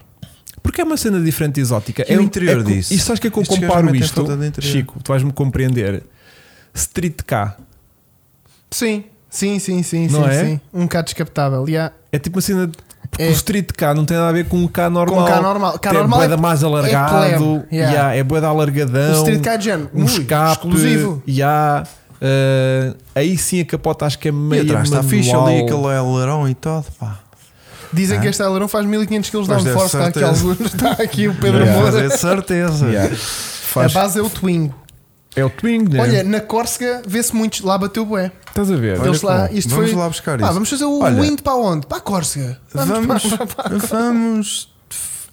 Porque é uma cena diferente e exótica.
E
é
o
um-
interior
é, co-
disso?
E sabes que é que eu
Estes gajos
comparo
metem
isto?
foto de interior.
Chico, tu vais-me compreender. Street K
Sim, sim, sim, sim,
Não
sim,
é?
sim. Um K descapitável. Yeah.
é tipo uma cena. Porque
É.
o Street K não tem nada a ver com um K normal.
Com um K normal. K
Tem
normal
boeda
é-
mais
é
alargado,
plebe, yeah.
yeah, é boeda alargadão.
O Street Car Gen,
um
ui,
escape,
exclusivo.
yeah, uh, aí sim a capota acho que é
E
meio.
atrás está
manual.
ficha ali, aquele alerão e todo. Pá.
Dizem que este aileron faz 1500 kg de
Mas deve
downforce. Está aqui,
certeza.
alguns, (laughs) está aqui o Pedro
Yeah.
Moura.
Mas é de certeza.
Yeah.
A
(laughs) Faz-
base é o Twingo.
É o Twing, né?
Olha, na Córsega vê-se muitos. Lá bateu bué.
estás a ver?
Eles lá,
como.
isto
Vamos
foi-
lá buscar
Pá,
isso.
vamos fazer o
Olha.
wind para onde? Para a Córsega.
Vamos.
para-
(laughs) Vamos.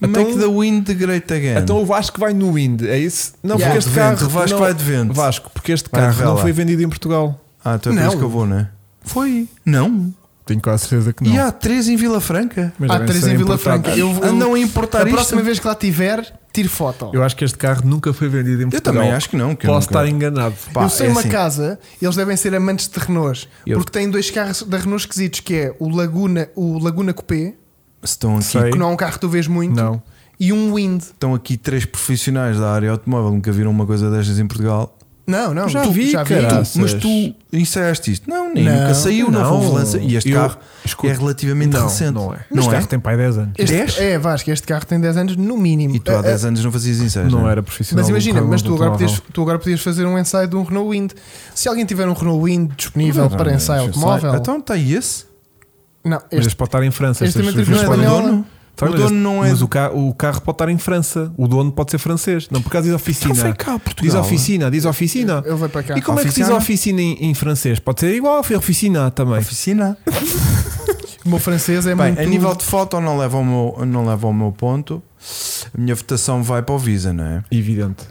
Então-
Make the wind great again.
Então o Vasco vai no Wind, é isso? Não,
Yeah.
porque
de
este
vento,
carro.
o Vasco
não-
vai de vento.
Vasco, porque este
Vai de
carro não
vela.
foi vendido em Portugal.
Ah, então é por
Não.
isso que eu vou, né? Foi. Não.
Tenho quase certeza que
E há três em Vila Franca.
Mas
Há
devem
três
ser
em Vila
importados.
Franca. Eu, eu,
Andam a importar
a
isto.
próxima vez que lá tiver, tiro foto.
Eu acho que este carro nunca foi vendido em
Eu
Portugal.
também acho que não. Que eu
Posso
nunca-
estar enganado.
Pá,
eu sei
é
uma
assim.
casa, eles devem ser amantes de Renaults,
Eu-
porque têm dois carros da Renault esquisitos, que é o Laguna, o Laguna Coupé,
Estão aqui,
Sei.
que não é um carro que tu vês muito,
Não.
e um Wind.
estão aqui três profissionais da área automóvel. Nunca viram uma coisa destas em Portugal.
Não, não,
Já
tu-
vi,
já vi.
cara.
Tu-
Caraças.
Mas tu ensaiaste isto? Não, nem
Não,
nunca saiu, não,
não.
houve lança. E este
Eu-
carro
escuta,
é relativamente
não,
recente.
Não é.
Não
este
é?
carro tem pai 10 anos.
Este,
Dez?
É, Vasco, este carro tem 10 anos no mínimo.
E tu há
Ah,
10 anos não fazias ensaios.
Não
é?
era profissional.
Mas
do
imagina,
carro,
mas
do
tu agora,
automóvel.
podias, tu agora podias fazer um ensaio de um Renault Wind. Se alguém tiver um Renault Wind disponível para ensaio automóvel.
Então está aí esse?
não,
Mas
este,
este pode estar em França.
este
estas
também
pessoas
teve
podem-
espanhol.
Tá,
O
mas
dono
este-
não é
Mas
do-
o, ca- o carro pode estar em França. O dono pode ser francês. Não, por causa diz
Então foi
oficina.
cá,
Diz
Portugal.
oficina, diz oficina.
ele vai para cá.
E como é que se diz
Oficina?
oficina em, em francês? Pode ser igual a oficina também.
Oficina.
O meu francês é
Bem,
muito.
a nível de foto não leva, ao meu, não leva ao meu ponto. A minha votação vai para o Visa, não é?
Evidente.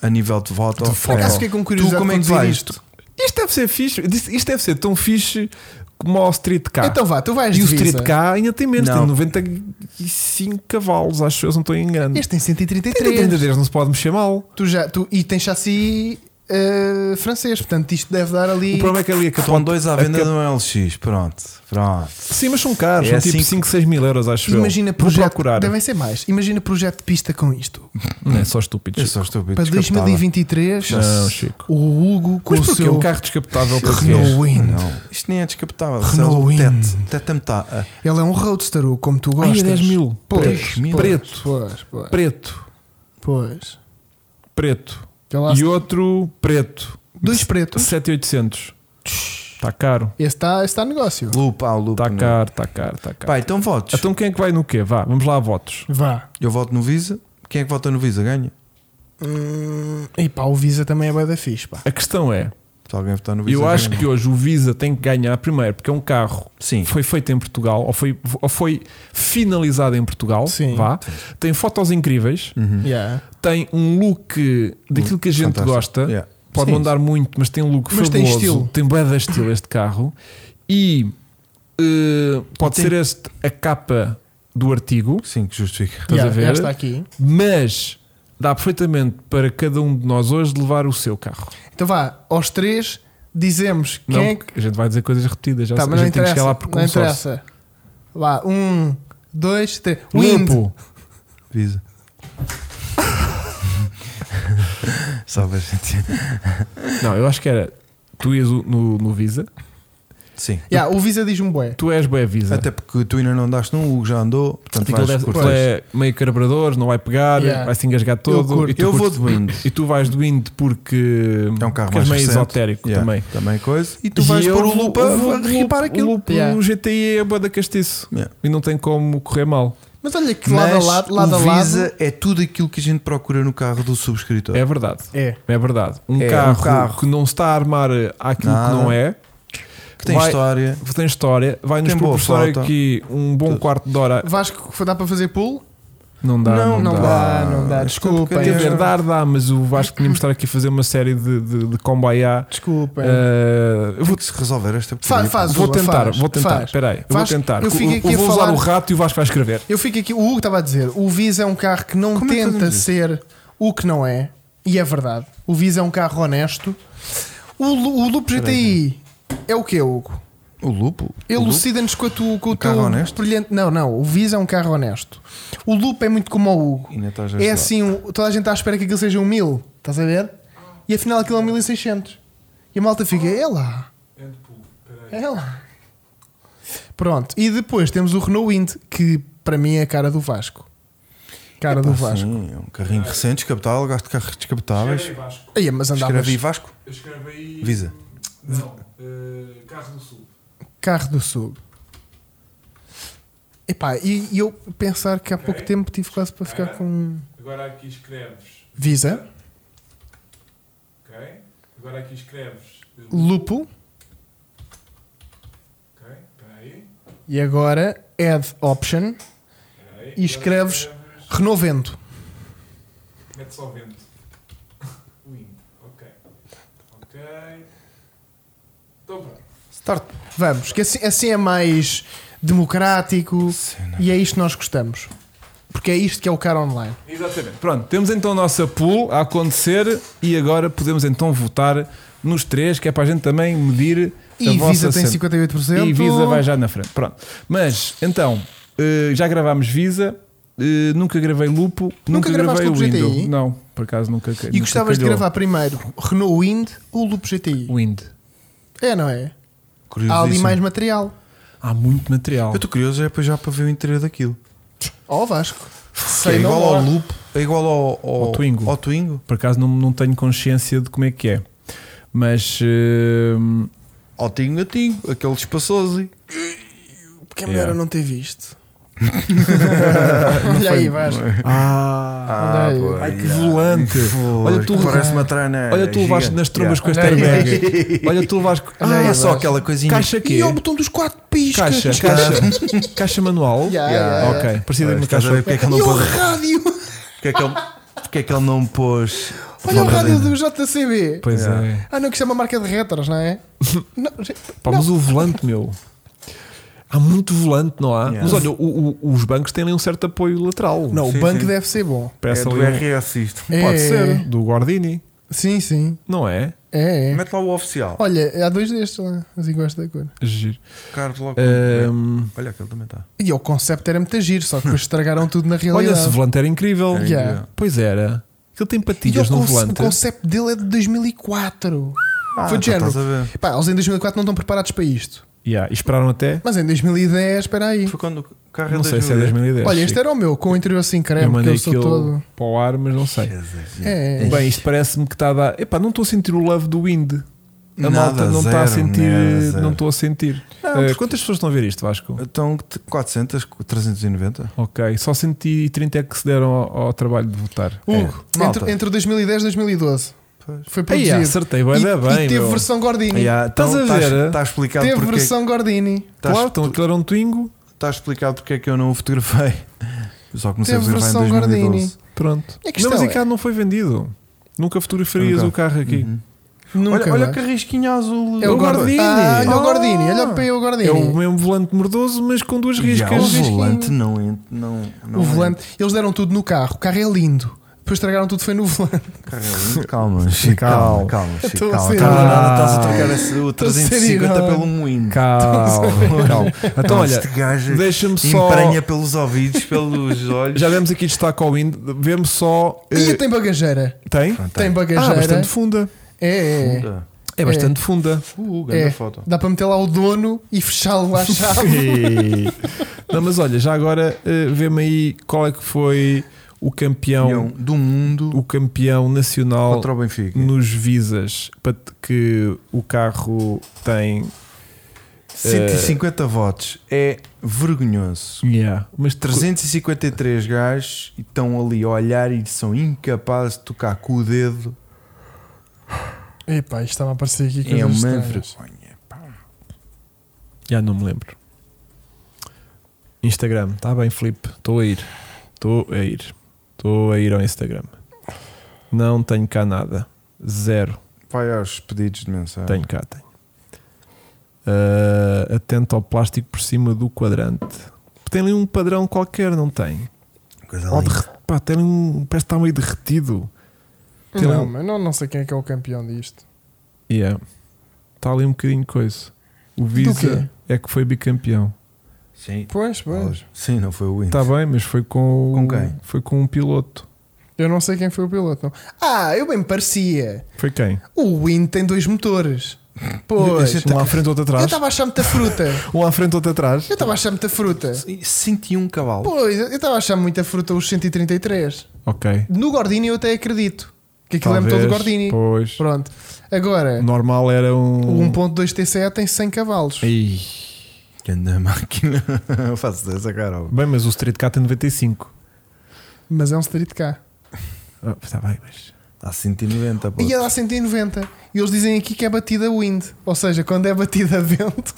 A nível de foto.
De
Por
foto.
acaso fiquei com curiosidade
como é
de
que
conduzir
vais?
isto.
Um Isto deve ser fixe. Isto deve ser tão fixe como ao Street Car.
Então vá, tu vais
e
de
o
Visa.
Street Car ainda tem menos,
Não.
tem 95 cavalos, acho eu, se não estou em engano.
Este tem 133.
30 deles não se pode mexer mal.
Tu já, tu, e tem chassi eh, francês, portanto isto deve dar
O
ali.
problema é que ali a
Estão
capota.
dois à
a
venda
cap-
no LX. Pronto. Pronto.
Sim, mas são caros,
É
são tipo
cinco-
5, 6 mil euros, acho
Imagina
é eu. Vou
projeto.
procurar.
Devem ser mais. Imagina projeto de pista com isto.
Não é só estúpido.
Eu
Chico.
sou estúpido.
Para
descaptável.
2023,
Não, Chico.
o Hugo com
Mas
o
porquê
seu
um carro descapotável português?
Renault Wind.
Não. Isto nem é descapotável.
Renault
Só
Wind.
o Teto. Teto tá, eh, a metade.
Ele é um roadster, Hugo, como tu
Ai,
gostas.
é 10 mil.
Pois,
10 mil.
Preto.
Pois, pois.
Preto.
pois.
Preto.
Já Então lá
E outro preto.
Dois pretos.
7800. Está caro.
Esse está tá negócio.
Lupa, ah, o Lupa.
Está
não.
caro, está caro, está caro.
Pá, então votos.
Tá Então quem é que vai no quê? Vá, vamos lá a votos.
Vá.
Eu voto no Visa. Quem é que vota no Visa ganha?
Hum, e pá, o Visa também é bué da fixe, pá.
A questão é,
Se alguém votar no Visa
eu
ganha.
acho que hoje o Visa tem que ganhar primeiro, porque é um carro
Sim.
foi feito em Portugal, ou foi, ou foi finalizado em Portugal,
Sim.
vá. Tem fotos incríveis,
Yeah.
tem um look daquilo que a gente
Fantástico.
gosta.
Yeah.
Pode
Sim.
não dar muito, mas tem um look
Mas
fabuloso.
tem estilo.
Tem bué de estilo este carro. E eh, pode
Tem-
ser este a capa do artigo,
Sim, que justifica.
Estás
Yeah,
a ver?
já está aqui.
mas dá perfeitamente para cada um de nós hoje levar o seu carro.
Então vá, aos três dizemos quem
não,
é que.
porque a gente vai dizer coisas repetidas, já
Tá,
sei, a
mas não
gente tem que
interessa.
chegar lá um por
Não
consórcio.
interessa. Vá, um, dois, três. Wind.
Limpo, (laughs)
Visa. Salve a gente.
não, eu acho que era tu ias o- no, no Visa,
Sim.
Yeah, o Visa diz um bué.
tu és boé Visa.
Até porque tu ainda não andaste num, o Hugo já andou, portanto
Aquilo
vais
deve,
curtir.
aquilo é meio carburador, não vai pegar,
Yeah.
vai se engasgar todo.
curto.
e tu
Eu vou
curtes-
de Wind.
E tu vais doindo porque
É um carro
porque és
mais
meio
recente.
esotérico
Yeah,
também.
Também coisa. E tu vais
eu
pôr o
vou-
loop
eu vou
a
de
ripar
loop,
aquilo.
O loop
Yeah.
o GTI é a da castiço
Yeah.
e não tem como correr mal.
Mas olha que lado
Mas
a lado, lado
um o
a lado.
Visa é tudo aquilo que a gente procura no carro do subscritor.
É verdade.
É.
É verdade. Um,
É, um
carro,
carro.
que não está a armar àquilo
Nada.
que não é,
que tem
vai-
história.
que tem história, vai nos
Tem boa
proporcionar
foto.
aqui um bom
Tudo.
quarto de hora.
Vasco, dá para fazer pull?
Não dá, não,
não
dá.
dá, É. não dá. Desculpa.
Quer dizer,
eu-
dá, dá, mas o Vasco tínhamos de estar aqui a fazer uma série de, de, de combaiá.
Desculpa.
Eh, eu vou,
Vou se resolver esta
Fa- faz
vou
Zula,
tentar,
faz,
vou tentar.
faz.
Espera aí, eu vou
Faz-
tentar.
eu fico aqui
eu
a
vou usar
falar-
o rato e o Vasco vai escrerever.
Eu fico aqui, o Hugo estava a dizer, o Visa é um carro que não
Como é que
tenta
fazemos isso?
ser o que não é, e é verdade. O Visa é um carro honesto. O, Lu- o Loop GTI é o que, Hugo?
O lupo? o lupo?
Elucida-nos com, a tu, com o teu
carro honesto?
brilhante. Não, não, o Visa é um carro honesto. O Loop é muito como o Hugo.
Ainda estás a
É
ajudar.
assim, um- toda a gente está à espera que aquilo seja um 1000, estás a ver? E afinal aquilo é um 1600. E a malta fica, é lá. É lá. Pronto, e depois temos o Renault Wind, que para mim é a cara do Vasco. Cara do
Pá,
Vasco.
Sim, é um carrinho recente, descapotável, gasto de carros descapotáveis.
Aí, mas andavas.
Escrevi Vasco,
Eu escrevo aí.
Visa.
Não, Carro do Sul.
Carro do Sul. Epá, e, e eu pensar que há pouco tempo tive quase para ficar com
Agora aqui escreves.
Visa,
Ok? Agora aqui escreves.
Lupo
Ok? Peraí.
e agora Add Option e escreves Renault Vento.
Mete só vento. (laughs) Win. Ok. Ok. Então pronto.
Start.
Vamos, que assim, assim é mais democrático
Cena.
e é isto que nós gostamos. Porque é isto que é o cara online.
Exatamente. Pronto, temos então a nossa pool a acontecer e agora podemos então votar nos três, que é para a gente também medir a
E Visa
vossa
tem
cena.
58%.
E Visa vai já na frente. Pronto. Mas, então, eh, já gravámos Visa, eh, nunca gravei Lupo, nunca,
Nunca gravaste
gravei o
Lupo
Window.
GTI?
Não, por acaso nunca
E gostavas de gravar primeiro Renault Wind ou Loop GTI?
Wind.
É, não é? Há ali
Curiosíssimo.
mais material.
Há muito material.
Eu estou curioso é para já para ver o interior daquilo.
Ó oh, Vasco.
Que é
Sei não
igual
há.
ao loop, é igual ao, ao,
Ao Twingo.
ao Twingo,
Por acaso não, não tenho consciência de como é que é. Mas eh,
ao Tingo a Tingo, aquele espaçoso.
Porque é
melhor
melhor
Yeah.
eu
eu
não ter (laughs) visto. Olha aí, Vasco.
Ah,
Olha aí.
Ai, que volante. Olha tu,
parece uma trana.
olha tu levaste nas trombas com esta
Olha aí.
airbag. Olha tu Vasco.
Olha
Ah,
aí,
só
só
aquela
aquela coisinha.
caixa que
E ao botão dos quatro piscas.
Caixa, caixa, caixa manual.
Yeah,
Yeah.
yeah, yeah.
Ok, parecia uma
Estás a
caixa.
ver porque é que ele
E
não
ao
pôs.
rádio.
Porque é que ele, porque é que ele não pôs.
(laughs) Olha o
uma
rádio
radinha?
do JCB.
Pois
Yeah.
é.
Ah, não, que chama marca de retros, não é? Não, gente,
Pá,
não.
mas o volante, meu. Há muito volante, não há?
Yeah.
Mas olha, o- o- os bancos têm ali um certo apoio lateral.
Não,
Sim,
o banco
sim.
deve ser bom.
Parece
É do
ali um-
RS isto.
Pode
É.
ser. Do Guardini.
Sim, sim.
Não é?
É, é.
Mete lá o oficial.
Olha, há dois destes lá, mas eu gosto da cor.
Giro.
Carlos logo.
Ahm,
Olha, aquele também tá. está.
E o conceito era muito giro, só que depois estragaram tudo na
olha, esse
realidade.
volante era incrível.
Era
é. Yeah.
incrível.
Pois era. Ele tem
e o,
patilhas no
conce o
volante.
concept dele é de 2004.
Ah,
Foi
então
de género.
estás a ver.
Pá, eles em 2004 não estão preparados para isto.
Yeah, e esperaram até.
Mas em 2010, espera aí.
Foi quando o carro
Não sei se é 2010.
Olha, este
Chico.
era o meu, com o interior assim
Eu
creme, que
mandei
eu sou
aquilo
todo.
para o ar, mas não sei.
É, é.
Bem, isto parece-me que está a dar. Epá, não estou a sentir o love do wind. A
Nada,
malta não está a
zero,
sentir.
nada, zero.
não estou a sentir.
Não,
Eh,
porque-
Quantas pessoas estão a ver isto, Vasco?
Então, 400, 390.
Ok, só 130 é que se deram ao, ao trabalho de votar.
Hugo,
É. Malta.
entre, entre 2010 e 2012.
Pois.
Foi
Aí,
produzido.
acertei, vai
e,
dar
e
bem.
teve
meu.
versão Gordini.
Ah, então,
Estás a
estás-
ver?
Está explicado
Teve
porque,
versão Gordini.
estás-
Claro, então aquilo era um Twingo.
Está explicado porque é que eu não o fotografei. (laughs) Eu só comecei
Teve
a fotografar
versão
em 2012.
Gordini.
Pronto.
E a
não,
questão
mas
é-
aquilo não foi vendido. Nunca fotografarias
Nunca.
o carro aqui.
Uhum.
Nunca
Olha, olha
mais.
que risquinha azul.
É o
o
Gordini.
Gordini.
Ah, olha o
Ah.
Gordini. Olha para aí o Gordini.
É o mesmo volante mordoso, mas com duas
Já,
riscas.
o
risquinho.
volante não entra. Não, não
O volante. Eles deram tudo no carro. O carro é lindo. Depois estragaram tudo, foi no (laughs) volante.
entra. Caralho, Calma, Chico, calma, calma,
Estou
Chico,
a
calma.
ser-
Estás a dar- estás a trocar esse- o
Estou a ser
350
irónico.
pelo moinho. (laughs)
Calma, calma. Então,
Não,
olha,
este gajo
deixa-me só.
emprenha pelos ouvidos, pelos olhos.
Já demos aqui destaque ao Wind. Vemos só.
E
eh,
tem bagageira.
tem?
Pronto,
Tem
aí.
Ah,
bagageira.
bastante funda.
é, é.
Funda.
É bastante funda.
Uh, grande
É,
foto.
dá para meter lá o dono e fechá-lo à
(laughs)
chave.
Não, mas olha, já agora eh, vê-me aí qual é que foi o
Campeão
campeão,
do mundo
o é? campeão nacional
contra o Benfica.
nos visas pa- que o carro tem.
150 votos é vergonhoso.
Mas
353 gajos estão ali a olhar e são incapazes de tocar com o dedo.
(laughs) Epá, isto estava a aparecer aqui
É
coisas
uma
estranhas.
vergonha. pá.
Já não me lembro. Instagram, está bem, Filipe. Estou a ir. Estou a ir. Estou a ir ao Instagram. Não tenho cá nada. Zero.
Vai aos pedidos de mensagem.
Tenho cá, tenho. Ah, atento ao plástico por cima do quadrante. Tem ali um padrão qualquer, não tem?
Coisa
Ou
linda.
derre- pá, tem ali um. Parece que está meio derretido. Tem
Não,
ali-
mas não, não sei quem é que é o campeão disto.
Yeah. Está ali um bocadinho coisa. O Visa é que foi bicampeão.
Sim.
Pois, pois.
Sim, não foi o Win.
Está bem, mas foi com.
Com quem?
Foi com um piloto.
Eu não sei quem foi o piloto. Não. Ah, eu bem me parecia.
Foi quem?
O Wind tem dois motores.
Eu-
Pois.
eu-
Um à frente, outro
Eu
atrás.
estava a achar muita fruta.
Um à frente, outro atrás.
Eu estava a achar muita fruta.
101 cavalos.
Pois, eu estava a achar muita fruta os 133.
Ok.
No Gordini eu até acredito. Que aquilo é motor do
Talvez,
Gordini. É.
Pois.
Pronto. Agora,
Normal era
o
um.
1.2 TCE tem 100 cavalos.
Ei.
Que anda a máquina. (laughs) Eu faço dessa cara.
Bem, mas o Street Cat tem 95.
Mas é um Street K.
Ah, Está bem, mas.
Há 190. pô.
E ela dá 190. E eles dizem aqui que é batida wind. Ou seja, quando é batida (laughs) a vento.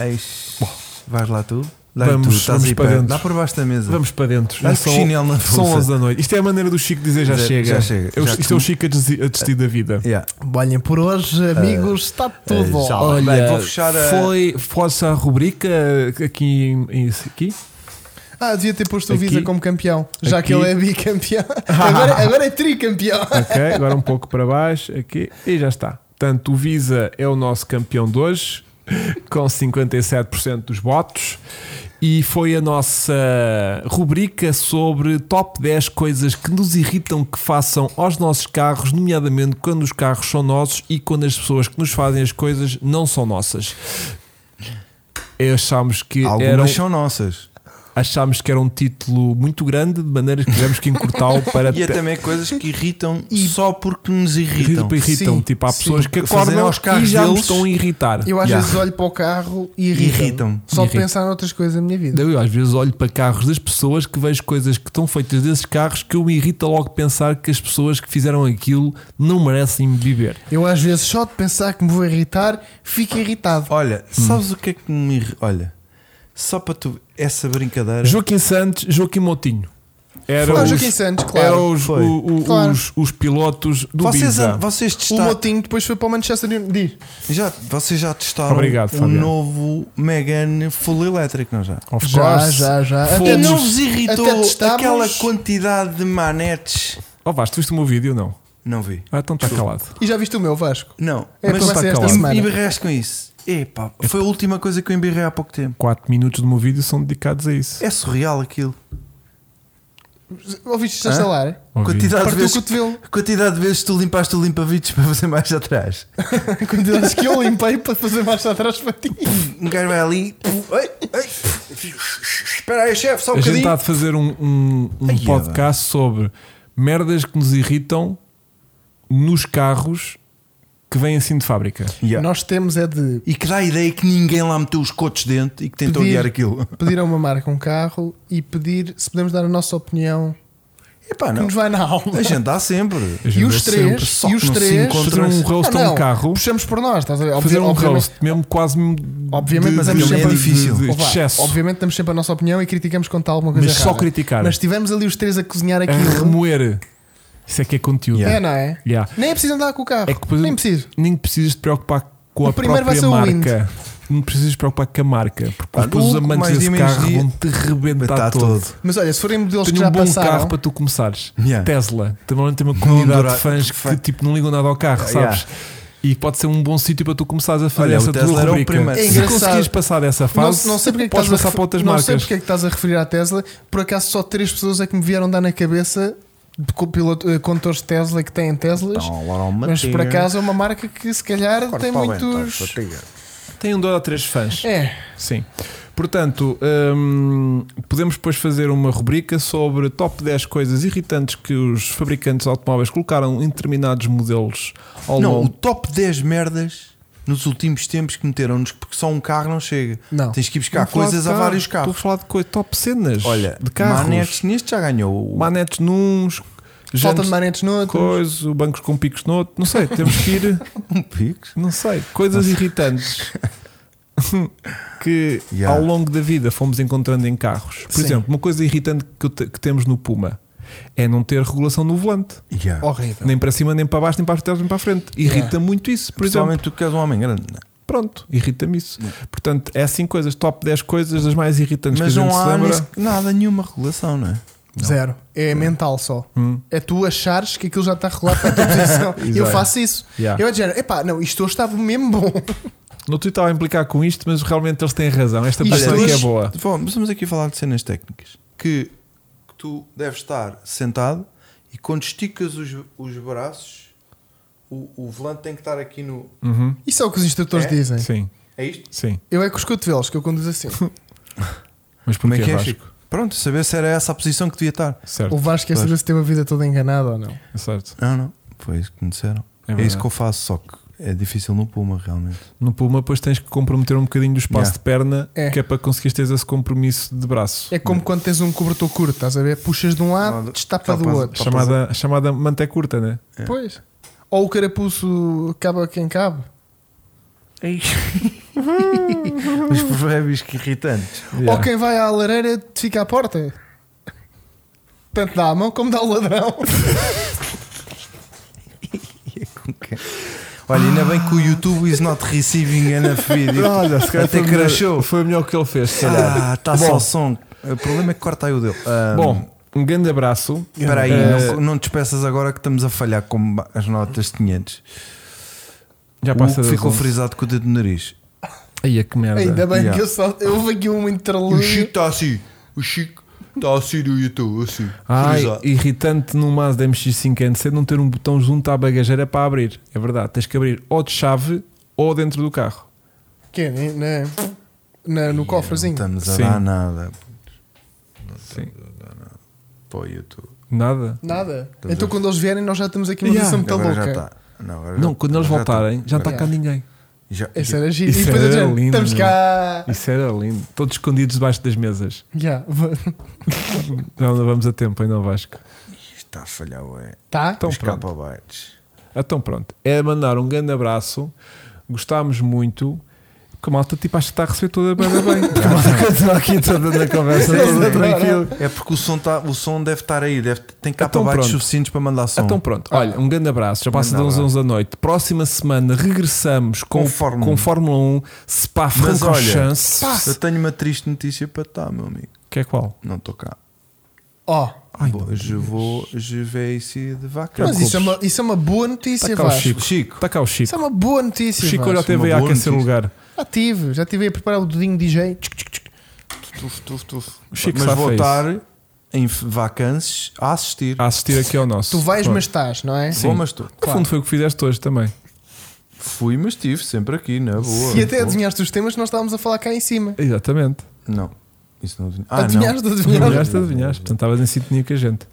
Eis. Vais lá tu? Dá
Vamos-
tu, estás
vamos
aí
para
perto.
dentro.
Dá por baixo da mesa.
Vamos para dentro.
Dá
Já
com chinelo na
são
bolsa.
11 da noite. Isto é a maneira do Chico dizer já,
Já-
chega.
já chega.
Eu-
Já
isto
que-
é o Chico a desi- a desistir da vida.
Yeah.
Olhem, por hoje, amigos, está tudo.
já
Olha,
Olha, Bem, vou fechar a-
Foi força a rubrica aqui. em- aqui.
Ah, devia ter posto o
Aqui.
Visa como campeão. Já
Aqui.
que ele é bicampeão. agora, agora é tricampeão.
Ok, agora um pouco para baixo. Aqui. E já está. Portanto, o Visa é o nosso campeão de hoje, com 57% dos votos. E foi a nossa rubrica sobre top 10 coisas que nos irritam que façam aos nossos carros, nomeadamente quando os carros são nossos e quando as pessoas que nos fazem as coisas não são nossas. Achámos que
Algumas
eram,
são nossas.
achámos que era um título muito grande, de maneira que tivemos
(laughs)
que encurtá-lo para
E é
te-
também coisas que irritam só porque nos irritam.
Tipo, irritam.
Sim,
tipo, há
sim.
pessoas que
Porque fazem
acordam
aos carros
e já me
deles-
estão a irritar.
Eu às
Já.
vezes olho para o carro e irrita-me.
Irritam-me.
Só de
Irrita.
pensar noutras coisas da minha vida.
Eu, às vezes olho para carros das pessoas que vejo coisas que estão feitas desses carros que eu me irrita logo pensar que as pessoas que fizeram aquilo não merecem viver.
Eu às vezes só de pensar que me vou irritar, fico irritado.
Olha, sabes o que é que me irrita? Olha, só para tu. Essa brincadeira.
Joaquim Santos, Joaquim Moutinho. Era
Ah,
os,
Joaquim Santos,
era
claro.
os,
Foi.
o- o-
Claro.
os, os pilotos do
vocês,
Biza.
vocês
O
testaram.
Motinho depois foi para o Manchester United. Diz.
Já, vocês já testaram
Obrigado,
o
Fabiano.
novo Megane Full Electric, não já?
Of
Já,
course.
já, já.
Fomos.
Até
Até
não
nos-
vos
até
irritou
testámos.
aquela quantidade de manetes?
Oh, Vasco, tu viste o meu vídeo? Não.
Não vi.
Ah, então está calado.
E já viste o meu Vasco?
Não,
É
mas
para
está
você esta
calado.
semana.
embirraste com isso. Epá, foi a última coisa que eu embirrei há pouco tempo.
4 minutos do meu vídeo são dedicados a isso.
É surreal aquilo.
Ouviste-te a
Hã?
(laughs)
salar?
Ouvi.
Quantidade de,
Partiu o
vezes,
cotovelo.
quantidade de vezes tu limpaste o limpa-vidros para fazer mais atrás.
Quantidades que eu limpei para fazer marcha atrás para ti.
Um gajo vai ali. puf, Ei, ei, espera aí, chefe, só um
a gente está
bocadinho.
de fazer um, um- um
Ai,
podcast sobre merdas que nos irritam nos carros que vêm assim de fábrica.
Yeah.
Nós temos é de
E que dá a ideia que ninguém lá meteu os cotos dentro e que tentou
Pedir.
guiar aquilo.
(laughs) pedir a uma marca um carro e pedir se podemos dar a nossa opinião
Epá,
que
não.
nos vai na alma.
A gente dá sempre.
A gente
E os
é
três,
sempre
só
e os
que não se
três
encontra-
fazer um
Contra-
roast
Ah,
a
não,
um carro,
puxamos por nós, estás a ver?
fazer um
Obviamente-
roast mesmo quase mesmo
Obviamente,
de,
mas
de-
é
de-
também é
de-
difícil.
de- de
Ou vá,
excesso.
obviamente damos sempre a nossa opinião e criticamos quando está alguma coisa
Mas só
errada.
criticar.
Mas tivemos ali os três a cozinhar
a
aquilo
remoer. Isso é que é conteúdo.
É, não é?
Yeah.
Nem é preciso andar com o carro.
É que, por exemplo,
Nem preciso.
Nem precisas te preocupar com
O
a
primeiro vai
própria
ser o Wind. Ah,
marca. Não precisas te preocupar com a marca. Porque
Pá,
depois os
o que
amantes
mais
desse
dia, menos
carro
dia,
vão te
Está
rebentar todo.
todo.
Mas olha, se forem modelos que
Tenho
já
um bom
passaram.
carro para tu começares.
Yeah.
Tesla. Também tem uma comunidade
adorar-
de fãs que
fã-
tipo, não ligam nada ao carro,
Yeah.
sabes? E pode ser um bom sítio para tu começares a fazer
Olha, o
essa
Tesla
tua
era o
rubrica.
primeiro.
É
Se
engraçado.
conseguires passar dessa
Não,
fase,
não sei porque é que
podes
estás a
passar
refer-
para outras
não
marcas.
sei porque é que estás a referir à Tesla. Por acaso só três pessoas é que me vieram dar na cabeça de co- piloto- eh, condutores de Tesla que têm Teslas.
Então,
mas por acaso é uma marca que se calhar tem muitos.
é
Tem um, dois ou três fãs.
É,
Sim. Portanto, hum, podemos depois fazer uma rubrica sobre top 10 coisas irritantes que os fabricantes de automóveis colocaram em determinados modelos ao
Não, o
longo.
top 10 merdas nos últimos tempos que meteram-nos, porque só um carro não chega.
Não.
Tens que ir buscar
Estou falar
coisas
de
a
Um carro,
vários
Estou a
carros.
falar de coisa, top cenas
Olha,
de carros.
Manetes, neste já ganhou. o-
manetes nuns,
falta
gente-
de manetes noutro.
coisa, bancos com picos no outro. Não sei, temos que ir, (laughs)
Um Pix.
não sei, coisas irritantes (laughs) que
Yeah.
ao longo da vida fomos encontrando em carros. Por
Sim.
exemplo, uma coisa irritante que, eu te- que temos no Puma é não ter regulação no volante.
Yeah.
Horrível.
Nem para cima, nem para baixo, nem para as trás, nem para a frente. Irrita
Yeah.
muito isso, por exemplo.
Principalmente tu que és um homem grande. não é?
Pronto, irrita-me isso. Portanto, é assim coisas, top 10 coisas das mais irritantes
Mas
que a
não
gente se
há
lembra.
nisso nada, nenhuma regulação, não é?
Zero. É mental só.
Hum.
É tu achares que aquilo já está regulado para a tua posição. E eu
(laughs) Exato.
faço isso.
Yeah.
Eu é de género, epá, não, isto hoje estava mesmo bom. (laughs)
No Twitter estava a implicar com isto, mas realmente eles têm razão. Esta
Isto
pessoa
Olha,
aqui é
mas-
boa.
Bom, mas estamos aqui a falar de cenas técnicas. Que tu deves estar sentado e quando esticas os, os braços, o, o volante tem que estar aqui no.
Uhum.
Isso é o que os instrutores
É?
dizem.
Sim,
É isto?
sim.
Eu é com os cotovelos que eu conduzo
(laughs)
assim.
Mas
Como
porquê,
é que é,
Vasco?
Chico? Pronto, saber se era essa a posição que devia estar.
Certo,
o Vasco quer saber se teve a vida toda enganada ou não.
é certo.
Não, não. Foi isso que me disseram.
É
É,
verdade.
isso que eu faço, só que é difícil no Puma, realmente.
No Puma, depois tens que comprometer um bocadinho do espaço
Yeah.
de perna,
É.
que é para conseguires ter esse compromisso de braço.
É como quando tens um cobertor curto, estás a ver? Puxas de um lado,
Não,
destapa do
capaz-
outro.
chamada, chamada manta é curta, né?
Pois. Ou o carapuço cabe a quem cabe.
(laughs) Os provérbios é que irritantes.
Ou quem vai à lareira te fica à porta. Tanto dá a mão como dá o ladrão.
Olha, ainda bem que o YouTube is not receiving
(laughs)
enough video.
Olha, se calhar
Até
foi, melhor,
crashou.
foi melhor que ele fez, se calhar.
Ah, está só o som. O problema é que corta aí o dele. Ah,
Bom, um grande abraço.
Espera aí,
Eh,
não, não te despeças agora que estamos a falhar com as notas de 500.
já
O
passa
que
das
ficou
11.
frisado com o dedo no nariz.
Aí é que merda.
Ainda bem
Yeah.
que eu só. Eu vou aqui um
O
interlúdio.
Chico está assim. O Chico está assim no YouTube, assim.
Ai,
frisado.
irritante no Mazda MX-5 NC não ter um botão junto à bagageira para abrir. É verdade, tens que abrir ou de chave ou dentro do carro.
Que né? Na- no cofrezinho.
Não estamos a
Sim.
dar nada
Sim.
para o YouTube.
Nada.
Nada.
Estás
então
a ver?
quando eles vierem, nós já temos aqui uma
tá Yeah. tá.
posição muito
agora já
louca.
está. Não, agora
Não,
já-
quando eles
agora já
voltarem, já não está
Yeah.
cá ninguém.
Já, já,
Essa era gira.
Isso
e depois
era
eu digo,
lindo, né?
estamos
meu.
cá.
Isso era lindo. Todos escondidos debaixo das mesas.
Já.
Já não vamos a tempo, ainda Vasco.
está a falhar, ué.
(laughs) Tá?
Então
Os
pronto.
capabytes.
Então pronto. É mandar um grande abraço. Gostámos muito. Que a malta tipo acha que está a receber toda a banda
(laughs)
bem. Porque a malta continua aqui toda na conversa, toda tranquila.
É porque o som, tá, o som deve estar aí, deve, tem
Então
capabytes
pronto.
suficientes para mandar som.
Então pronto, olha, um grande abraço. Já passa de
Grande
11 11 da noite. Próxima semana regressamos com,
Com Fórmula
com
1.
Fórmula 1, Spa
Mas olha,
Francorchamps.
eu tenho uma triste notícia para te dar, meu amigo.
Que é qual?
Não estou cá.
Ó.
Vou- je vou, je vais ici de vaca.
Mas isso é, uma, isso é uma boa notícia,
Tá cá o
Vasco.
Chico.
Chico,
Está cá o Chico.
Isso é uma boa
O
notícia.
Chico
Vasco.
olha até
uma
veio a
boa
aquecer o
notícia.
lugar.
Já tive, já tive a preparar o dedinho DJ.
tuf, tuf, tuf.
O Chico
mas
sabe
vou
isso. Ah,
estar em vacances a assistir.
A assistir aqui ao nosso.
Tu vais,
Pronto.
mas estás, não é?
Vou, mas estou.
No fundo foi o que fizeste hoje também.
Fui, mas estive sempre aqui, na boa.
E até
Boa.
adivinhaste os temas que nós estávamos a falar cá em cima.
Exatamente.
Não, isso Ah, não adivinha.
adivinhaste, adivinhaste.
Adivinhaste, adivinhaste. Portanto, estavas em sintonia com a gente.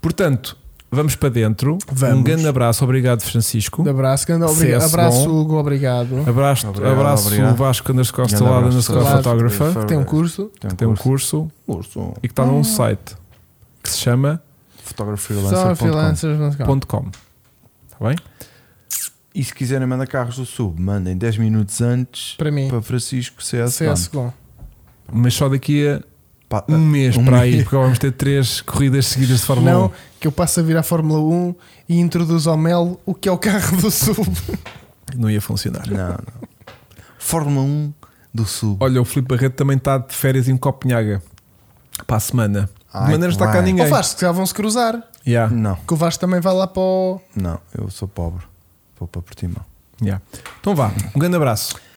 Portanto, vamos para dentro. Um
Vamos.
grande abraço. Obrigado, Francisco.
Um Abraço, grande obrigado.
CS
Abraço,
bom.
Hugo, obrigado.
Abraço,
Obrigado,
abraço
obrigado.
Vasco underscore
Grande
Stalada
abraço,
underscore
Stalada.
fotógrafa.
Que tem um curso.
que tem um curso
curso.
e que está num
Ah.
site que se chama
Só
Fotografia
freelancers.com.
.com. Está bem?
E se quiserem mandar carros do Sub, mandem 10 minutos antes
Para mim.
para Francisco CS.
CS bom.
Mas só daqui a
Pá,
Ah,
Um mês
Um
para aí,
mês.
porque vamos ter três corridas seguidas de
um.
Fórmula
Não,
1.
que eu passo a vir à Fórmula 1 e introduzo ao Mel o que é o carro do Sul.
Não ia funcionar.
(laughs) Não, não. Fórmula 1 do Sul.
Olha, o Filipe Barreto também está de férias em Copenhaga para a semana.
Ai,
de maneira
que
está cá
bem.
ninguém.
Ou Vasco, já vão se cruzar.
Yeah,
Não,
Que o Vasco também vai lá para o.
não, eu sou pobre. Vou para Portimão.
yeah. Então vá, um grande abraço.